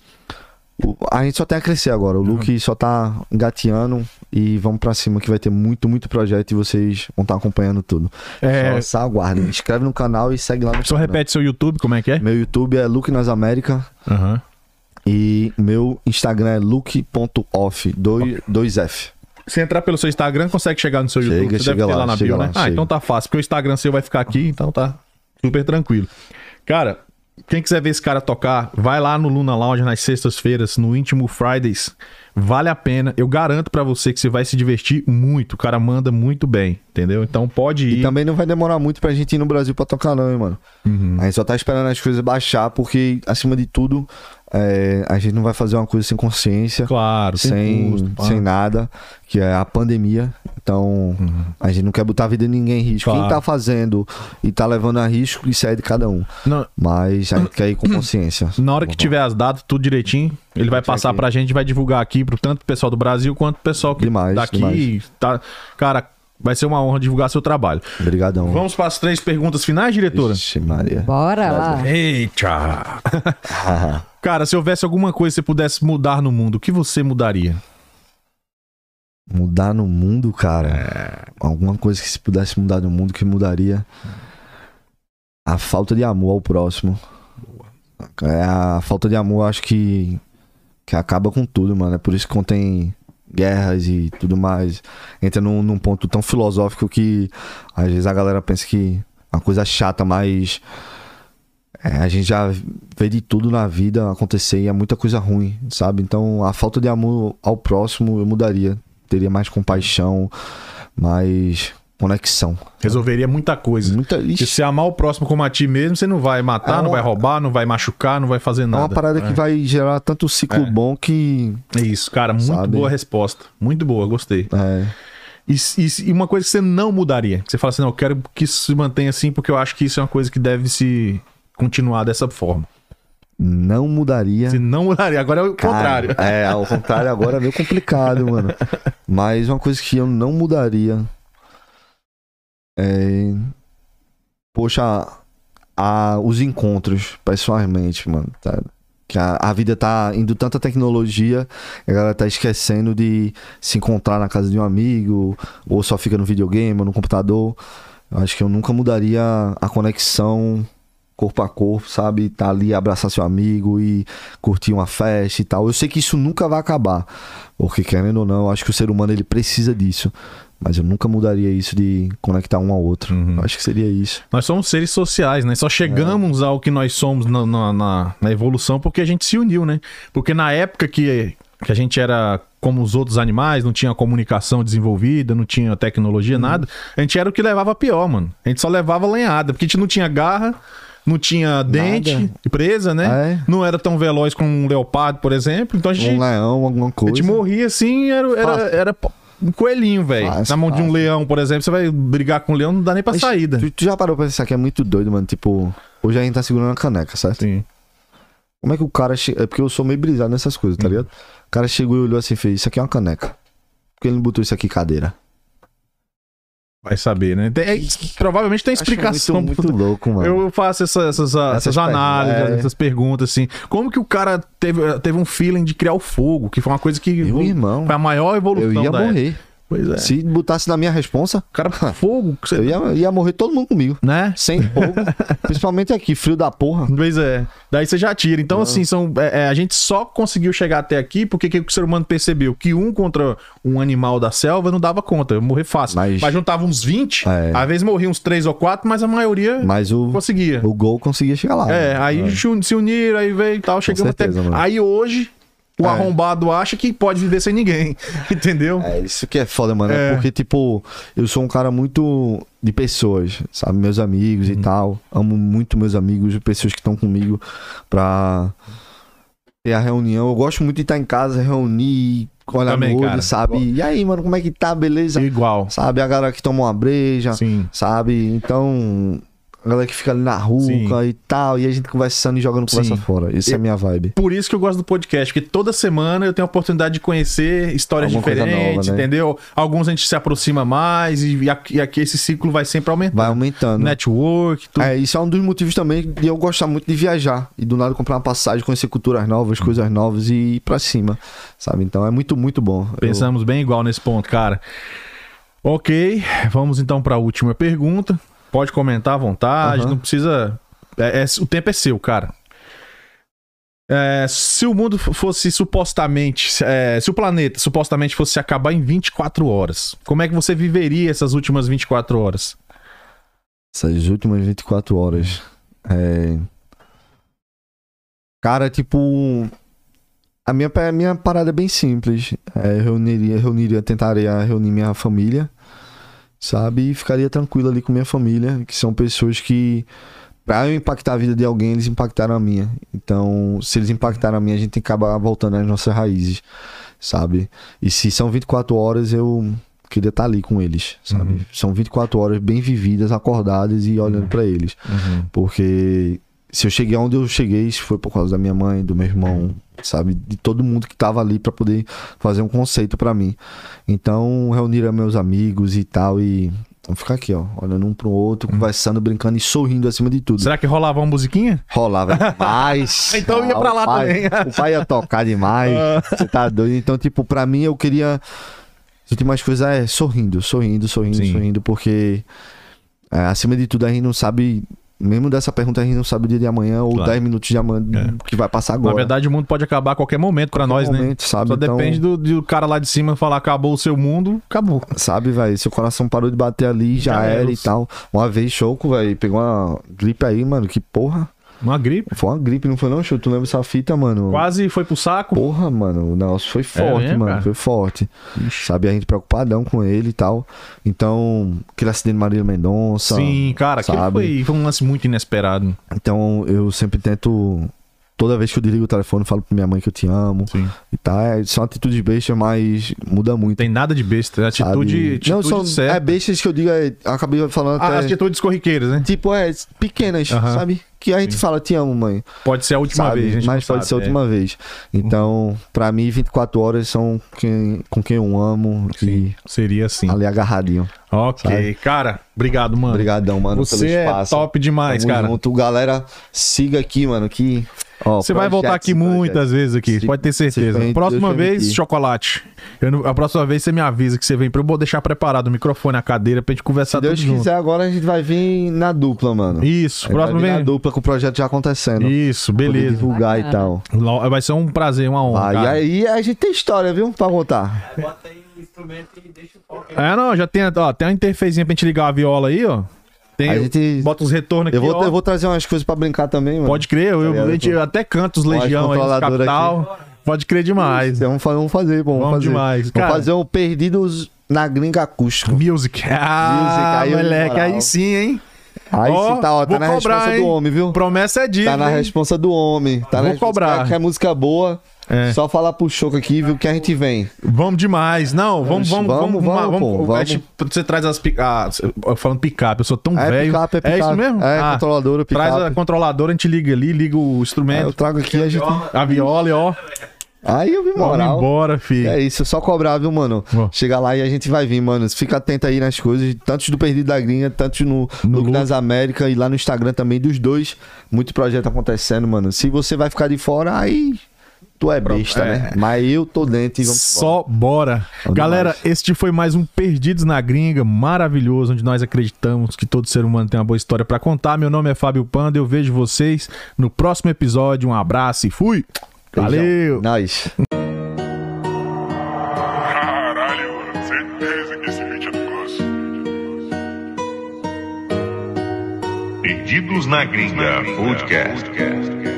S2: o- A gente só tem a crescer agora. O Luke só tá engateando e vamos pra cima que vai ter muito, muito projeto e vocês vão estar acompanhando tudo.
S1: É.
S2: Só, só aguardem. Inscreve no canal e segue lá no
S1: Só
S2: Instagram.
S1: repete seu YouTube, como é que é?
S2: Meu YouTube é Luke nas América
S1: Aham.
S2: e meu Instagram é luke.off, 2F.
S1: Se entrar pelo seu Instagram, consegue chegar no seu
S2: Chega,
S1: YouTube. Você
S2: chega
S1: deve ter lá,
S2: lá,
S1: na
S2: chega
S1: bio,
S2: lá,
S1: né? Ah,
S2: chega.
S1: então tá fácil, porque o Instagram seu vai ficar aqui, então tá super tranquilo. Cara, quem quiser ver esse cara tocar, vai lá no Luna Lounge nas sextas-feiras, no Íntimo Fridays. Vale a pena. Eu garanto pra você que você vai se divertir muito. O cara manda muito bem, entendeu? Então pode ir.
S2: E também não vai demorar muito pra gente ir no Brasil pra tocar, não, hein, mano.
S1: Uhum.
S2: A gente só tá esperando as coisas baixar, porque, acima de tudo, é, a gente não vai fazer uma coisa sem consciência.
S1: Claro,
S2: sem,
S1: custo, pá.
S2: sem nada, que é a pandemia. Então, a gente não quer botar a vida de ninguém em risco.
S1: Uhum. Claro.
S2: Quem tá fazendo e tá levando a risco, isso aí é de cada um.
S1: Não,
S2: Mas a gente quer ir com consciência.
S1: Na hora que tiver as datas, tudo direitinho, ele vai passar
S2: aqui.
S1: pra gente, vai divulgar aqui pro tanto pessoal do Brasil quanto pessoal que
S2: Demais,
S1: daqui
S2: É demais.
S1: tá, cara, vai ser uma honra divulgar seu trabalho.
S2: Obrigadão.
S1: Vamos para as três perguntas finais, diretora?
S2: Ixi, Maria.
S3: Bora lá.
S1: Eita! Cara, se houvesse alguma coisa que você pudesse mudar no mundo, o que você mudaria?
S2: Mudar no mundo, cara. Alguma coisa que se pudesse mudar no mundo, que mudaria. A falta de amor ao próximo. É a falta de amor, acho que. Que acaba com tudo, mano. É por isso que contém guerras e tudo mais. Entra num, num ponto tão filosófico que às vezes a galera pensa que é uma coisa chata, mas. é, a gente já vê de tudo na vida acontecer e é muita coisa ruim, sabe? Então a falta de amor ao próximo eu mudaria. Teria mais compaixão, mais conexão.
S1: Resolveria muita coisa.
S2: Muita,
S1: Se
S2: Hum, ixi,
S1: você amar o próximo como a ti mesmo, você não vai matar,
S2: É
S1: não
S2: uma-
S1: vai roubar, não vai machucar, não vai fazer
S2: é
S1: nada.
S2: uma parada que vai gerar tanto ciclo bom que.
S1: É isso, cara. Muito
S2: Sabe?
S1: boa resposta. Muito boa, gostei.
S2: É,
S1: E, e- e uma coisa que você não mudaria. Que você fala assim, não, eu quero que isso se mantenha assim, porque eu acho que isso é uma coisa que deve se continuar dessa forma.
S2: Não mudaria.
S1: Se não mudaria, agora é o
S2: Cara,
S1: contrário.
S2: É, ao contrário agora é meio complicado, mano. Mas uma coisa que eu não mudaria é. Poxa, a- os encontros, pessoalmente, mano. tá? Que a, a vida tá indo tanta tecnologia, a galera tá esquecendo de se encontrar na casa de um amigo, ou só fica no videogame, ou no computador. Eu acho que eu nunca mudaria a conexão corpo a corpo, sabe? Tá ali, abraçar seu amigo e curtir uma festa e tal. Eu sei que isso nunca vai acabar, porque querendo ou não, eu acho que o ser humano ele precisa disso. Mas eu nunca mudaria isso de conectar um ao outro.
S1: Uhum.
S2: Eu Acho que seria isso.
S1: Nós somos seres sociais, né? Só chegamos ao que nós somos na, na- na- na evolução porque a gente se uniu, né? Porque na época que, que a gente era como os outros animais, não tinha comunicação desenvolvida, não tinha tecnologia, nada, a gente era o que levava a pior, mano. A gente só levava lenhada, porque a gente não tinha garra, não tinha dente, presa, né?
S2: É.
S1: Não era tão veloz como um leopardo, por exemplo. Então a gente,
S2: Um leão, alguma
S1: a
S2: coisa.
S1: gente morria assim, era, era, era um coelhinho, velho.
S2: Fácil,
S1: Na mão de um
S2: fácil.
S1: leão, por exemplo, você vai brigar com um leão, não dá nem pra
S2: Mas
S1: saída.
S2: Tu, tu já parou pra pensar que é muito doido, mano? Tipo, hoje a gente tá segurando a caneca, certo?
S1: Sim.
S2: Como é que o cara. Che... É porque eu sou meio brisado nessas coisas,
S1: Uhum.
S2: tá ligado? O cara chegou e olhou assim e fez: Isso aqui é uma caneca. Por que ele não botou isso aqui cadeira?
S1: Vai saber, né? Tem- é, provavelmente tem explicação. É
S2: Acho muito, muito louco, mano.
S1: Eu faço essa- essas, ah, essas,
S2: Essas
S1: análises,
S2: perguntas, é.
S1: essas perguntas, assim. Como que o cara teve, teve um feeling de criar o fogo, que foi uma coisa que
S2: Meu
S1: foi
S2: irmão,
S1: a maior evolução
S2: eu ia
S1: da época.
S2: morrer.
S1: Pois é.
S2: Se botasse na minha responsa,
S1: Cara, fogo, que você-
S2: eu ia, ia morrer todo mundo comigo.
S1: né?
S2: Sem fogo. principalmente aqui, frio da porra.
S1: Pois é. Daí você já tira. Então, assim, são, é- é, a gente só conseguiu chegar até aqui porque que o ser humano percebeu que um contra um animal da selva não dava conta. Eu morrer fácil. Mas,
S2: Mas-
S1: juntava uns 20,
S2: É.
S1: às vezes morria uns 3 ou 4, mas a maioria
S2: Mas o,
S1: conseguia.
S2: o gol conseguia chegar lá. né?
S1: É, aí ju- se uniram, aí veio e tal, chegamos
S2: certeza,
S1: até.
S2: mano.
S1: Aí hoje, o
S2: É.
S1: arrombado acha que pode viver sem ninguém, entendeu?
S2: É, isso que é foda, mano.
S1: É.
S2: É. porque, tipo, eu sou um cara muito de pessoas, sabe? Meus amigos
S1: Uhum.
S2: e tal. Amo muito meus amigos, pessoas que estão comigo pra ter a reunião. Eu gosto muito de estar em casa, reunir, olhar
S1: Também,
S2: no olho,
S1: cara.
S2: sabe? E aí, mano, como é que tá? Beleza?
S1: Igual.
S2: Sabe? A galera que toma uma breja,
S1: Sim.
S2: sabe? Então, a galera que fica ali na rua
S1: Sim.
S2: e tal, e a gente conversando e jogando conversa
S1: Sim.
S2: fora. Isso é minha vibe.
S1: Por isso que eu gosto do podcast, porque toda semana eu tenho a oportunidade de conhecer histórias
S2: Alguma coisa
S1: diferentes,
S2: nova, né?
S1: entendeu? Alguns a gente se aproxima mais e, e aqui, e aqui esse ciclo vai sempre aumentando.
S2: Vai aumentando.
S1: Network, tudo.
S2: É, isso é um dos motivos também de eu gostar muito de viajar e do nada comprar uma passagem, conhecer culturas novas,
S1: Hum.
S2: coisas novas e ir pra cima, sabe? Então é muito, muito bom. Eu-
S1: Pensamos bem igual nesse ponto, cara. Ok, vamos então pra última pergunta. Pode comentar à vontade,
S2: Aham.
S1: não precisa. é- é- o tempo é seu, cara. É, se o mundo f- fosse supostamente. é, se o planeta supostamente fosse acabar em 24 horas, como é que você viveria essas últimas 24 horas?
S2: Essas últimas 24 horas. É... Cara, tipo. A minha, pa- minha parada é bem simples. É, eu reuniria, reuniria, tentaria reunir minha família, sabe? E ficaria tranquilo ali com minha família, que são pessoas que, pra eu impactar a vida de alguém, eles impactaram a minha. Então, se eles impactaram a minha, a gente tem que acabar voltando às nossas raízes, sabe? E se são 24 horas, eu queria estar ali com eles, sabe?
S1: Uhum.
S2: São 24 horas bem vividas, acordadas e olhando pra eles. Porque se eu cheguei onde eu cheguei, isso foi por causa da minha mãe, do meu irmão, sabe? De todo mundo que tava ali pra poder fazer um conceito pra mim. Então, reunir meus amigos e tal e vamos ficar aqui, ó, olhando um pro outro,
S1: Uhum.
S2: conversando, brincando e sorrindo acima de tudo.
S1: Será que rolava uma musiquinha?
S2: Rolava demais.
S1: Então eu ia pra
S2: o
S1: lá
S2: pai-
S1: também. Ah.
S2: O pai ia tocar demais. Você tá doido? Então, tipo, pra mim eu queria. Se tem mais coisa é sorrindo, sorrindo, sorrindo,
S1: Sim.
S2: sorrindo, porque é, acima de tudo a gente não sabe. Mesmo dessa pergunta, a gente não sabe o dia de amanhã ou
S1: Claro.
S2: 10 minutos de amanhã
S1: É.
S2: que vai passar agora.
S1: Na verdade, o mundo pode acabar a qualquer momento pra nós, né?
S2: Momento, sabe?
S1: Só
S2: Então-
S1: depende do, do cara lá de cima falar: acabou o seu mundo, acabou.
S2: Sabe, velho? Seu coração parou de bater ali, já,
S1: Já era,
S2: era,
S1: eu
S2: e tal. Uma vez, Choco, velho, pegou uma gripe aí, mano. Que porra.
S1: Uma gripe.
S2: Foi uma gripe, não foi não, Choco? Tu lembra essa fita, mano?
S1: Quase foi pro saco.
S2: Porra, mano, o negócio foi forte,
S1: É mesmo,
S2: mano.
S1: cara?
S2: Foi forte. Sabe, a gente preocupadão com ele e tal. Então, aquele acidente de Marília Mendonça.
S1: Sim, cara, aquilo
S2: sabe?
S1: foi, foi um lance muito inesperado.
S2: Então, eu sempre tento Toda vez que eu desligo o telefone, eu falo pra minha mãe que eu te amo.
S1: Sim.
S2: E tá, é, são atitudes bestas, mas muda muito.
S1: Tem nada de besta. É
S2: sabe?
S1: atitude, atitude
S2: Não, são é
S1: certa.
S2: bestas que eu digo, é, acabei falando
S1: Ah,
S2: até.
S1: atitudes corriqueiras, né?
S2: Tipo, é pequenas,
S1: Aham.
S2: sabe? Que a gente fala, te amo, mãe.
S1: Pode ser a última
S2: sabe?
S1: vez, a gente
S2: Mas
S1: não sabe,
S2: pode ser a
S1: é.
S2: última vez. Então, pra mim, 24 horas são quem- com quem eu amo e
S1: Seria assim.
S2: ali agarradinho.
S1: Ok, cara. Obrigado, mano.
S2: Obrigadão, mano,
S1: Você
S2: pelo
S1: é
S2: espaço.
S1: top demais,
S2: Tamo
S1: cara.
S2: Junto. Galera, siga aqui, mano, que... ó,
S1: Você vai
S2: projetos,
S1: voltar aqui
S2: projetos.
S1: muitas vezes aqui,
S2: Se-
S1: pode ter certeza.
S2: se bem,
S1: próxima
S2: Deus
S1: vez,
S2: permitir.
S1: chocolate. Eu não- a próxima vez você me avisa que você vem pra eu vou deixar preparado o microfone, a cadeira pra gente conversar
S2: Se Deus
S1: tá tudo
S2: quiser, agora a gente vai vir na dupla, mano.
S1: junto. Isso,
S2: A gente vai
S1: próxima
S2: vir na
S1: vez.
S2: dupla com o projeto já acontecendo.
S1: Isso,
S2: Poder
S1: beleza.
S2: divulgar e
S3: Bacana.
S2: tal.
S1: Lo- Vai ser um prazer, uma honra.
S2: Vai, e
S1: cara.
S2: aí a gente tem história, viu? Pra contar.
S4: Bota aí o instrumento e deixa o toque.
S1: É, não, já tem, ó, tem uma interfacezinha pra gente ligar a viola aí, ó. Tem,
S2: A gente-
S1: Bota os retornos aqui,
S2: Eu vou,
S1: ó.
S2: eu vou trazer umas coisas pra brincar também, mano.
S1: Pode crer, eu, eu-
S2: ligado?
S1: a gente até canto os
S2: Ó, as
S1: Legião aí, os
S2: controladoras
S1: Capital. Pode crer demais.
S2: Vamos fazer, é um vamos fazer, pô, vamos
S1: Vamos
S2: fazer.
S1: demais,
S2: Vamos
S1: cara.
S2: fazer um Perdidos na Gringa Acústico.
S1: Music. Ah,
S2: Music, aí eu
S1: moleque,
S2: moral.
S1: aí sim, hein?
S2: Aí
S1: Ó,
S2: você tá, ó, tá
S1: vou
S2: na
S1: cobrar,
S2: responsa
S1: hein?
S2: do homem, viu?
S1: Promessa é dívida.
S2: Tá na
S1: hein?
S2: responsa do homem. Tá na
S1: Vou
S2: responsa-
S1: cobrar.
S2: Que é música boa.
S1: É.
S2: Só falar pro Choco aqui, viu, que a gente vem.
S1: Vamos demais. Não, vamos, vamos, vamos,
S2: vamos,
S1: vamos.
S2: vamos, pô,
S1: a gente- Você traz as pica- ah, eu falando picape, eu sou tão
S2: É
S1: Hum, velho.
S2: picape, é picape.
S1: isso mesmo? Ah,
S2: É, controladora, picape.
S1: Traz a controladora, a gente liga ali, liga o
S2: Aí eu
S1: instrumento,
S2: trago aqui, a gente...
S1: a viola e ó.
S2: Aí eu vi
S1: Vamos
S2: É, moral.
S1: embora, filho.
S2: É isso, só cobrar, viu, mano?
S1: Ó.
S2: Chega lá e a gente vai vir, mano. Fica atento aí nas coisas, tanto do Perdido da Gringa, tanto
S1: No
S2: no, no Look
S1: Look.
S2: das Américas e lá no Instagram também, dos dois. Muito projeto acontecendo, mano. Se você vai ficar de fora, aí tu é besta,
S1: é.
S2: né? Mas eu tô dentro e vamos
S1: Só bora.
S2: Vamos
S1: Galera,
S2: demais.
S1: este foi mais um Perdidos na Gringa, maravilhoso, onde nós acreditamos que todo ser humano tem uma boa história pra contar. Meu nome é Fábio Panda, eu vejo vocês no próximo episódio. Um abraço e fui.
S2: embora.
S1: Valeu.
S2: Beijão. Nós.
S5: Caralho, mano, certeza que esse vídeo é do gosto.
S6: Perdidos na Gringa Podcast.